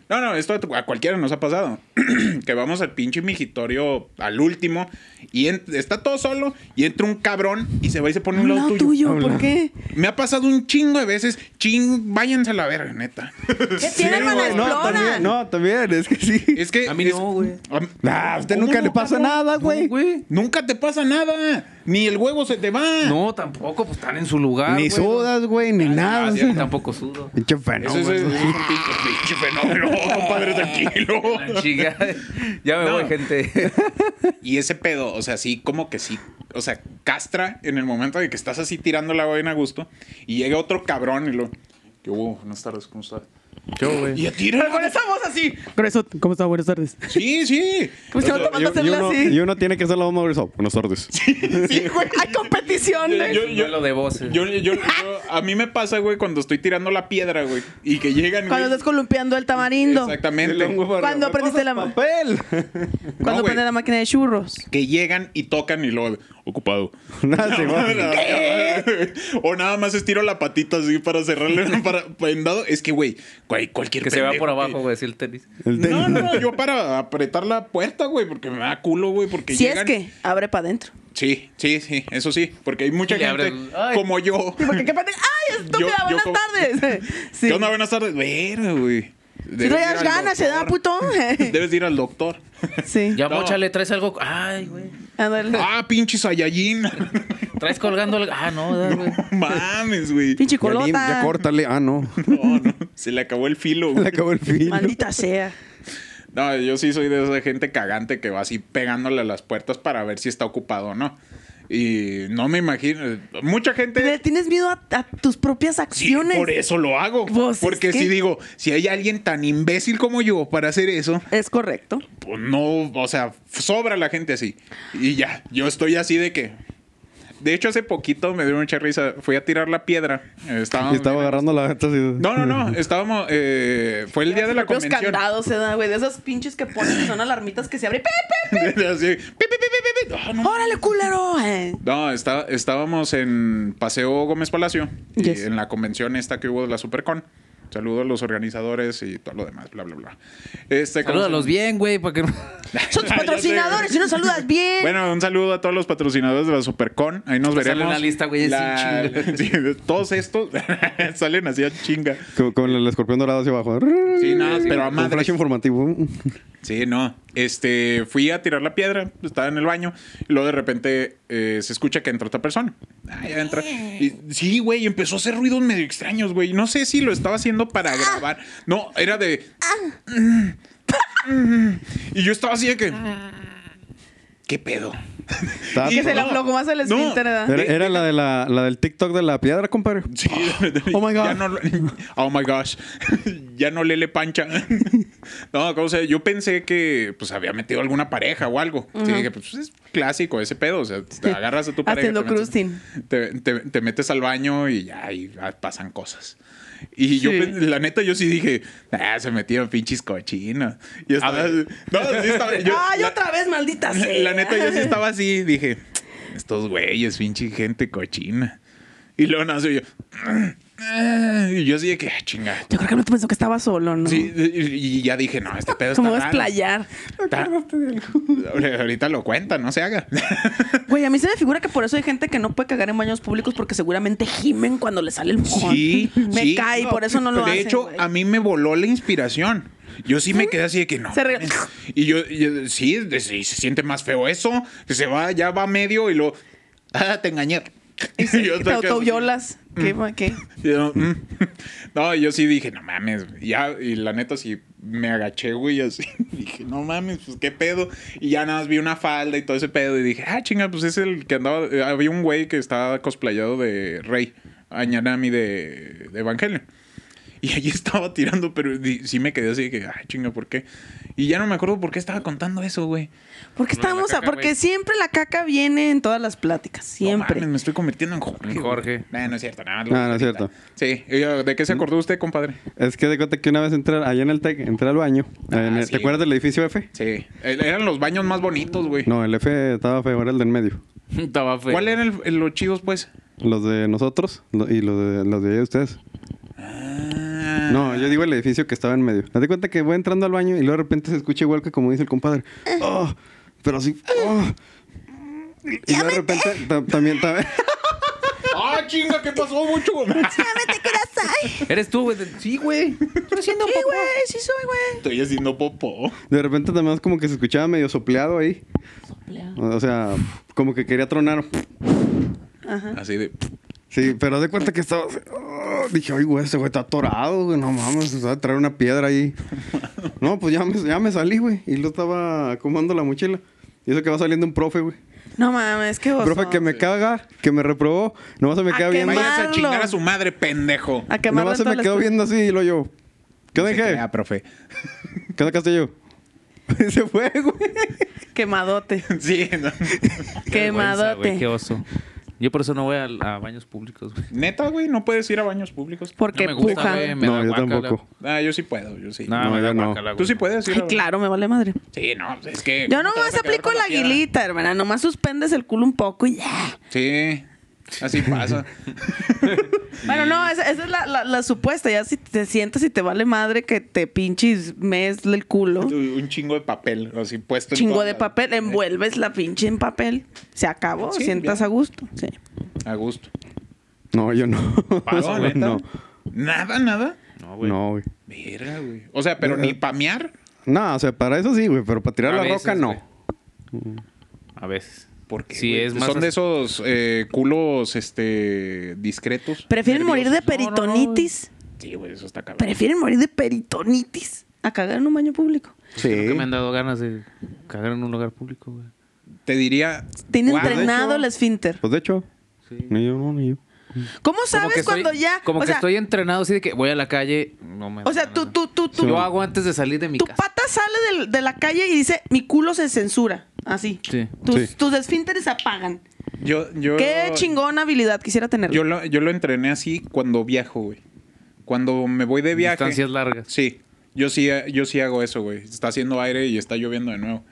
[SPEAKER 6] No, no, esto a a cualquiera nos ha pasado. <clears throat> que vamos al pinche migitorio al último y en- está todo solo y entra un cabrón y se va y se pone a un lado
[SPEAKER 5] No,
[SPEAKER 6] tuyo.
[SPEAKER 5] tuyo, ¿por qué?
[SPEAKER 6] Me ha pasado un chingo de veces. Ching, váyanse a la verga,
[SPEAKER 7] <laughs>
[SPEAKER 6] neta.
[SPEAKER 8] ¿Qué tiene
[SPEAKER 4] Sí,
[SPEAKER 8] con la
[SPEAKER 4] güey, no,
[SPEAKER 8] explora?
[SPEAKER 4] también, no, también, es que sí.
[SPEAKER 6] Es que.
[SPEAKER 7] A mí
[SPEAKER 6] es-
[SPEAKER 7] no, güey.
[SPEAKER 6] a mí-
[SPEAKER 4] Ah, a usted
[SPEAKER 6] ¿Cómo
[SPEAKER 4] nunca
[SPEAKER 6] no,
[SPEAKER 4] le pasa
[SPEAKER 6] cabrón?
[SPEAKER 4] nada,
[SPEAKER 7] No,
[SPEAKER 4] güey.
[SPEAKER 7] güey.
[SPEAKER 6] Nunca te pasa nada. Ni el huevo se te va.
[SPEAKER 7] No, tampoco, pues están en su
[SPEAKER 6] ah,
[SPEAKER 7] lugar.
[SPEAKER 4] ni
[SPEAKER 7] güey.
[SPEAKER 4] sudas, güey, ni nada.
[SPEAKER 7] Ah, cierto,
[SPEAKER 6] <laughs>
[SPEAKER 7] tampoco sudo.
[SPEAKER 4] Pinche fenómeno.
[SPEAKER 6] Eso, es, <laughs> eso es un pinche, pinche fenómeno, <laughs> compadre, <laughs> tranquilo.
[SPEAKER 7] <laughs> La chica. Ya me
[SPEAKER 6] No.
[SPEAKER 7] voy, gente.
[SPEAKER 6] Y ese pedo, o sea, sí, como que sí, o sea, castra en el momento de que estás así tirando la vaina a gusto y llega otro cabrón y lo... ¿Qué hubo? Buenas tardes, ¿cómo estás?
[SPEAKER 4] Yo, güey.
[SPEAKER 6] Y a tirar.
[SPEAKER 5] Con esa voz así. Grueso, ¿cómo está? Buenas tardes.
[SPEAKER 6] Sí, sí.
[SPEAKER 5] Me estaba
[SPEAKER 6] O sea,
[SPEAKER 5] tomando
[SPEAKER 6] yo-
[SPEAKER 4] Y
[SPEAKER 5] hacerle
[SPEAKER 4] uno,
[SPEAKER 5] así.
[SPEAKER 4] y uno tiene que hacer la bomba de eso. Buenas tardes.
[SPEAKER 5] Sí, güey. Hay competiciones.
[SPEAKER 6] Yo-
[SPEAKER 7] Yo,
[SPEAKER 6] yo-
[SPEAKER 7] lo de voces.
[SPEAKER 6] yo- yo- yo- a mí me pasa, güey, cuando estoy tirando la piedra, güey, y que llegan...
[SPEAKER 5] Cuando
[SPEAKER 6] güey.
[SPEAKER 5] estás columpiando el tamarindo.
[SPEAKER 6] Exactamente.
[SPEAKER 5] ¿Cuándo aprendiste la ma-
[SPEAKER 4] papel?
[SPEAKER 6] No,
[SPEAKER 5] Cuando
[SPEAKER 6] güey.
[SPEAKER 5] prende la máquina de churros.
[SPEAKER 6] Que llegan y tocan y luego... Ocupado. <laughs>
[SPEAKER 4] <laughs> Nada, sí, güey.
[SPEAKER 6] o nada más estiro la patita así para cerrarle para, para endado. Es que, güey, güey, cualquier
[SPEAKER 7] Que se vea
[SPEAKER 6] pendejo
[SPEAKER 7] por
[SPEAKER 6] que-
[SPEAKER 7] abajo, güey, así el tenis.
[SPEAKER 4] El tenis.
[SPEAKER 6] No, no, no,
[SPEAKER 5] <laughs>
[SPEAKER 6] yo para apretar la puerta, güey, porque me da culo, güey, porque
[SPEAKER 5] Si es
[SPEAKER 6] llegan-
[SPEAKER 5] que abre para adentro.
[SPEAKER 6] Sí, sí, sí, eso sí, porque hay mucha
[SPEAKER 7] Y le
[SPEAKER 6] gente
[SPEAKER 7] abren- Ay.
[SPEAKER 6] como yo.
[SPEAKER 5] Sí,
[SPEAKER 6] <laughs>
[SPEAKER 5] porque qué pendejo. ¡Ay, estúpida!
[SPEAKER 6] Yo- yo
[SPEAKER 5] buenas
[SPEAKER 6] como- <laughs>
[SPEAKER 5] tardes. Sí.
[SPEAKER 6] ¿Qué onda? Buenas tardes. Verga, güey.
[SPEAKER 5] Si
[SPEAKER 6] Debes ir
[SPEAKER 5] traías
[SPEAKER 6] al
[SPEAKER 5] ganas, se da,
[SPEAKER 6] doctor. <laughs>
[SPEAKER 5] puto. <laughs>
[SPEAKER 6] Debes ir al doctor.
[SPEAKER 5] Sí.
[SPEAKER 7] Ya,
[SPEAKER 6] No.
[SPEAKER 7] mocha, le traes algo. Ay, güey.
[SPEAKER 5] Ándale.
[SPEAKER 6] ah, pinche Saiyajin. <laughs>
[SPEAKER 7] Traes colgando algo. Ah, no, da, güey.
[SPEAKER 6] Mames, güey.
[SPEAKER 5] Pinche
[SPEAKER 4] Ya, lim- ya
[SPEAKER 5] colota.
[SPEAKER 4] córtale. Ah,
[SPEAKER 6] <laughs>
[SPEAKER 4] no.
[SPEAKER 6] No, no, se le acabó el filo,
[SPEAKER 4] Le
[SPEAKER 6] güey.
[SPEAKER 4] acabó el filo.
[SPEAKER 5] Maldita sea.
[SPEAKER 6] No, yo sí soy de esa gente cagante que va así pegándole a las puertas para ver si está ocupado o no. Y no me imagino. Mucha gente.
[SPEAKER 5] Le tienes miedo a, a tus propias
[SPEAKER 6] Sí,
[SPEAKER 5] acciones.
[SPEAKER 6] por eso lo hago.
[SPEAKER 5] Pues,
[SPEAKER 6] Porque
[SPEAKER 5] es que-
[SPEAKER 6] si digo, si hay alguien tan imbécil como yo para hacer eso,
[SPEAKER 5] Es correcto.
[SPEAKER 6] pues no, o sea, sobra la gente así. Y ya, yo estoy así de que. De hecho, hace poquito me dio mucha risa. Fui a tirar la piedra. eh, Estábamos.
[SPEAKER 4] Y estaba agarrando la gata así.
[SPEAKER 6] No,
[SPEAKER 4] <laughs>
[SPEAKER 6] no, no. Estábamos. eh, fue el día de la
[SPEAKER 5] Los
[SPEAKER 6] convención.
[SPEAKER 5] candados se dan, güey. De esos pinches que ponen que son alarmitas que se abren.
[SPEAKER 6] <laughs>
[SPEAKER 5] ¡Pepe!
[SPEAKER 6] Así, pi, pi, pi, pi, pi. Ah, no.
[SPEAKER 5] ¡Órale, culero!
[SPEAKER 6] <laughs>
[SPEAKER 5] eh.
[SPEAKER 6] No, está- estábamos en Paseo Gómez Palacio, y
[SPEAKER 5] Yes.
[SPEAKER 6] en la convención esta que hubo de la Supercon. Saludo a los organizadores y todo lo demás, bla, bla, bla. Este, ¿cómo se-
[SPEAKER 7] Salúdalos bien, güey, para que no. <laughs>
[SPEAKER 8] Son tus
[SPEAKER 6] Ah, ya sé.
[SPEAKER 8] patrocinadores, si no saludas bien.
[SPEAKER 6] Bueno, un saludo a todos los patrocinadores de la Supercon. Ahí nos
[SPEAKER 7] Sale
[SPEAKER 6] veremos.
[SPEAKER 7] una lista, güey, así,
[SPEAKER 6] La-
[SPEAKER 7] chinga.
[SPEAKER 6] <laughs> sí, todos estos <laughs> salen así a chinga.
[SPEAKER 4] Con, con el escorpión dorado hacia abajo.
[SPEAKER 6] Sí, no, pero a
[SPEAKER 4] Con
[SPEAKER 6] madre.
[SPEAKER 4] flash informativo.
[SPEAKER 6] Sí, no. Este, fui a tirar la piedra, estaba en el baño, y luego de repente eh, se escucha que entra otra persona. Ah, ya entra. Y, sí, güey, empezó a hacer ruidos medio extraños, güey. No sé si lo estaba haciendo para grabar. No, era de. Y yo estaba así de que. ¿Qué pedo?
[SPEAKER 4] Estaba-
[SPEAKER 6] Y-
[SPEAKER 5] Que se le
[SPEAKER 6] no,
[SPEAKER 5] aflojó más el
[SPEAKER 6] no.
[SPEAKER 5] esfínter, ¿verdad?
[SPEAKER 4] Era, era la, de la, la del TikTok de la piedra, compadre.
[SPEAKER 6] <laughs> Sí.
[SPEAKER 4] Oh my God.
[SPEAKER 6] Ya no lo- <laughs> oh my gosh. ya no lele pancha. <laughs> no, cosa, yo pensé que pues había metido alguna pareja o algo. Sí, dije, pues es clásico ese pedo. O sea, te agarras a
[SPEAKER 5] <laughs>
[SPEAKER 6] tu pareja.
[SPEAKER 5] Haciendo
[SPEAKER 6] te metes-
[SPEAKER 5] cruising.
[SPEAKER 6] Te, te- te metes al baño y ya y, ah, pasan cosas. Y yo,
[SPEAKER 5] Sí.
[SPEAKER 6] pen- la neta, yo sí dije, ah, se metieron pinches cochinos. Yo estaba, no, sí estaba- yo-
[SPEAKER 5] <laughs> Ay,
[SPEAKER 6] la-
[SPEAKER 5] otra vez, maldita sea.
[SPEAKER 6] la neta,
[SPEAKER 5] ¿eh?
[SPEAKER 6] yo sí estaba así. Dije, estos güeyes, pinche gente cochina. Y luego nació yo. <clears throat> Y yo así de que, ah, chinga.
[SPEAKER 5] Yo creo que no te pensó que estaba solo, ¿no?
[SPEAKER 6] Sí, y y ya dije, no, este pedo
[SPEAKER 5] Como
[SPEAKER 6] está raro.
[SPEAKER 5] desplayar.
[SPEAKER 6] Está- Ahor- Ahorita lo cuenta, no se haga.
[SPEAKER 5] Güey, a mí se me figura que por eso hay gente que no puede cagar en baños públicos porque seguramente gimen cuando le sale el mojón.
[SPEAKER 6] Sí,
[SPEAKER 5] <laughs> Me
[SPEAKER 6] sí.
[SPEAKER 5] cae, por eso no lo
[SPEAKER 6] De
[SPEAKER 5] hacen,
[SPEAKER 6] hecho,
[SPEAKER 5] güey.
[SPEAKER 6] a mí me voló la inspiración. Yo sí me quedé así de que no.
[SPEAKER 5] Se re-
[SPEAKER 6] Y yo, y yo, sí, de- sí, se siente más feo eso. Se va, ya va medio y lo. Ah, te engañé.
[SPEAKER 5] Y se-
[SPEAKER 6] Y <laughs> yo
[SPEAKER 5] te
[SPEAKER 6] acá así-
[SPEAKER 5] autoviolas. ¿Qué, qué?
[SPEAKER 6] Y yo, mm. <laughs> No, yo sí dije, no mames, güey. ya, y la neta sí me agaché, güey, así. <laughs> Dije, no mames, pues qué pedo. Y ya nada más vi una falda y todo ese pedo. Y dije, ah, chinga, pues es el que andaba. eh, Había un güey que estaba cosplayado de Rey, Añanami de, de Evangelion. Y ahí <laughs> estaba tirando, pero di- sí me quedé así de que, ah, chinga, ¿por qué? Y ya no me acuerdo por qué estaba contando eso, güey.
[SPEAKER 5] Porque estábamos a-
[SPEAKER 6] caca,
[SPEAKER 5] porque
[SPEAKER 6] güey.
[SPEAKER 5] siempre la caca viene en todas las pláticas,
[SPEAKER 6] No
[SPEAKER 5] siempre.
[SPEAKER 6] mames, me estoy convirtiendo en Jorge. güey.
[SPEAKER 7] Jorge.
[SPEAKER 6] Nah, no es cierto, nada. más lo
[SPEAKER 4] Ah, No, no es
[SPEAKER 6] ahorita.
[SPEAKER 4] cierto. Mm.
[SPEAKER 6] Sí, y, uh, ¿de qué se acordó usted, compadre?
[SPEAKER 4] Es que de cuenta que una vez entré allá en el TEC, entré al baño.
[SPEAKER 6] Ah,
[SPEAKER 4] en el-
[SPEAKER 6] sí.
[SPEAKER 4] ¿Te acuerdas del edificio F?
[SPEAKER 6] Sí, eh, eran los baños más bonitos, güey.
[SPEAKER 4] No, el F estaba feo, era el del medio.
[SPEAKER 7] Estaba feo.
[SPEAKER 6] ¿Cuál eran el- el- los chidos, pues?
[SPEAKER 4] Los de nosotros lo- y los de, los de allá de ustedes. No, yo digo el edificio que estaba en medio. Haz de cuenta que voy entrando al baño y luego de repente se escucha igual que como dice el compadre. Oh, pero sí. oh. Y luego de repente ta- <laughs> también, también.
[SPEAKER 6] ¡Ah, chinga! ¿Qué pasó, <laughs> mucho?
[SPEAKER 7] ¿Eres tú, güey? Sí, güey.
[SPEAKER 5] Sí, güey, sí soy, güey.
[SPEAKER 6] Estoy haciendo popó.
[SPEAKER 4] De repente también es como que se escuchaba medio sopleado ahí. O sea, como que quería tronar.
[SPEAKER 6] Así de...
[SPEAKER 4] Sí, pero haz de cuenta que estaba. así, oh, dije, ay, güey, ese güey está atorado, güey. No mames, se va a traer una piedra
[SPEAKER 7] <laughs>
[SPEAKER 4] ahí. No, pues ya me, ya me salí, güey. Y lo estaba acomodando la mochila. Y eso que va saliendo un profe, güey.
[SPEAKER 5] No mames, qué oso.
[SPEAKER 4] Profe que me caga, que me reprobó. Nomás se me
[SPEAKER 5] ¿A
[SPEAKER 4] queda
[SPEAKER 5] qué
[SPEAKER 4] viendo.
[SPEAKER 5] más?
[SPEAKER 6] Vayas a
[SPEAKER 5] Marlo.
[SPEAKER 6] chingar a su madre, pendejo.
[SPEAKER 5] A quemarlo
[SPEAKER 4] Nomás
[SPEAKER 5] en
[SPEAKER 4] se me
[SPEAKER 5] todas
[SPEAKER 4] quedó
[SPEAKER 5] las-
[SPEAKER 4] viendo así y lo yo. ¿Qué
[SPEAKER 6] No se
[SPEAKER 4] dejé?
[SPEAKER 6] crea, profe.
[SPEAKER 4] ¿Qué dejaste yo? <laughs> Y se fue, güey.
[SPEAKER 5] Quemadote.
[SPEAKER 6] <laughs> Sí, no.
[SPEAKER 7] vergüenza, güey, Qué
[SPEAKER 5] Quemadote.
[SPEAKER 7] oso. Yo por eso no voy a, a baños públicos, güey.
[SPEAKER 6] <laughs> Neta, güey, no puedes ir a baños públicos.
[SPEAKER 5] Porque
[SPEAKER 7] no me gusta,
[SPEAKER 5] puja.
[SPEAKER 7] güey.
[SPEAKER 5] Ay,
[SPEAKER 7] Me
[SPEAKER 4] No,
[SPEAKER 7] da
[SPEAKER 4] yo
[SPEAKER 7] guácala.
[SPEAKER 4] tampoco.
[SPEAKER 6] Ah, yo sí puedo, yo sí.
[SPEAKER 7] No,
[SPEAKER 4] No,
[SPEAKER 7] me
[SPEAKER 4] yo
[SPEAKER 7] da
[SPEAKER 4] no.
[SPEAKER 7] guácala, güey.
[SPEAKER 6] Tú sí puedes ir. a-
[SPEAKER 5] claro, me vale madre.
[SPEAKER 6] Sí, no, es que...
[SPEAKER 5] Yo
[SPEAKER 6] ¿cómo te vas
[SPEAKER 5] nomás
[SPEAKER 6] a quedar
[SPEAKER 5] aplico
[SPEAKER 6] con
[SPEAKER 5] la
[SPEAKER 6] piedra?
[SPEAKER 5] aguilita, hermana. Nomás suspendes el culo un poco y ya.
[SPEAKER 6] Sí,
[SPEAKER 5] <laughs>
[SPEAKER 6] así pasa.
[SPEAKER 5] Bueno, no, esa, esa es la, la- la supuesta. Ya si te sientas y te vale madre que te pinches mes el
[SPEAKER 6] <laughs>
[SPEAKER 5] culo.
[SPEAKER 6] Un chingo de papel, así puesto en
[SPEAKER 5] Chingo
[SPEAKER 6] todas
[SPEAKER 5] de
[SPEAKER 6] las-
[SPEAKER 5] papel, envuelves la pinche en papel. Se acabó,
[SPEAKER 6] Sí,
[SPEAKER 5] sientas
[SPEAKER 6] ya.
[SPEAKER 5] a gusto. Sí.
[SPEAKER 6] A gusto.
[SPEAKER 4] No, yo no. <laughs>
[SPEAKER 5] Pues,
[SPEAKER 7] Paso, güey.
[SPEAKER 4] no,
[SPEAKER 6] ¿Nada, nada?
[SPEAKER 7] No, güey.
[SPEAKER 4] no, güey.
[SPEAKER 6] Mira, güey. O sea, pero ni pamear.
[SPEAKER 4] No, o sea, para eso sí, güey. Pero para tirar
[SPEAKER 7] A
[SPEAKER 4] la
[SPEAKER 7] veces,
[SPEAKER 4] roca, no.
[SPEAKER 7] güey. A veces.
[SPEAKER 6] Porque
[SPEAKER 7] Sí, es más
[SPEAKER 6] Pues son de
[SPEAKER 7] res-
[SPEAKER 6] esos eh, culos este discretos.
[SPEAKER 5] ¿Prefieren morir de
[SPEAKER 7] No, no, no.
[SPEAKER 5] peritonitis?
[SPEAKER 6] Sí, güey, eso está cabrón.
[SPEAKER 5] ¿Prefieren morir de peritonitis a cagar en un baño público?
[SPEAKER 7] Creo que me han dado ganas de cagar en un lugar público, güey.
[SPEAKER 6] Te diría.
[SPEAKER 5] Tiene
[SPEAKER 6] guau,
[SPEAKER 5] entrenado
[SPEAKER 6] de
[SPEAKER 5] el
[SPEAKER 6] hecho,
[SPEAKER 5] esfínter.
[SPEAKER 4] Pues de hecho,
[SPEAKER 7] Sí.
[SPEAKER 4] ni yo, no, ni yo.
[SPEAKER 5] ¿Cómo
[SPEAKER 7] Como que
[SPEAKER 5] sabes cuando
[SPEAKER 7] estoy-
[SPEAKER 5] ya?
[SPEAKER 7] Como
[SPEAKER 5] o
[SPEAKER 7] que
[SPEAKER 5] sea,
[SPEAKER 7] estoy entrenado así de que voy a la calle. No me da
[SPEAKER 5] o sea,
[SPEAKER 7] ganas,
[SPEAKER 5] tú,
[SPEAKER 7] no.
[SPEAKER 5] tú, tú, tú.
[SPEAKER 7] Yo hago antes de salir de mi
[SPEAKER 5] Tu
[SPEAKER 7] casa.
[SPEAKER 5] pata sale del- de la calle y dice, mi culo se censura. Así.
[SPEAKER 7] Sí.
[SPEAKER 5] Tus,
[SPEAKER 4] Sí.
[SPEAKER 5] tus esfínteres se apagan.
[SPEAKER 6] Yo, yo,
[SPEAKER 5] Qué chingona habilidad quisiera tener.
[SPEAKER 6] Yo lo, yo lo entrené así cuando viajo, güey. Cuando me voy de viaje.
[SPEAKER 7] Distancias largas.
[SPEAKER 6] Sí. Yo sí, yo sí hago eso, güey. Está haciendo aire y está lloviendo de nuevo.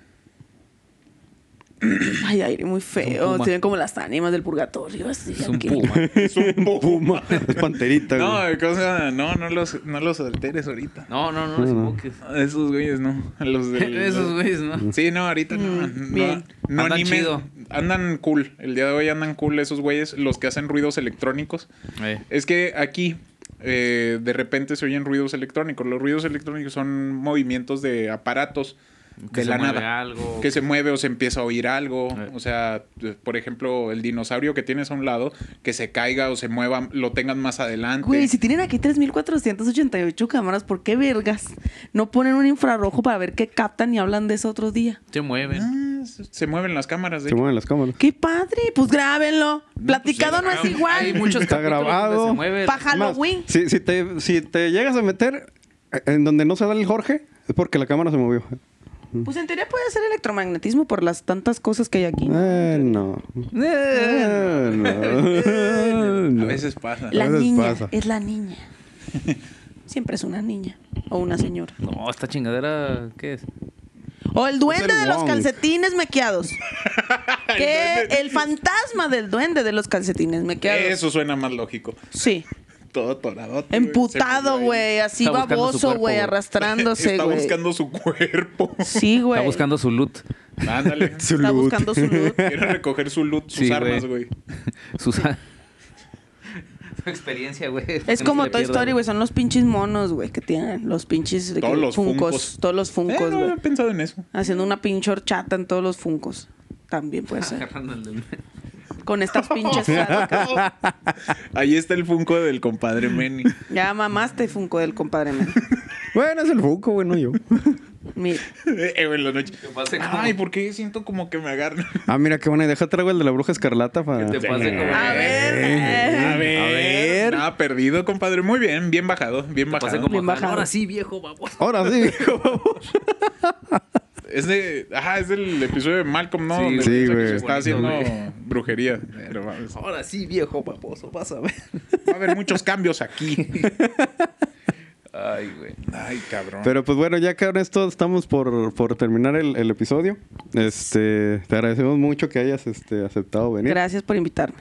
[SPEAKER 5] Ay, aire muy feo.
[SPEAKER 7] puma.
[SPEAKER 5] Tienen como las ánimas del purgatorio. Así,
[SPEAKER 7] Es un
[SPEAKER 5] aquí.
[SPEAKER 7] puma.
[SPEAKER 4] <laughs>
[SPEAKER 6] Es un
[SPEAKER 4] Puma, es panterita, güey.
[SPEAKER 6] No, cosa, no, no los, no los alteres ahorita.
[SPEAKER 7] No, no, no, no, invoques.
[SPEAKER 6] Esos güeyes no. Los <laughs>
[SPEAKER 7] <laughs>
[SPEAKER 6] de
[SPEAKER 7] Esos güeyes, ¿no?
[SPEAKER 6] Sí, no, ahorita no. no,
[SPEAKER 5] Mm, bien.
[SPEAKER 6] no
[SPEAKER 7] Andan
[SPEAKER 6] anime-
[SPEAKER 7] chido.
[SPEAKER 6] Andan cool. El día de hoy andan cool esos güeyes, los que hacen ruidos electrónicos.
[SPEAKER 7] Eh.
[SPEAKER 6] Es que aquí eh, de repente se oyen ruidos electrónicos. Los ruidos electrónicos son movimientos de aparatos
[SPEAKER 7] Que
[SPEAKER 6] de
[SPEAKER 7] se
[SPEAKER 6] la
[SPEAKER 7] mueve
[SPEAKER 6] nada.
[SPEAKER 7] algo.
[SPEAKER 6] Que se mueve o se empieza a oír algo.
[SPEAKER 7] Eh.
[SPEAKER 6] O sea, eh, por ejemplo, el dinosaurio que tienes a un lado, que se caiga o se mueva, lo tengan más adelante.
[SPEAKER 5] Güey, si tienen aquí 3.488 cámaras, ¿por qué vergas? No ponen un infrarrojo para ver qué captan y hablan de eso otro día.
[SPEAKER 7] Se mueven.
[SPEAKER 6] Ah, se- se mueven las cámaras. de
[SPEAKER 4] Se
[SPEAKER 6] hecho.
[SPEAKER 4] mueven las cámaras.
[SPEAKER 5] ¡Qué padre! Pues grábenlo. Platicado no,
[SPEAKER 6] pues, sí,
[SPEAKER 5] es
[SPEAKER 6] hay-
[SPEAKER 5] Ah, igual.
[SPEAKER 7] Hay muchos
[SPEAKER 4] Está
[SPEAKER 7] capítulos donde
[SPEAKER 4] grabado.
[SPEAKER 7] Se mueve.
[SPEAKER 5] Pa' Halloween.
[SPEAKER 4] Más, Si, si te, si te llegas a meter eh, en donde no se da el Jorge, es porque la cámara se movió.
[SPEAKER 5] Pues en teoría puede ser electromagnetismo por las tantas cosas que hay aquí.
[SPEAKER 4] Eh, no. Eh, no.
[SPEAKER 6] A veces pasa.
[SPEAKER 4] La-
[SPEAKER 5] La
[SPEAKER 4] a veces
[SPEAKER 5] niña,
[SPEAKER 4] pasa.
[SPEAKER 5] es la niña. Siempre es una niña o una señora.
[SPEAKER 7] No, esta chingadera, ¿qué es?
[SPEAKER 5] O el duende
[SPEAKER 4] Es el
[SPEAKER 5] de los
[SPEAKER 4] Wong.
[SPEAKER 5] calcetines mequeados. que el fantasma del duende de los calcetines mequeados.
[SPEAKER 6] Eso suena más lógico.
[SPEAKER 5] Sí.
[SPEAKER 6] Todo torado.
[SPEAKER 5] Emputado, güey. Así
[SPEAKER 7] Está buscando
[SPEAKER 5] baboso,
[SPEAKER 7] su
[SPEAKER 5] güey.
[SPEAKER 7] cuerpo, güey.
[SPEAKER 5] Arrastrándose,
[SPEAKER 6] Está
[SPEAKER 5] güey.
[SPEAKER 6] buscando su cuerpo.
[SPEAKER 5] Sí, güey.
[SPEAKER 7] Está buscando su loot,
[SPEAKER 6] <laughs> Ándale.
[SPEAKER 4] Su
[SPEAKER 5] Está
[SPEAKER 4] loot.
[SPEAKER 5] buscando su
[SPEAKER 6] <laughs>
[SPEAKER 5] loot.
[SPEAKER 6] Quiere recoger su loot, sus
[SPEAKER 7] Sí,
[SPEAKER 6] armas, güey.
[SPEAKER 7] sus... <laughs> Su experiencia, güey. que no
[SPEAKER 5] Es
[SPEAKER 7] se
[SPEAKER 5] como
[SPEAKER 7] le
[SPEAKER 5] Toy
[SPEAKER 7] pierda,
[SPEAKER 5] Story,
[SPEAKER 7] güey.
[SPEAKER 5] güey. Son los pinches monos, güey, que tienen. Los pinches de
[SPEAKER 6] Todos
[SPEAKER 5] que
[SPEAKER 6] los Funkos.
[SPEAKER 5] Todos los
[SPEAKER 6] Eh,
[SPEAKER 5] funcos,
[SPEAKER 6] no
[SPEAKER 5] güey.
[SPEAKER 6] había pensado en eso.
[SPEAKER 5] Haciendo una pinche horchata en todos los funcos. También puede ser.
[SPEAKER 7] Agarrándole.
[SPEAKER 4] Ah,
[SPEAKER 5] Con estas
[SPEAKER 6] <laughs>
[SPEAKER 5] pinches. placas.
[SPEAKER 6] Ahí está el Funko del compadre Manny.
[SPEAKER 5] ya mamaste Funko del compadre. men.
[SPEAKER 4] Bueno, es el foco, bueno, <laughs> yo.
[SPEAKER 6] <laughs>
[SPEAKER 5] Mira.
[SPEAKER 6] <laughs> Eh, güey, en la noche.
[SPEAKER 7] pase como-
[SPEAKER 6] Ay, ¿por qué siento como que me agarran?
[SPEAKER 4] Ah, mira qué buena. Deja traigo el de la bruja escarlata para.
[SPEAKER 7] Que te pase como...
[SPEAKER 5] A ver. eh.
[SPEAKER 6] A ver. Nada, perdido, compadre. Muy bien, bien bajado, bien
[SPEAKER 7] Pase
[SPEAKER 6] bajado.
[SPEAKER 7] como...
[SPEAKER 5] Bien bajado.
[SPEAKER 7] Ahora sí, viejo, vamos.
[SPEAKER 4] Ahora sí. <laughs>
[SPEAKER 6] Es de, ajá, es del episodio de Malcolm, ¿no?
[SPEAKER 7] Sí,
[SPEAKER 6] Donde
[SPEAKER 7] sí,
[SPEAKER 6] piensa que
[SPEAKER 4] güey.
[SPEAKER 6] se está haciendo
[SPEAKER 7] Bonito,
[SPEAKER 6] brujería. Pero vamos. va
[SPEAKER 7] Ahora sí, viejo paposo, vas a ver.
[SPEAKER 6] a haber muchos cambios aquí.
[SPEAKER 7] Ay, güey.
[SPEAKER 6] Ay, cabrón.
[SPEAKER 4] Pero pues bueno, ya que ahora esto estamos por, por terminar el, el episodio. Este, te agradecemos mucho que hayas este, aceptado venir.
[SPEAKER 5] Gracias por invitarme.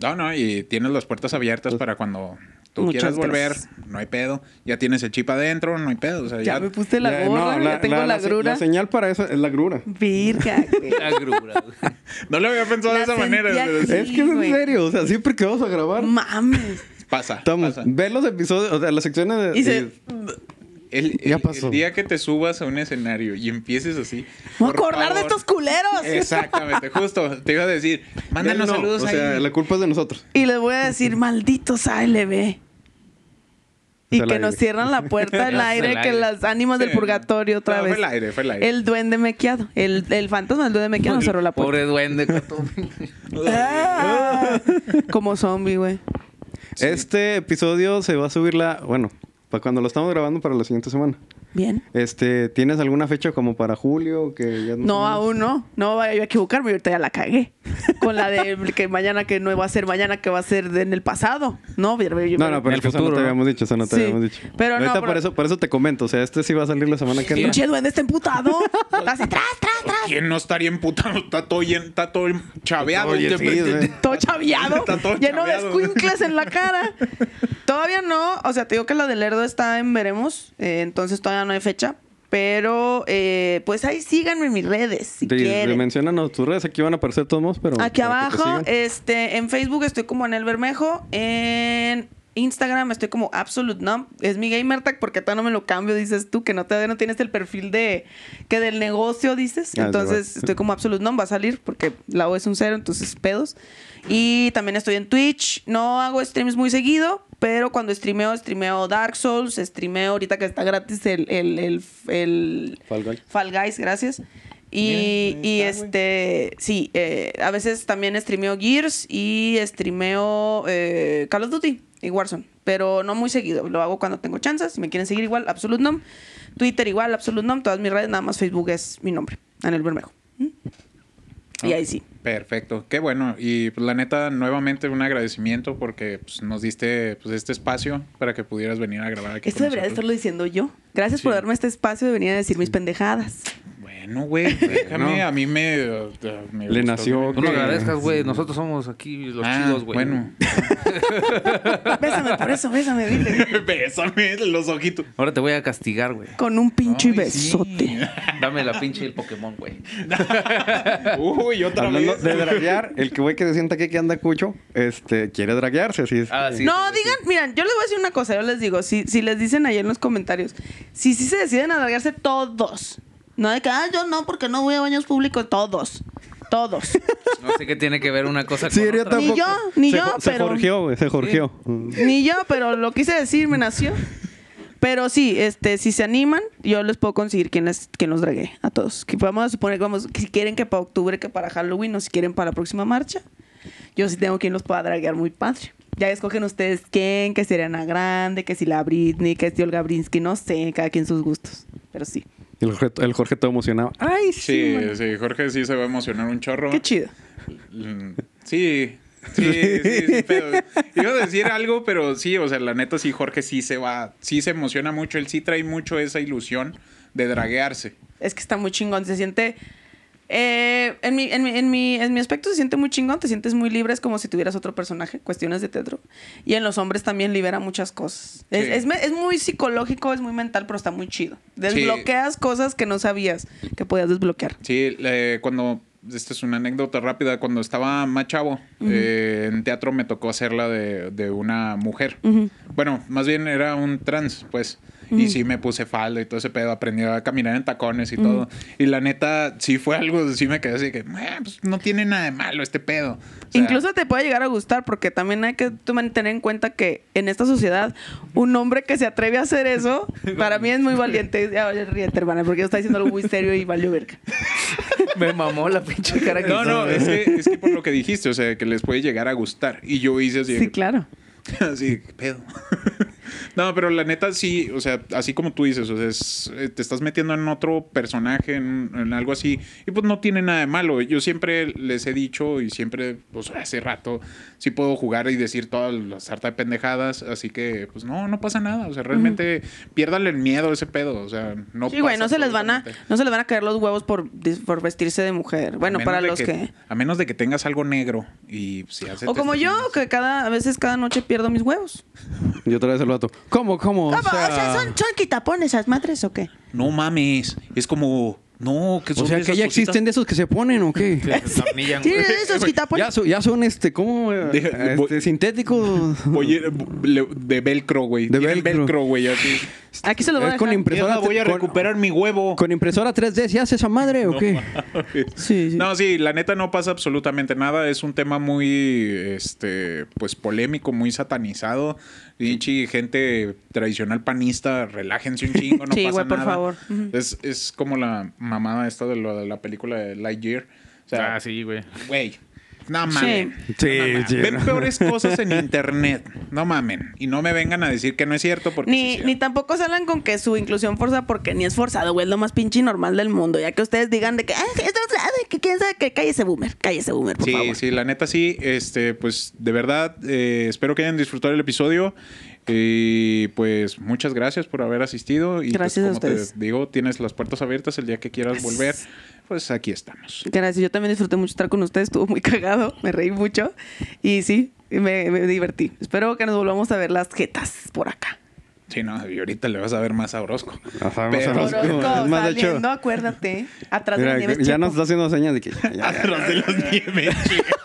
[SPEAKER 6] No, no, y tienes las puertas abiertas para cuando tú
[SPEAKER 5] Pues, Muchas
[SPEAKER 6] quieras volver.
[SPEAKER 5] gracias.
[SPEAKER 6] No hay pedo. Ya tienes el chip adentro, no hay pedo. O sea,
[SPEAKER 5] Ya
[SPEAKER 6] ya,
[SPEAKER 5] me puse la
[SPEAKER 4] Ya,
[SPEAKER 5] gorra,
[SPEAKER 4] no,
[SPEAKER 5] ya tengo la,
[SPEAKER 4] se-
[SPEAKER 5] grura.
[SPEAKER 4] La señal para eso es la grura.
[SPEAKER 5] <laughs> Virga, güey.
[SPEAKER 7] La grura, güey.
[SPEAKER 6] no lo había pensado de
[SPEAKER 5] La
[SPEAKER 6] esa manera.
[SPEAKER 5] sentí
[SPEAKER 6] pero
[SPEAKER 5] aquí.
[SPEAKER 6] sí,
[SPEAKER 4] es que es en
[SPEAKER 5] güey.
[SPEAKER 4] serio. O sea, siempre que vamos a grabar.
[SPEAKER 5] Mames.
[SPEAKER 6] Pasa.
[SPEAKER 4] Estamos,
[SPEAKER 6] pasa.
[SPEAKER 4] ve los episodios, o sea, las secciones de... eh,
[SPEAKER 5] Y se-
[SPEAKER 6] El,
[SPEAKER 4] Ya
[SPEAKER 6] el-
[SPEAKER 4] pasó.
[SPEAKER 6] el día que te subas a un escenario y empieces así.
[SPEAKER 5] Me voy a
[SPEAKER 6] por
[SPEAKER 5] acordar de
[SPEAKER 6] favor.
[SPEAKER 5] estos culeros.
[SPEAKER 6] Exactamente, justo. Te iba a decir, mándanos
[SPEAKER 4] No,
[SPEAKER 6] saludos
[SPEAKER 4] O
[SPEAKER 6] ahí.
[SPEAKER 4] sea, la culpa es de nosotros.
[SPEAKER 5] <laughs> Y les voy a decir, malditos ALB. Y
[SPEAKER 4] Al
[SPEAKER 5] que
[SPEAKER 4] aire.
[SPEAKER 5] nos cierran la
[SPEAKER 6] <laughs>
[SPEAKER 5] puerta del
[SPEAKER 7] Al
[SPEAKER 5] aire, que
[SPEAKER 7] aire.
[SPEAKER 5] las ánimas del
[SPEAKER 6] Sí, no.
[SPEAKER 5] purgatorio otra
[SPEAKER 6] No,
[SPEAKER 5] vez.
[SPEAKER 6] Fue el aire, fue el aire.
[SPEAKER 5] El duende mequeado. El, el fantasma del duende mequeado nos cerró <laughs> la puerta.
[SPEAKER 7] Pobre duende, Coto.
[SPEAKER 5] Ah, <laughs> como zombie, güey.
[SPEAKER 4] Este episodio se va a subir la... Bueno, para cuando lo estamos grabando para la siguiente semana.
[SPEAKER 5] Bien.
[SPEAKER 4] Este, ¿tienes alguna fecha como para julio? Que ya
[SPEAKER 5] No, aún no. No vaya yo a equivocarme. Ahorita ya la cagué. <laughs> Con la de que mañana que no va a ser mañana, que va a ser de- en el pasado. No, yo- yo-
[SPEAKER 4] No, no, pero
[SPEAKER 7] El
[SPEAKER 4] es que eso no
[SPEAKER 7] futuro,
[SPEAKER 4] te
[SPEAKER 7] ¿no?
[SPEAKER 4] habíamos dicho, eso no te
[SPEAKER 5] Sí,
[SPEAKER 4] habíamos dicho.
[SPEAKER 5] pero no,
[SPEAKER 4] Ahorita
[SPEAKER 5] pero-
[SPEAKER 4] por, eso, por eso te comento, o sea, este sí va a salir la semana que entra.
[SPEAKER 5] Pinche duende está <laughs> emputado. Así, tras, tras, tras.
[SPEAKER 6] ¿Quién no estaría emputado? <laughs> Está todo, llen- está todo chaveado.
[SPEAKER 4] Oye, sí, güey.
[SPEAKER 5] Todo chaviado,
[SPEAKER 6] Está todo
[SPEAKER 5] lleno de
[SPEAKER 6] chaveado.
[SPEAKER 5] escuincles <laughs> en la cara. Todavía no, o sea, te digo que la del Lerdo está en veremos, eh, entonces todavía no hay fecha. Pero, eh, pues ahí síganme en mis redes, si
[SPEAKER 4] Te- te
[SPEAKER 5] quieren.
[SPEAKER 4] menciónanos tus redes, aquí van a aparecer todos modos, pero...
[SPEAKER 5] Aquí
[SPEAKER 4] para que te
[SPEAKER 5] abajo,
[SPEAKER 4] sigan.
[SPEAKER 5] este, en Facebook estoy como Anel Bermejo, en Instagram estoy como Absolute Numb, es mi gamer tag porque todavía no me lo cambio, dices tú, que no todavía no tienes el perfil de, que del negocio dices,
[SPEAKER 4] Ah,
[SPEAKER 5] entonces
[SPEAKER 4] sí, va.
[SPEAKER 5] estoy como Absolute Numb, va a salir porque la O es un cero, entonces pedos. Y también estoy en Twitch, no hago streams muy seguido, pero cuando streameo, streameo Dark Souls, streameo ahorita que está gratis el, el, el, el
[SPEAKER 4] Fall Guys.
[SPEAKER 5] Fall Guys, gracias. Y,
[SPEAKER 6] Mira, ahí
[SPEAKER 5] y
[SPEAKER 6] está,
[SPEAKER 5] este, sí, eh, a veces también streameo Gears y streameo eh, Call of Duty y Warzone, pero no muy seguido, lo hago cuando tengo chances. Si me quieren seguir igual, Absolute Nom. Twitter igual, Absolute Nom. Todas mis redes, nada más Facebook es mi nombre, Anel Bermejo. ¿Mm?
[SPEAKER 6] Ah,
[SPEAKER 5] Y ahí sí.
[SPEAKER 6] Perfecto, qué bueno. Y pues, la neta, nuevamente un agradecimiento porque pues, nos diste pues, este espacio para que pudieras venir a grabar aquí.
[SPEAKER 5] Esto
[SPEAKER 6] con
[SPEAKER 5] debería de estarlo
[SPEAKER 6] nosotros.
[SPEAKER 5] diciendo yo. Gracias por darme este espacio de venir a decir mis
[SPEAKER 6] <laughs>
[SPEAKER 5] pendejadas.
[SPEAKER 6] Bueno, güey, déjame,
[SPEAKER 4] Bueno.
[SPEAKER 6] a mí me. eh, me
[SPEAKER 4] Le
[SPEAKER 6] gustó
[SPEAKER 4] nació.
[SPEAKER 6] que
[SPEAKER 7] Tú
[SPEAKER 6] me-
[SPEAKER 7] no agradezcas, güey. Nosotros somos aquí los
[SPEAKER 6] Ah,
[SPEAKER 7] chidos, güey. <laughs>
[SPEAKER 6] Bueno,
[SPEAKER 5] Bésame por eso, bésame, dile.
[SPEAKER 6] bésame los ojitos.
[SPEAKER 7] Ahora te voy a castigar, güey.
[SPEAKER 5] Con un pinche
[SPEAKER 6] Ay, sí.
[SPEAKER 5] besote.
[SPEAKER 7] Dame la pinche del Pokémon, güey.
[SPEAKER 6] Uy, otra
[SPEAKER 4] Hablando
[SPEAKER 6] vez.
[SPEAKER 4] de draguear, el que güey que se sienta aquí que anda cucho, este, quiere draguearse, así es.
[SPEAKER 7] Ah, sí.
[SPEAKER 5] No, digan, miren, yo les voy a decir una cosa, yo les digo, si, si les dicen ahí en los comentarios, si sí se deciden a largarse todos, no de que, ah, yo no, porque no voy a baños públicos, todos, todos.
[SPEAKER 7] No sé qué tiene que ver una cosa
[SPEAKER 4] Sí,
[SPEAKER 7] con
[SPEAKER 4] yo
[SPEAKER 7] otra.
[SPEAKER 4] tampoco.
[SPEAKER 5] yo, ni
[SPEAKER 4] se,
[SPEAKER 5] yo,
[SPEAKER 4] jo- se
[SPEAKER 5] pero-
[SPEAKER 4] jorgeó, güey, se jorgeó. Mm.
[SPEAKER 5] Ni yo, pero lo quise decir, me nació. Pero sí, este, si se animan, yo les puedo conseguir quien, les, quien los drague a todos. Que vamos a suponer que vamos, que si quieren que para octubre, que para Halloween, o si quieren para la próxima marcha, yo sí tengo quien los pueda draguear muy padre. Ya escogen ustedes quién, que si Ariana Grande, que si la Britney, que si Olga Brinsky, no sé, cada quien sus gustos. Pero sí.
[SPEAKER 4] El, Jorge, el Jorge todo emocionado.
[SPEAKER 5] Ay, sí.
[SPEAKER 6] Sí,
[SPEAKER 5] mano.
[SPEAKER 6] sí, Jorge sí se va a emocionar un chorro.
[SPEAKER 5] Qué chido.
[SPEAKER 6] Mm, Sí, Sí, sí, sí, pero iba a decir algo, pero sí, o sea, la neta sí, Jorge sí se va, sí se emociona mucho, él sí trae mucho esa ilusión de draguearse.
[SPEAKER 5] Es que está muy chingón, se siente... eh, en, mi, en, mi, en, mi, en mi aspecto se siente muy chingón, te sientes muy libre, es como si tuvieras otro personaje, cuestiones de teatro. Y en los hombres también libera muchas cosas. Es,
[SPEAKER 6] Sí.
[SPEAKER 5] es me- es muy psicológico, es muy mental, pero está muy chido. Desbloqueas cosas que no sabías que podías desbloquear.
[SPEAKER 6] Sí, eh, cuando, esta es una anécdota rápida, cuando estaba más chavo, eh, en teatro me tocó hacerla de, de una mujer. Bueno, más bien era un trans, pues. Y sí me puse falda y todo ese pedo, aprendí a caminar en tacones y todo. Y la neta, sí fue algo, sí me quedé así que, "Ah, pues, no tiene nada de malo este pedo. O sea,
[SPEAKER 5] Incluso te puede llegar a gustar porque también hay que tomar- tener en cuenta que en esta sociedad un hombre que se atreve a hacer
[SPEAKER 6] <laughs>
[SPEAKER 5] eso para mí es muy valiente. Ya, oye, ríete, hermana, porque yo está diciendo algo muy serio y valió verga.
[SPEAKER 7] Me mamó la pinche cara que
[SPEAKER 6] No,
[SPEAKER 7] hizo,
[SPEAKER 6] no,
[SPEAKER 7] güey.
[SPEAKER 6] es que, es que por lo que dijiste, o sea, que les puede llegar a gustar. Y yo hice así. de
[SPEAKER 5] Sí,
[SPEAKER 6] que,
[SPEAKER 5] claro.
[SPEAKER 6] <laughs> Así, ¿qué pedo. no, pero la neta sí, o sea, así como tú dices, o sea, es- eh, te estás metiendo en otro personaje, en, en algo así, y pues no tiene nada de malo. Yo siempre les he dicho y siempre, pues hace rato, sí puedo jugar y decir todas las hartas pendejadas, así que, pues no, no pasa nada. O sea, realmente piérdale el miedo a ese pedo, o sea, no
[SPEAKER 5] Sí, güey,
[SPEAKER 6] pasa
[SPEAKER 5] no se les van a,
[SPEAKER 6] absolutamente.
[SPEAKER 5] no se les van a caer los huevos por, dis- por vestirse de mujer. Bueno,
[SPEAKER 6] A menos
[SPEAKER 5] para
[SPEAKER 6] de
[SPEAKER 5] los que
[SPEAKER 6] A menos de que tengas algo negro y si haces...
[SPEAKER 5] o como yo,
[SPEAKER 6] testimonios.
[SPEAKER 5] que cada a veces cada noche pierdo mis huevos.
[SPEAKER 4] Y otra vez el vato. ¿Cómo, cómo?
[SPEAKER 8] ¿Cómo? O sea, ¿son, son quitapones esas madres o qué?
[SPEAKER 6] No mames, es como... No, que
[SPEAKER 4] O
[SPEAKER 6] son
[SPEAKER 4] sea,
[SPEAKER 6] de
[SPEAKER 4] que
[SPEAKER 6] esas
[SPEAKER 4] ya
[SPEAKER 6] cositas.
[SPEAKER 4] existen de esos que se ponen o qué?
[SPEAKER 8] ¿Tienen
[SPEAKER 7] <laughs>
[SPEAKER 8] esos
[SPEAKER 4] Ya,
[SPEAKER 8] quitapones?
[SPEAKER 4] son- ya son este, ¿cómo? eh,
[SPEAKER 6] Deja- voy-
[SPEAKER 4] este, sintéticos.
[SPEAKER 6] Oye, eh, de velcro, güey.
[SPEAKER 4] De
[SPEAKER 6] De
[SPEAKER 4] velcro.
[SPEAKER 6] velcro, güey, así.
[SPEAKER 5] Aquí se los voy a
[SPEAKER 4] Es con
[SPEAKER 5] dejar.
[SPEAKER 4] impresora.
[SPEAKER 6] Mierda, voy a
[SPEAKER 4] con-
[SPEAKER 6] recuperar mi huevo.
[SPEAKER 4] Con impresora 3D, ¿se hace esa madre o qué?
[SPEAKER 5] Sí, sí.
[SPEAKER 6] No, sí, la neta no pasa absolutamente nada. Es un tema muy, este, pues polémico, muy satanizado. Pinche gente tradicional panista, relájense un chingo, no
[SPEAKER 5] <laughs> Sí,
[SPEAKER 6] pasa
[SPEAKER 5] güey, por
[SPEAKER 6] nada.
[SPEAKER 5] favor. Ujú.
[SPEAKER 6] Es, es como la mamada esta de, lo, de la película de Lightyear. O sea,
[SPEAKER 9] Ah, sí, güey.
[SPEAKER 6] Güey. No mamen.
[SPEAKER 4] Sí,
[SPEAKER 6] No mamen.
[SPEAKER 4] sí,
[SPEAKER 6] Ven
[SPEAKER 4] no.
[SPEAKER 6] <laughs> peores cosas en internet. No mamen. Y no me vengan a decir que no es cierto porque sí es
[SPEAKER 5] Ni,
[SPEAKER 6] cierto.
[SPEAKER 5] ni tampoco salgan con que su inclusión forza porque ni es forzado, güey, es lo más pinche y normal del mundo. Ya que ustedes digan de que, ah, es forzado, que quién sabe, que cállese boomer, cállese boomer, por
[SPEAKER 6] Sí,
[SPEAKER 5] favor.
[SPEAKER 6] sí, la neta sí. Este, pues de verdad, eh, espero que hayan disfrutado el episodio. Y pues muchas gracias por haber asistido. Y pues,
[SPEAKER 5] Gracias a
[SPEAKER 6] como
[SPEAKER 5] ustedes.
[SPEAKER 6] te digo, tienes las puertas abiertas el día que quieras volver. Pues aquí estamos.
[SPEAKER 5] Gracias, yo también disfruté mucho estar con ustedes, estuvo muy <laughs> cagado, me reí mucho y sí, me, me divertí. Espero que nos volvamos a ver las jetas por acá.
[SPEAKER 6] Sí, no, y ahorita le vas a ver más a Orozco. <laughs>
[SPEAKER 4] Vas a ver más
[SPEAKER 6] Pero-
[SPEAKER 4] a Orozco.
[SPEAKER 5] Orozco,
[SPEAKER 4] es más, de hecho-
[SPEAKER 5] saliendo, acuérdate, atrás
[SPEAKER 4] Mira,
[SPEAKER 5] de la nieve
[SPEAKER 4] ya
[SPEAKER 5] Checo.
[SPEAKER 4] nos está haciendo señas de que.
[SPEAKER 6] Ah,
[SPEAKER 4] ya, ya, ya.
[SPEAKER 6] Atrás de las nieves.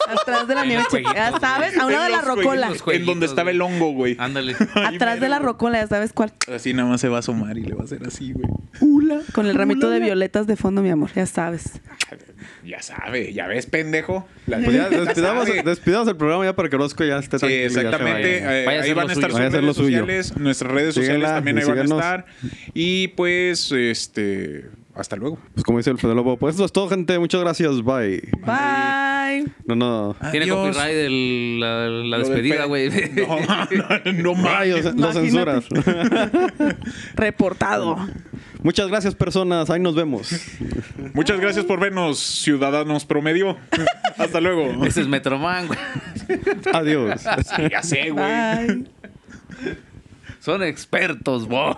[SPEAKER 5] Atrás de la nieve Checo. ya sabes, a un lado de la rocola,
[SPEAKER 9] los
[SPEAKER 6] En donde estaba el hongo, güey.
[SPEAKER 7] Ah,
[SPEAKER 9] Ándale.
[SPEAKER 5] atrás de la rocola, ya sabes cuál.
[SPEAKER 6] Así nada más se va a asomar y le va a hacer así, güey.
[SPEAKER 5] Con el ramito de violetas de fondo, mi amor, ya sabes.
[SPEAKER 6] Ya sabe, ya ves, pendejo. La-
[SPEAKER 4] Pues
[SPEAKER 6] <laughs>
[SPEAKER 4] ya,
[SPEAKER 6] la
[SPEAKER 4] despidamos,
[SPEAKER 6] sabe.
[SPEAKER 4] despidamos el programa ya para que Orozco ya esté
[SPEAKER 6] Sí,
[SPEAKER 4] tranquilo y ya se
[SPEAKER 6] exactamente.
[SPEAKER 4] vaya.
[SPEAKER 9] Vaya
[SPEAKER 6] Eh,
[SPEAKER 9] a
[SPEAKER 6] ahí
[SPEAKER 9] hacer
[SPEAKER 6] van
[SPEAKER 9] lo
[SPEAKER 6] a
[SPEAKER 9] suyo.
[SPEAKER 6] estar sus
[SPEAKER 4] Vaya a hacer
[SPEAKER 6] redes
[SPEAKER 4] lo suyo.
[SPEAKER 6] sociales. Nuestras redes sociales
[SPEAKER 4] Síguenla
[SPEAKER 6] también
[SPEAKER 4] y
[SPEAKER 6] ahí van a
[SPEAKER 4] síganos.
[SPEAKER 6] estar. Y pues, este, hasta luego.
[SPEAKER 4] Pues como dice el Fede Lobo, pues esto es todo, gente. Muchas gracias. Bye.
[SPEAKER 5] Bye.
[SPEAKER 4] No, no.
[SPEAKER 7] Tiene
[SPEAKER 6] Adiós.
[SPEAKER 7] copyright el- la, la
[SPEAKER 6] Lo del
[SPEAKER 7] despedida,
[SPEAKER 6] pe-
[SPEAKER 7] güey.
[SPEAKER 6] <laughs> No, no, no
[SPEAKER 4] Rayos,
[SPEAKER 6] mames.
[SPEAKER 4] lo censuras. <laughs>
[SPEAKER 5] Reportado.
[SPEAKER 4] Muchas gracias, personas. Ahí nos vemos.
[SPEAKER 6] Muchas gracias por vernos,
[SPEAKER 4] <laughs>
[SPEAKER 6] ciudadanos promedio. hasta
[SPEAKER 7] <laughs>
[SPEAKER 6] luego.
[SPEAKER 7] Ese es Metroman, güey.
[SPEAKER 4] Adiós.
[SPEAKER 6] Ya sé, güey.
[SPEAKER 5] Bye.
[SPEAKER 7] Son expertos, vos.